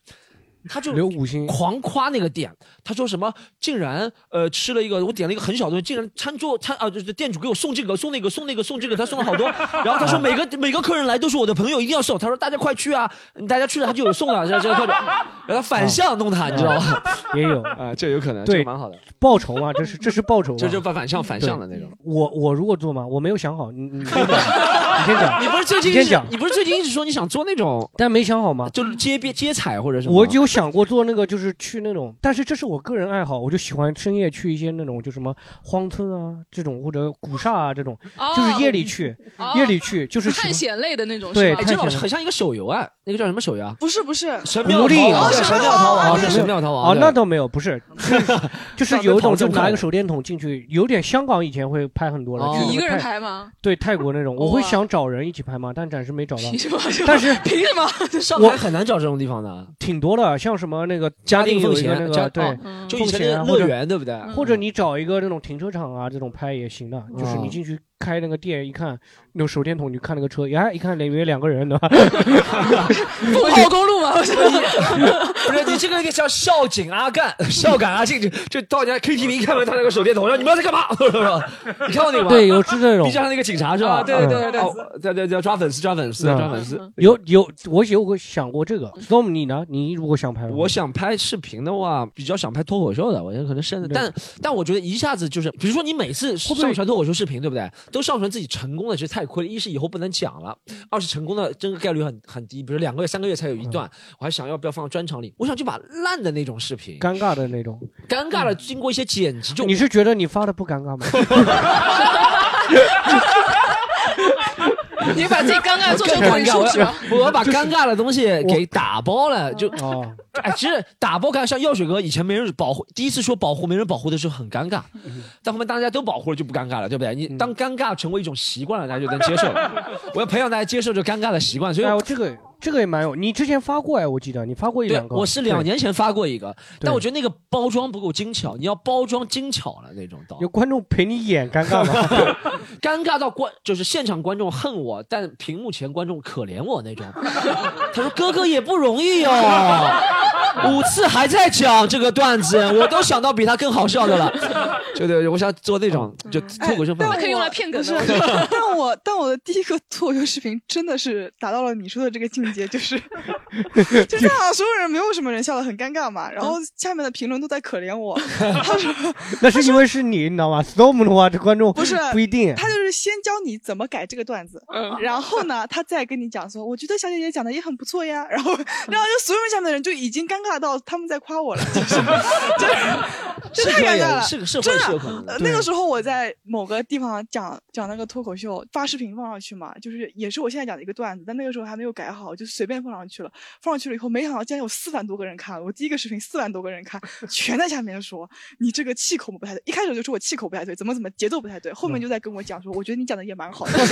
他就
留五星，
狂夸那个店。他说什么？竟然呃吃了一个，我点了一个很小的东西，竟然餐桌餐啊，就是店主给我送这个送那个送那个送这个，他送了好多。 <laughs> 然后他说每个每个客人来都是我的朋友，一定要送。他说大家快去啊，大家去了他就有送了，这这这，然后他反向弄啊他，你知道吗？
<laughs> 也有
啊，这有可能，
对，
这蛮好的，
报仇啊，这是这是报仇啊，
这就反反向反向的
对
那种。
我我如果做嘛，我没有想好，你你
<laughs>
你先讲，
你不是最近
你先
是
讲，
你不是最近一直说你想做那种，
<laughs>
啊
但没想好吗？
就是街边街采或者什么？
我有想过做那个，就是去那种，但是这是我个人爱好，我就喜欢深夜去一些那种，就什么荒村啊这种，或者古刹啊这种，就是夜里去，夜里去就是喜欢
哦探险类的那种，
对
是吧
哎，这种很像一个手游啊，那个叫什么手游啊？
不是不是，
神
狐
庙逃
狸
亡，对神庙逃亡，是神庙逃亡。
哦，那
对
倒没有，不是，是
<laughs>
就是有一种就拿一个手电筒进去，有点香港以前会拍很多了。
你
哦
去那
一个人
泰
拍吗？
对泰国那种，我会想找人一起拍嘛，但暂时没
<laughs>
找到
凭 <laughs> 什么。
但是
凭什么？ <laughs>
上海很难找这种地方的，
挺多的，像什么那个
嘉
定
定
有
奉
一个
贤
那
嘉
个对
哦嗯，就以前那
奉贤啊
个
或者
乐园对不对
或者你找一个那种停车场啊，这种拍也行的，就是
哦
你进去开那个店一看，那种手电筒你看那个车，呀，一看里面有两
<laughs>
个人的，
不跑公路吗？我
不是你这个有点像校警阿干、校赶阿信，就就到人家 KTV 看完他那个手电筒，说你们在干嘛？ <laughs> 是吧？你看过那个吗？
对有是这
<laughs>
种
B 站上那个警察是吧？
啊对对对对
哦对对对，抓粉丝抓粉丝
嗯
抓粉丝。
有有，我有过想过这个。Storm，你
嗯
呢？你如果想拍，
我想拍视频的话，比较想拍脱口秀的，我觉得可能是，
对
但但我觉得一下子就是，比如说你每次上传脱口秀视频，对不对？都上传自己成功的，其实太亏了。一是以后不能讲了，
嗯
二是成功的这个概率很很低，比如两个月、三个月才有一段。我还想要不要放到专场里？我想去把烂的那种视频，
嗯尴尬的那种，
尴尬的经过一些剪辑，就
你是觉得你发的不尴
<laughs>
尬吗？
<laughs> 你把自己尴尬做成
更
鬼
尴
畜
尬
是吧？
<laughs> 我要我把尴尬的东西给打包了，就
哦，
<laughs> 哎，其实打包尴尬，像药水哥以前没人保护，第一次说保护没人保护的时候很尴尬，
嗯
但后面大家都保护了就不尴尬了，对不对？你当尴尬成为一种习惯了，大家就能接受。
<laughs>
我要培养大家接受这尴尬的习惯，所以
哎，我这个这个也蛮有。你之前发过哎，我记得你发过一
对
两，个。
我是两
对
年前发过一个，但
对
我觉得那个包装不够精巧，你要包装精巧了那种到。
有观众陪你演尴尬吗？
<laughs> 尴尬到观就是现场观众恨我，但屏幕前观众可怜我那种。 <laughs> 他说：“哥哥也不容易
<laughs>
哦，五次还在讲这个段子，我都想到比他更好笑的
<laughs>
了。”就对，我想做那种
哦
就脱口秀范
但
儿。
哎我
梗
不是
的
<laughs> 但我但我的第一个脱口秀视频真的是达到了你说的这个境界，就是就在场所有人没有什么人笑的很尴尬嘛，然后下面的评论都在可怜我，
那是因为是你，你知道吗？Storm 的话，这观众
不是
不一定。
他就是先教你怎么改这个段子，然后呢，他再跟你讲说，我觉得小姐姐讲的也很不错呀，然后然后就所有人下面的人就已经尴尬到他们在夸我了，就是就是
是
太
可
尴
以
尬了，
是个社会
真的
是有可能的
呃
对
那个时候我在某个地方讲讲那个脱口秀，发视频放上去嘛，就是也是我现在讲的一个段子，但那个时候还没有改好，就随便放上去了。放上去了以后，没想到竟然有四万多个人看，我第一个视频四万多个人看，全在下面说你这个气口不太对，一开始就说我气口不太对，怎么怎么节奏不太对，后
嗯
面就在跟我讲说，我觉得你讲的也蛮好的，
<laughs>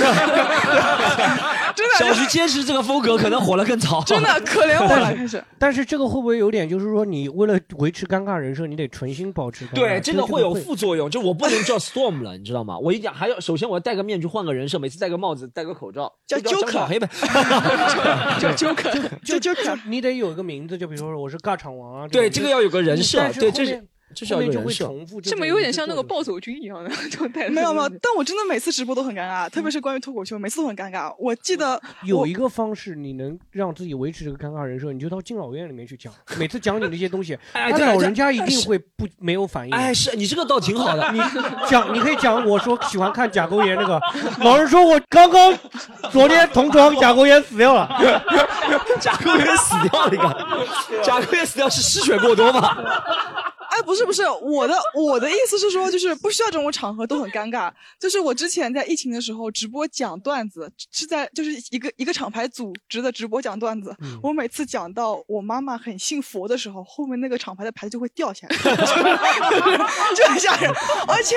真的
小徐坚持这个风格，可能火了更早。
真的可怜我了，
<laughs>
开
但
始
是。但是这个会不会有点，就是说你为了维持尴尬人设，你得存心保持尴尬？
对，这
这
个会有副作用，就我不能叫 Storm 了，你知道吗？我一讲还要，首先我要戴个面具，换个人设，每次戴个帽子，戴个口罩，
叫
就叫张
Joker
小 <laughs> 黑呗。
就 Joker，就就就你得有一个名字，就比如说我是尬场王啊。
对
种
这个要有个人设
但是
对
后
这是
面
这是要
后
有个
面就
人
会
设
重复这
这
种
么有点像那个暴走军一
<laughs>
样的 <laughs> 状态。
没有没有，但我真的每次直播都很尴尬，特别是关于脱口秀，每次都很尴尬。我记得
有
我
一个方式，你能让自己维持这个尴尬人设，你就到敬老院里面去讲，每次讲你那些东西，
<laughs> 哎
他
对
老
这
人家一
哎
定
是
会不没有反应。
哎，是你这个倒挺好的，
你 <laughs> 讲，你可以讲，我说喜欢看甲沟炎那个，老人说我刚刚昨天同床甲沟炎死掉了，
甲沟炎死掉了，你看， <laughs> 甲沟炎死掉是失血过多吧？
哎，不是不是，我的我的意思是说，就是不需要这种场合都很尴尬。就是我之前在疫情的时候直播讲段子，是在就是一个一个厂牌组织的直播讲段子。
嗯
我每次讲到我妈妈很信佛的时候，后面那个厂牌的牌子就会掉
<laughs>
下来，就很吓人。而且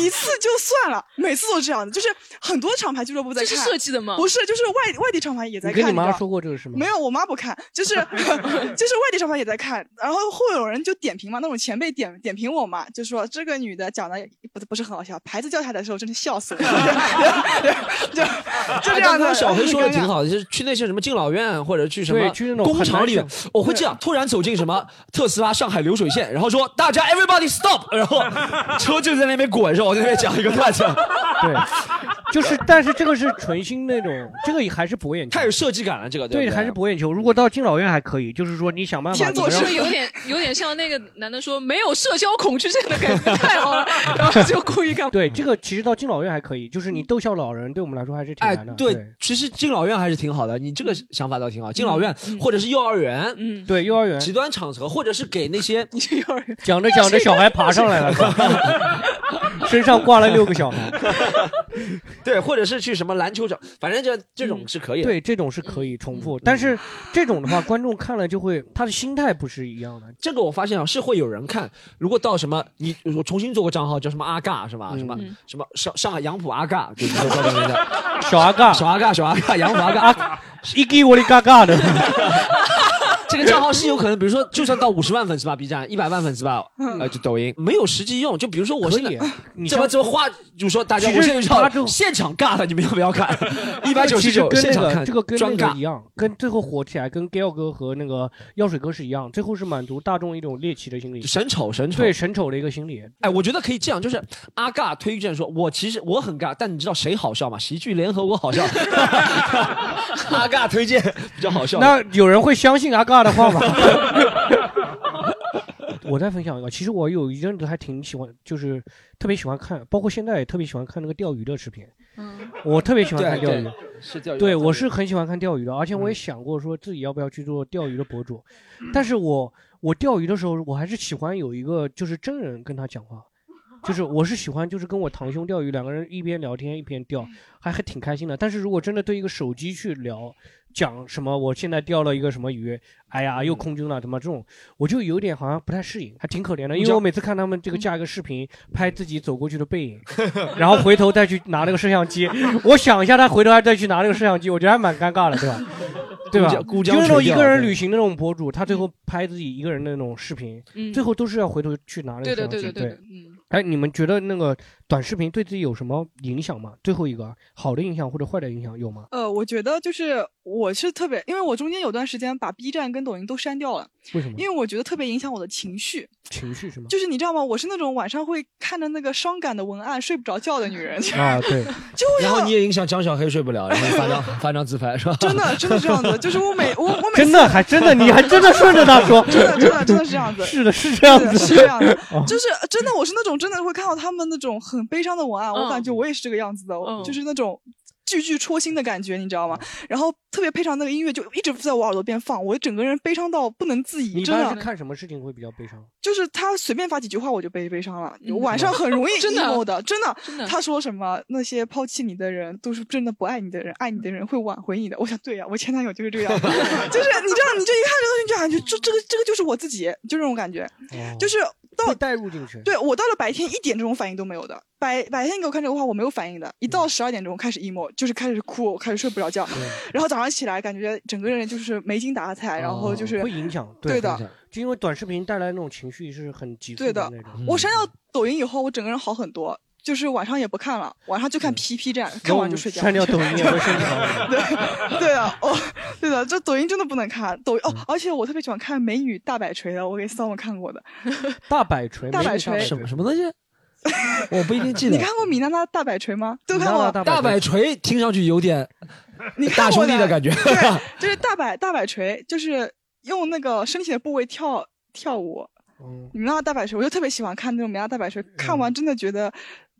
一次就算了，每次都这样的，就是很多厂牌俱乐部在
这是
看。
设计的吗
不是，就是外外地厂牌也在
你
看。
跟你妈
知道
说过这个事吗？
没有，我妈不看，就是 <laughs> 就是外地上班也在看，然后会有人就点评嘛，那种前辈点点评我嘛，就说这个女的讲的不不是很好笑，牌子掉下来的时候真是笑死我
<laughs>
了，就就这样子。
刚刚哎小黑说的
很尴尬
挺好的，就是去那些什么敬老院或者去什
对
么
去那种
工
很
厂
难
里面，我会这样突然走进什么特斯拉上海流水线，然后说大家 everybody stop，然后车就在那边滚，然后我在那边讲一个段子。
<laughs> 对，就是，但是这个是纯新那种，这个也还是博眼球，
太有设计感了，这个
对，
不
还是博眼球。如果到敬老院还可以，就是说你想办法
先
怎
做
么
是
让
不是有点
<laughs>
有点像那个男的说没有社交恐惧症的感觉？ <laughs> 太好了，然后就故意干嘛。
对，这个其实到敬老院还可以，就是你逗笑老人，对我们来说还是挺
哎
难的。，
对，其实敬老院还是挺好的，你这个想法倒挺好。敬老院或者是幼儿园，
嗯，
对，幼儿园
极端场合，或者是给
<laughs>
那些
幼儿园
<laughs>
<laughs> 讲着讲着小孩爬上来了，身上挂了六个小孩。
对，或者是去什么篮球场，反正这这
嗯
种是可以的。
对，这种是可以重
嗯
复，但是这种的话，观众看了就会他的心态不是一样的。
这个我发现啊，是会有人看。如果到什么，你我重新做过账号，叫什么阿尬是吧？什么什么上上海杨浦阿尬，就是叫这个名字 <laughs>
小阿尬，
小阿尬，小阿尬，杨浦阿尬，
阿一给我的嘎嘎的。
<laughs> 这个账号是有可能，比如说，就算到五十万粉丝吧，B 站一百万粉丝吧，
嗯
呃，就抖音没有实际用。就比如说我现在
啊你
怎么
像
怎么花，就说大家
其实
我现在就
他
要现场尬了，你们要不要
<laughs>
看？一百九
其
十
实
九
跟
现
那
场
个
看，
这个跟
专
那个
尬
一。样，跟最后火起来跟 Giao 哥和那个药水哥是一样，最后是满足大众一种猎奇的心理，
审丑审丑
对审丑的一个心理。
哎，我觉得可以这样，就是阿尬推荐说，我其实我很尬，但你知道谁好笑吗？喜剧联合我好笑， <laughs> 阿尬推荐比较好笑。
那有人会相信阿嘎的
<laughs>
话吗？我再分享一个，其实我有一阵子还挺喜欢，就是特别喜欢看，包括现在也特别喜欢看那个钓鱼的视频。
嗯
我特别喜欢看
对
钓
对
鱼，
是钓鱼嗯
对
特别
我是很喜欢看钓鱼的，而且我也想过说自己要不要去做钓鱼的博主，
嗯
但是我我钓鱼的时候，我还是喜欢有一个就是真人跟他讲话。就是我是喜欢，就是跟我堂兄钓鱼，两个人一边聊天一边钓，还还挺开心的。但是如果真的对一个手机去聊，讲什么我现在钓了一个什么鱼，哎呀又空军了，怎么这种，我就有点好像不太适应，还挺可怜的。因为我每次看他们这个架一个视频，拍自己走过去的背影，然后回头再去拿那个摄像机， <laughs> 我想一下他回头还再去拿那个摄像机，我觉得还蛮尴尬的，对吧？对吧？
孤
就
江
是那种一
垂钓
个人
对
旅行的那种博主，他最
嗯
后拍自己一个人的那种视频，
嗯
最后都是要回头去拿那个
对
摄
的
像机。
对的对的
嗯
哎，你们觉得那个短视频对自己有什么影响吗？最后一个，好的影响或者坏的影响有吗？
呃，我觉得就是我是特别，因为我中间有段时间把 B 站跟抖音都删掉了，
为什么？嗯
因为我觉得特别影响我的情绪。
情绪是吗？
就是你知道吗？我是那种晚上会看着那个伤感的文案睡不着觉的女人。
啊，
<laughs>
<laughs>
对，
就
然后你也影响张小黑睡不了，然后发张发张自拍是吧？ <laughs>
真的真的这样子，就是我
<laughs>
每我我每次，
真的还真的，你还真的顺着他说
<laughs> 真的真的真的是这样子，
是的，是这样子，，
是这样子
哦
就是真的，我是那种真的会看到他们那种很悲伤的文案，我感
嗯
觉我也是这个样子的，就是那种。句句戳心的感觉，你知道吗？然后特别配上那个音乐，就一直在我耳朵边放，我整个人悲伤到不能自
你
已，
一
真
般是
的。
看什么事情会比较悲伤？
<laughs> 就是他随便发几句话，我就悲悲伤了。
嗯
晚上很容易
真的啊
emo 的，真的。
真的
他说什么那些抛弃你的人都是真的不爱你的人，爱你的人会挽回你的。我想，对呀、我前男友就是这样， <laughs> 就是你知道，你这一看这个东西，你就感觉这这个这个就是我自己，就这种感觉，就是到
哦带入进去。
对我到了白天一点这种反应都没有的，白白天给我看这个话我没有反应的，一到十二点钟开始 emo，就是开始哭，我开始睡不着觉，然后早上起来感觉整个人就是没精打采，然后就是
哦会影响，
对
的
的，
就因为短视频带来那种情绪是很急促
对的
那种。，嗯
我删掉抖音以后，我整个人好很多，就是晚上也不看了，晚上就看 PP 站，看完就睡觉。
嗯删掉抖音也
<laughs>
会睡不着。
对啊，哦，对的，这抖音真的不能看抖
嗯
哦，而且我特别喜欢看美女大摆锤的，我给 Storm 看过的。
大摆锤，
大摆
没
锤
事
什么
什么东西？我不一定
<laughs>
记得
你看过米娜娜大摆锤吗？都看过
大摆，锤听上去有点
你看
大
过
兄弟的感觉。 <laughs>
对，就是大摆大摆锤，就是用那个身体的部位跳跳舞。
嗯
米娜娜大摆锤，我就特别喜欢看那种米娜娜大摆锤，看完真的觉得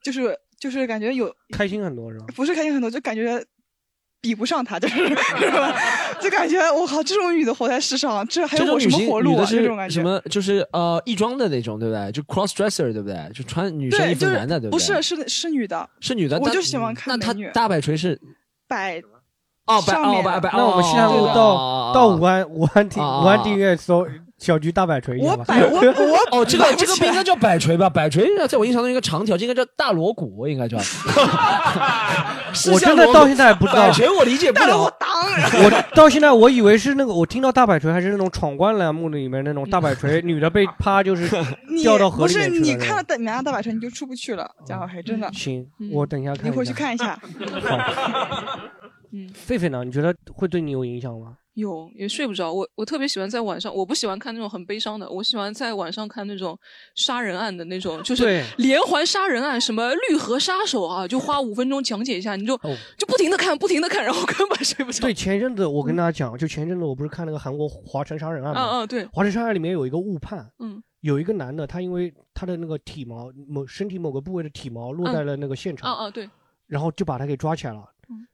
就是就是感觉有
开心很多是吧？
不是开心很多，就感觉比不上他，就是是吧？就感觉我靠，这种女的活在世上，这还
这
有我
种
什
旅
么
行
活
女
路
的
啊？
是
这种感
什
觉。
么？就是呃，亦庄的那种，对不对？就 cross dresser，对不对？就穿女生
对，
衣
就
服
是
男的，对
不
对？
是是是女的，
是女的，
我
那
就喜欢看
那她
美女
大摆
<laughs>
锤是
摆
哦摆
上
哦
面啊
摆摆。
那我们西南路
哦
到到武安武安地
啊
武安地院搜小菊大摆锤一下吧。
<laughs> 哦，这个
摆不
这个
起
不
来
应该叫摆锤吧？摆锤在我印象中应该叫长条，这应该叫大锣鼓，应该
<laughs>
叫。是
我
像
真的
锣
到
鼓
现在不知道
摆锤，我理解不了。
我到现在我以为是那个，我听到大摆锤还是那种闯关栏目里面那种大摆锤，女的被
<laughs>
啪就是
你
掉到河
不
里
是
面去了。
你
那种
看了大米娜娜大摆锤，你就出不去了，贾小黑真的。
行，我等一下看一下。
你回去看一下。
狒狒呢？你觉得会对你有影
<laughs>
响吗？
有也睡不着，我我特别喜欢在晚上，我不喜欢看那种很悲伤的，我喜欢在晚上看那种杀人案的那种，就是
对
连环杀人案，什么绿河杀手啊，就花五分钟讲解一下，你就、
哦
就不停的看，不停的看，然后根本睡不着。
对，前一阵子我跟大家讲，就前一阵子我不是看那个韩国华城杀人
哦
案吗？
嗯嗯对
华城杀人案里面有一个误判，
<laughs> 嗯，
有一个男的，他因为他的那个体毛某身体某个部位的体毛落在了那个现场，
哦
啊啊对，嗯
然后就把他给抓起来了。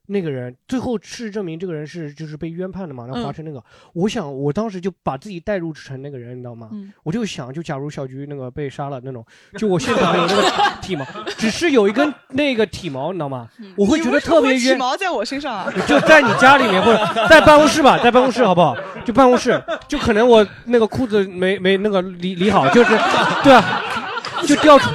那个人最后事实证明这个人是就是被冤判的嘛，然
嗯
后华晨那个，我想我当时就把自己代入成那个人，你知道吗？
嗯
我就想，就假如小菊那个被杀了那种，就我现场有那个体毛，只是有一根那个体毛，你知道吗？我会觉得特
嗯
别
你为什
冤
么会起，毛在我身上啊？
<laughs> 就在你家里面或者在办公室吧，在办公室好不好？就办公室，就可能我那个裤子没没那个理理好，就是对啊，就掉出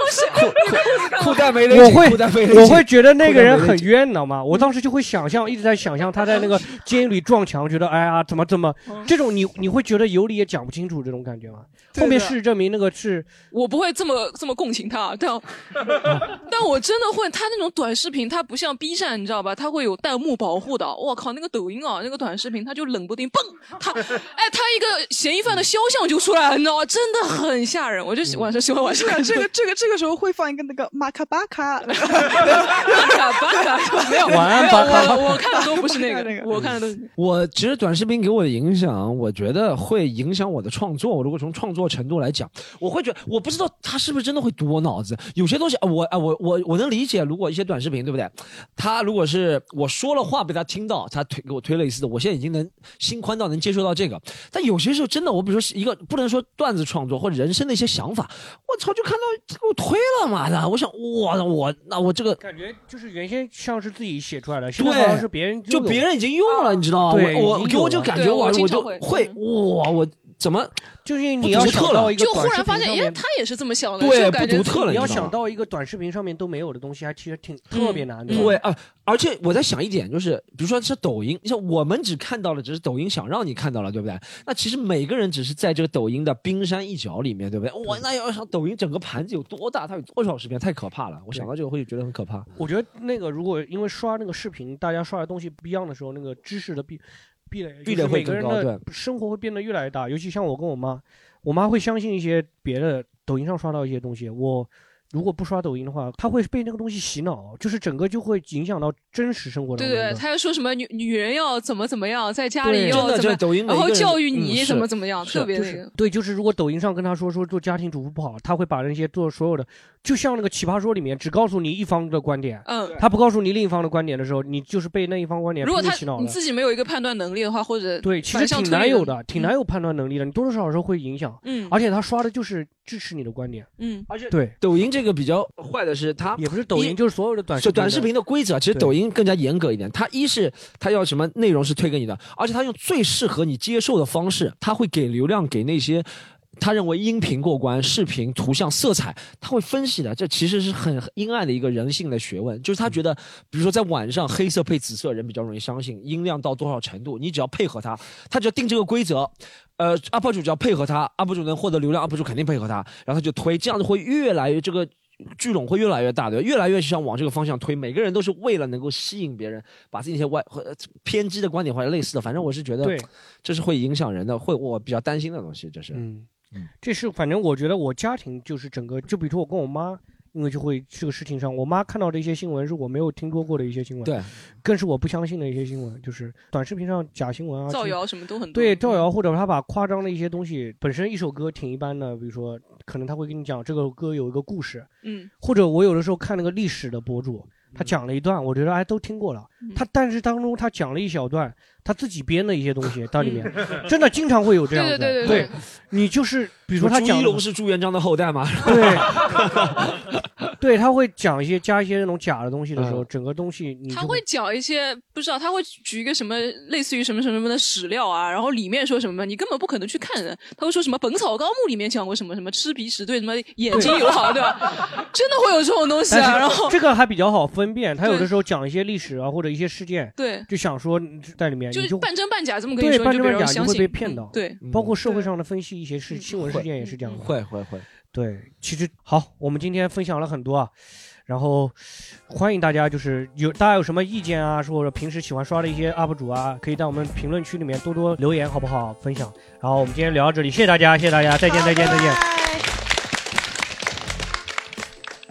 裤带没勒紧，
我会
裤带没勒紧
我会觉得那个人
裤带没
很
勒紧
冤，你知道吗？我当时就会想象，一直在想象他在
<laughs>
那个监狱里撞墙，觉得哎呀怎么怎么，这种你你会觉得有理也讲不清楚这种感觉吗？
嗯对
后面
的
事实证明那个是
我不会这么这么共情他，啊 <laughs> 但但我真的会，他那种短视频，他不像 B 站，你知道吧？他会有弹幕保护的。我靠，那个抖音啊，那个短视频，他就冷不丁蹦，他 <laughs> 哎，他一个嫌疑犯的肖像就出来了，你知道吗？真
<laughs>
的很吓人。我就喜晚上喜欢晚上
是啊
看
这个这个这个时候会放一个那个马卡巴
<laughs>
卡，巴
卡巴卡没有晚安没有巴卡我我看的都不 <laughs> 是那个我看的都是
我其实短视频给我的影响，我觉得会影响我的创作。我如果从创作程度来讲，我会觉得我不知道他是不是真的会读我脑子。有些东西，啊我啊我我我能理解，如果一些短视频，对不对？他如果是我说了话被他听到，他推给我推类似的，我现在已经能心宽到能接受到这个。但有些时候真的，我比如说一个不能说段子创作或者人生的一些想法，我操，就看到这给我推了，妈的！我想，我我那我这个
感觉就是原先像是自己写出来的，现在好像
对，
是别人
就
嗯用的
别人已经用了，你知道吗？
对
我
已
我给我就
经有了
感
对
觉
我
哇，
经
我
常
就
会
会哇，我怎么
就是
不
你要
独特
想
了
到一个
就忽
短视频
然发现，
上
耶，
面
他也是这么想的，
对
就感觉
不独特了
你要
你知道吗
想到一个短视频上面都没有的东西，还其实挺
嗯
特别难的。
对啊，而且我在想一点，就是比如说是抖音，像我们只看到了，只是抖音想让你看到了，对不对？那其实每个人只是在这个抖音的冰山一角里面，对不对？我那要想抖音整个盘子有多大，它有多少视频，太可怕了。我想到这个会觉得很可怕。
我觉得那个如果因为刷那个视频，大家刷的东西不一样的时候，那个知识的壁壁垒，
壁垒
就是
会
每个
更
人
高
的生活会变得越来越大。尤其像我跟我妈，我妈会相信一些别的抖音上刷到一些东西，我。如果不刷抖音的话，她会被那个东西洗脑，就是整个就会影响到真实生活当
对
中的。
对，他还说什么女女人要怎么怎么样，在家里
嗯对
要
真的
怎
这
么
抖音
样，然
每一
后
个人
教育
嗯
你
是
怎么怎么样，
是
特别
就
那
是
个。
对，就是如果抖音上跟他说说做家庭主妇不好，他会把那些做所有的，就像那个奇葩说里面只告诉你一方的观点，
嗯
他不告诉你另一方的观点的时候，你就是被那一方观点
如果
拼
他
命洗脑
你
了。
自己没有一个判断能力的话，或者
对，其
反
实
向
挺
推
难
理
有
能力
的，挺难有判断能力的，你多多少少会影响。
嗯
而且他刷的就是支持你的观点。
嗯，
而且
对
抖音这个比较坏的是它
也不是抖音，
一
就是所有的短视
是
频
短视频的规则，其实
对
抖音更加严格一点。它一是它要什么内容是推给你的，而且它用最适合你接受的方式，它会给流量给那些。他认为音频过关，视频、图像、色彩，他会分析的。这其实是很很阴暗的一个人性的学问，就是他觉得，比如说在晚上黑色配紫色，人比较容易相信。音量到多少程度，你只要配合他，他只要定这个规则，呃，UP 主只要配合他，UP 主能获得流量，UP 主肯定配合他，然后他就推，这样就会越来越这个聚拢会越来越大，对吧？越来越想往这个方向推，每个人都是为了能够吸引别人，把自己一些外和呃偏激的观点或者类似的，反正我是觉得
对，
这是会影响人的，会我比较担心的东西，这是。
嗯这是反正我觉得我家庭就是整个，就比如说我跟我妈，因为就会这个事情上，我妈看到的一些新闻是我没有听说过的一些新闻，
对，
更是我不相信的一些新闻，就是短视频上假新闻啊，
造
其实
谣什么都很多嗯
对，造谣或者他把夸张的一些东西，本身一首歌挺一般的，比如说可能他会跟你讲这个歌有一个故事，
嗯，
或者我有的时候看那个历史的博主，他讲了一段，我觉得哎都听过了，他但是当中他讲了一小段他自己编的一些东西到里面，
嗯
<laughs> 真的经常会有这样
对
子，
对对对
对
对
你就是比如说他
朱
讲
一
的
龙是朱元璋的后代吗？
对，他会讲一些加一些那种假的东西的时候，
嗯
整个东西你
他
就
会讲一些不知道，他会举一个什么类似于什么什么什么的史料啊，然后里面说什么，你根本不可能去看的。他会说什么《本草纲目》里面讲过什么什么吃鼻屎对什么眼睛友好，对吧？真的会有这种东西
但
啊。
是
然后
这个还比较好分辨，他有的
对
时候讲一些历史啊或者一些事件，
对
就想说在里面
就
你
是
就
半真半假这么跟你
对
说，
半
你就
真
别
半
人
假，你
相
会
信
被骗到
嗯。对，嗯
包括社会上的分析一些事新闻事件也是这样的。
会会会。
对，其实好，我们今天分享了很多啊，然后欢迎大家就是有大家有什么意见啊，或者平时喜欢刷的一些 UP 主啊，可以在我们评论区里面多多留言，好不好？分享。然后我们今天聊到这里，谢谢大家，谢谢大家，再见，再见，再见。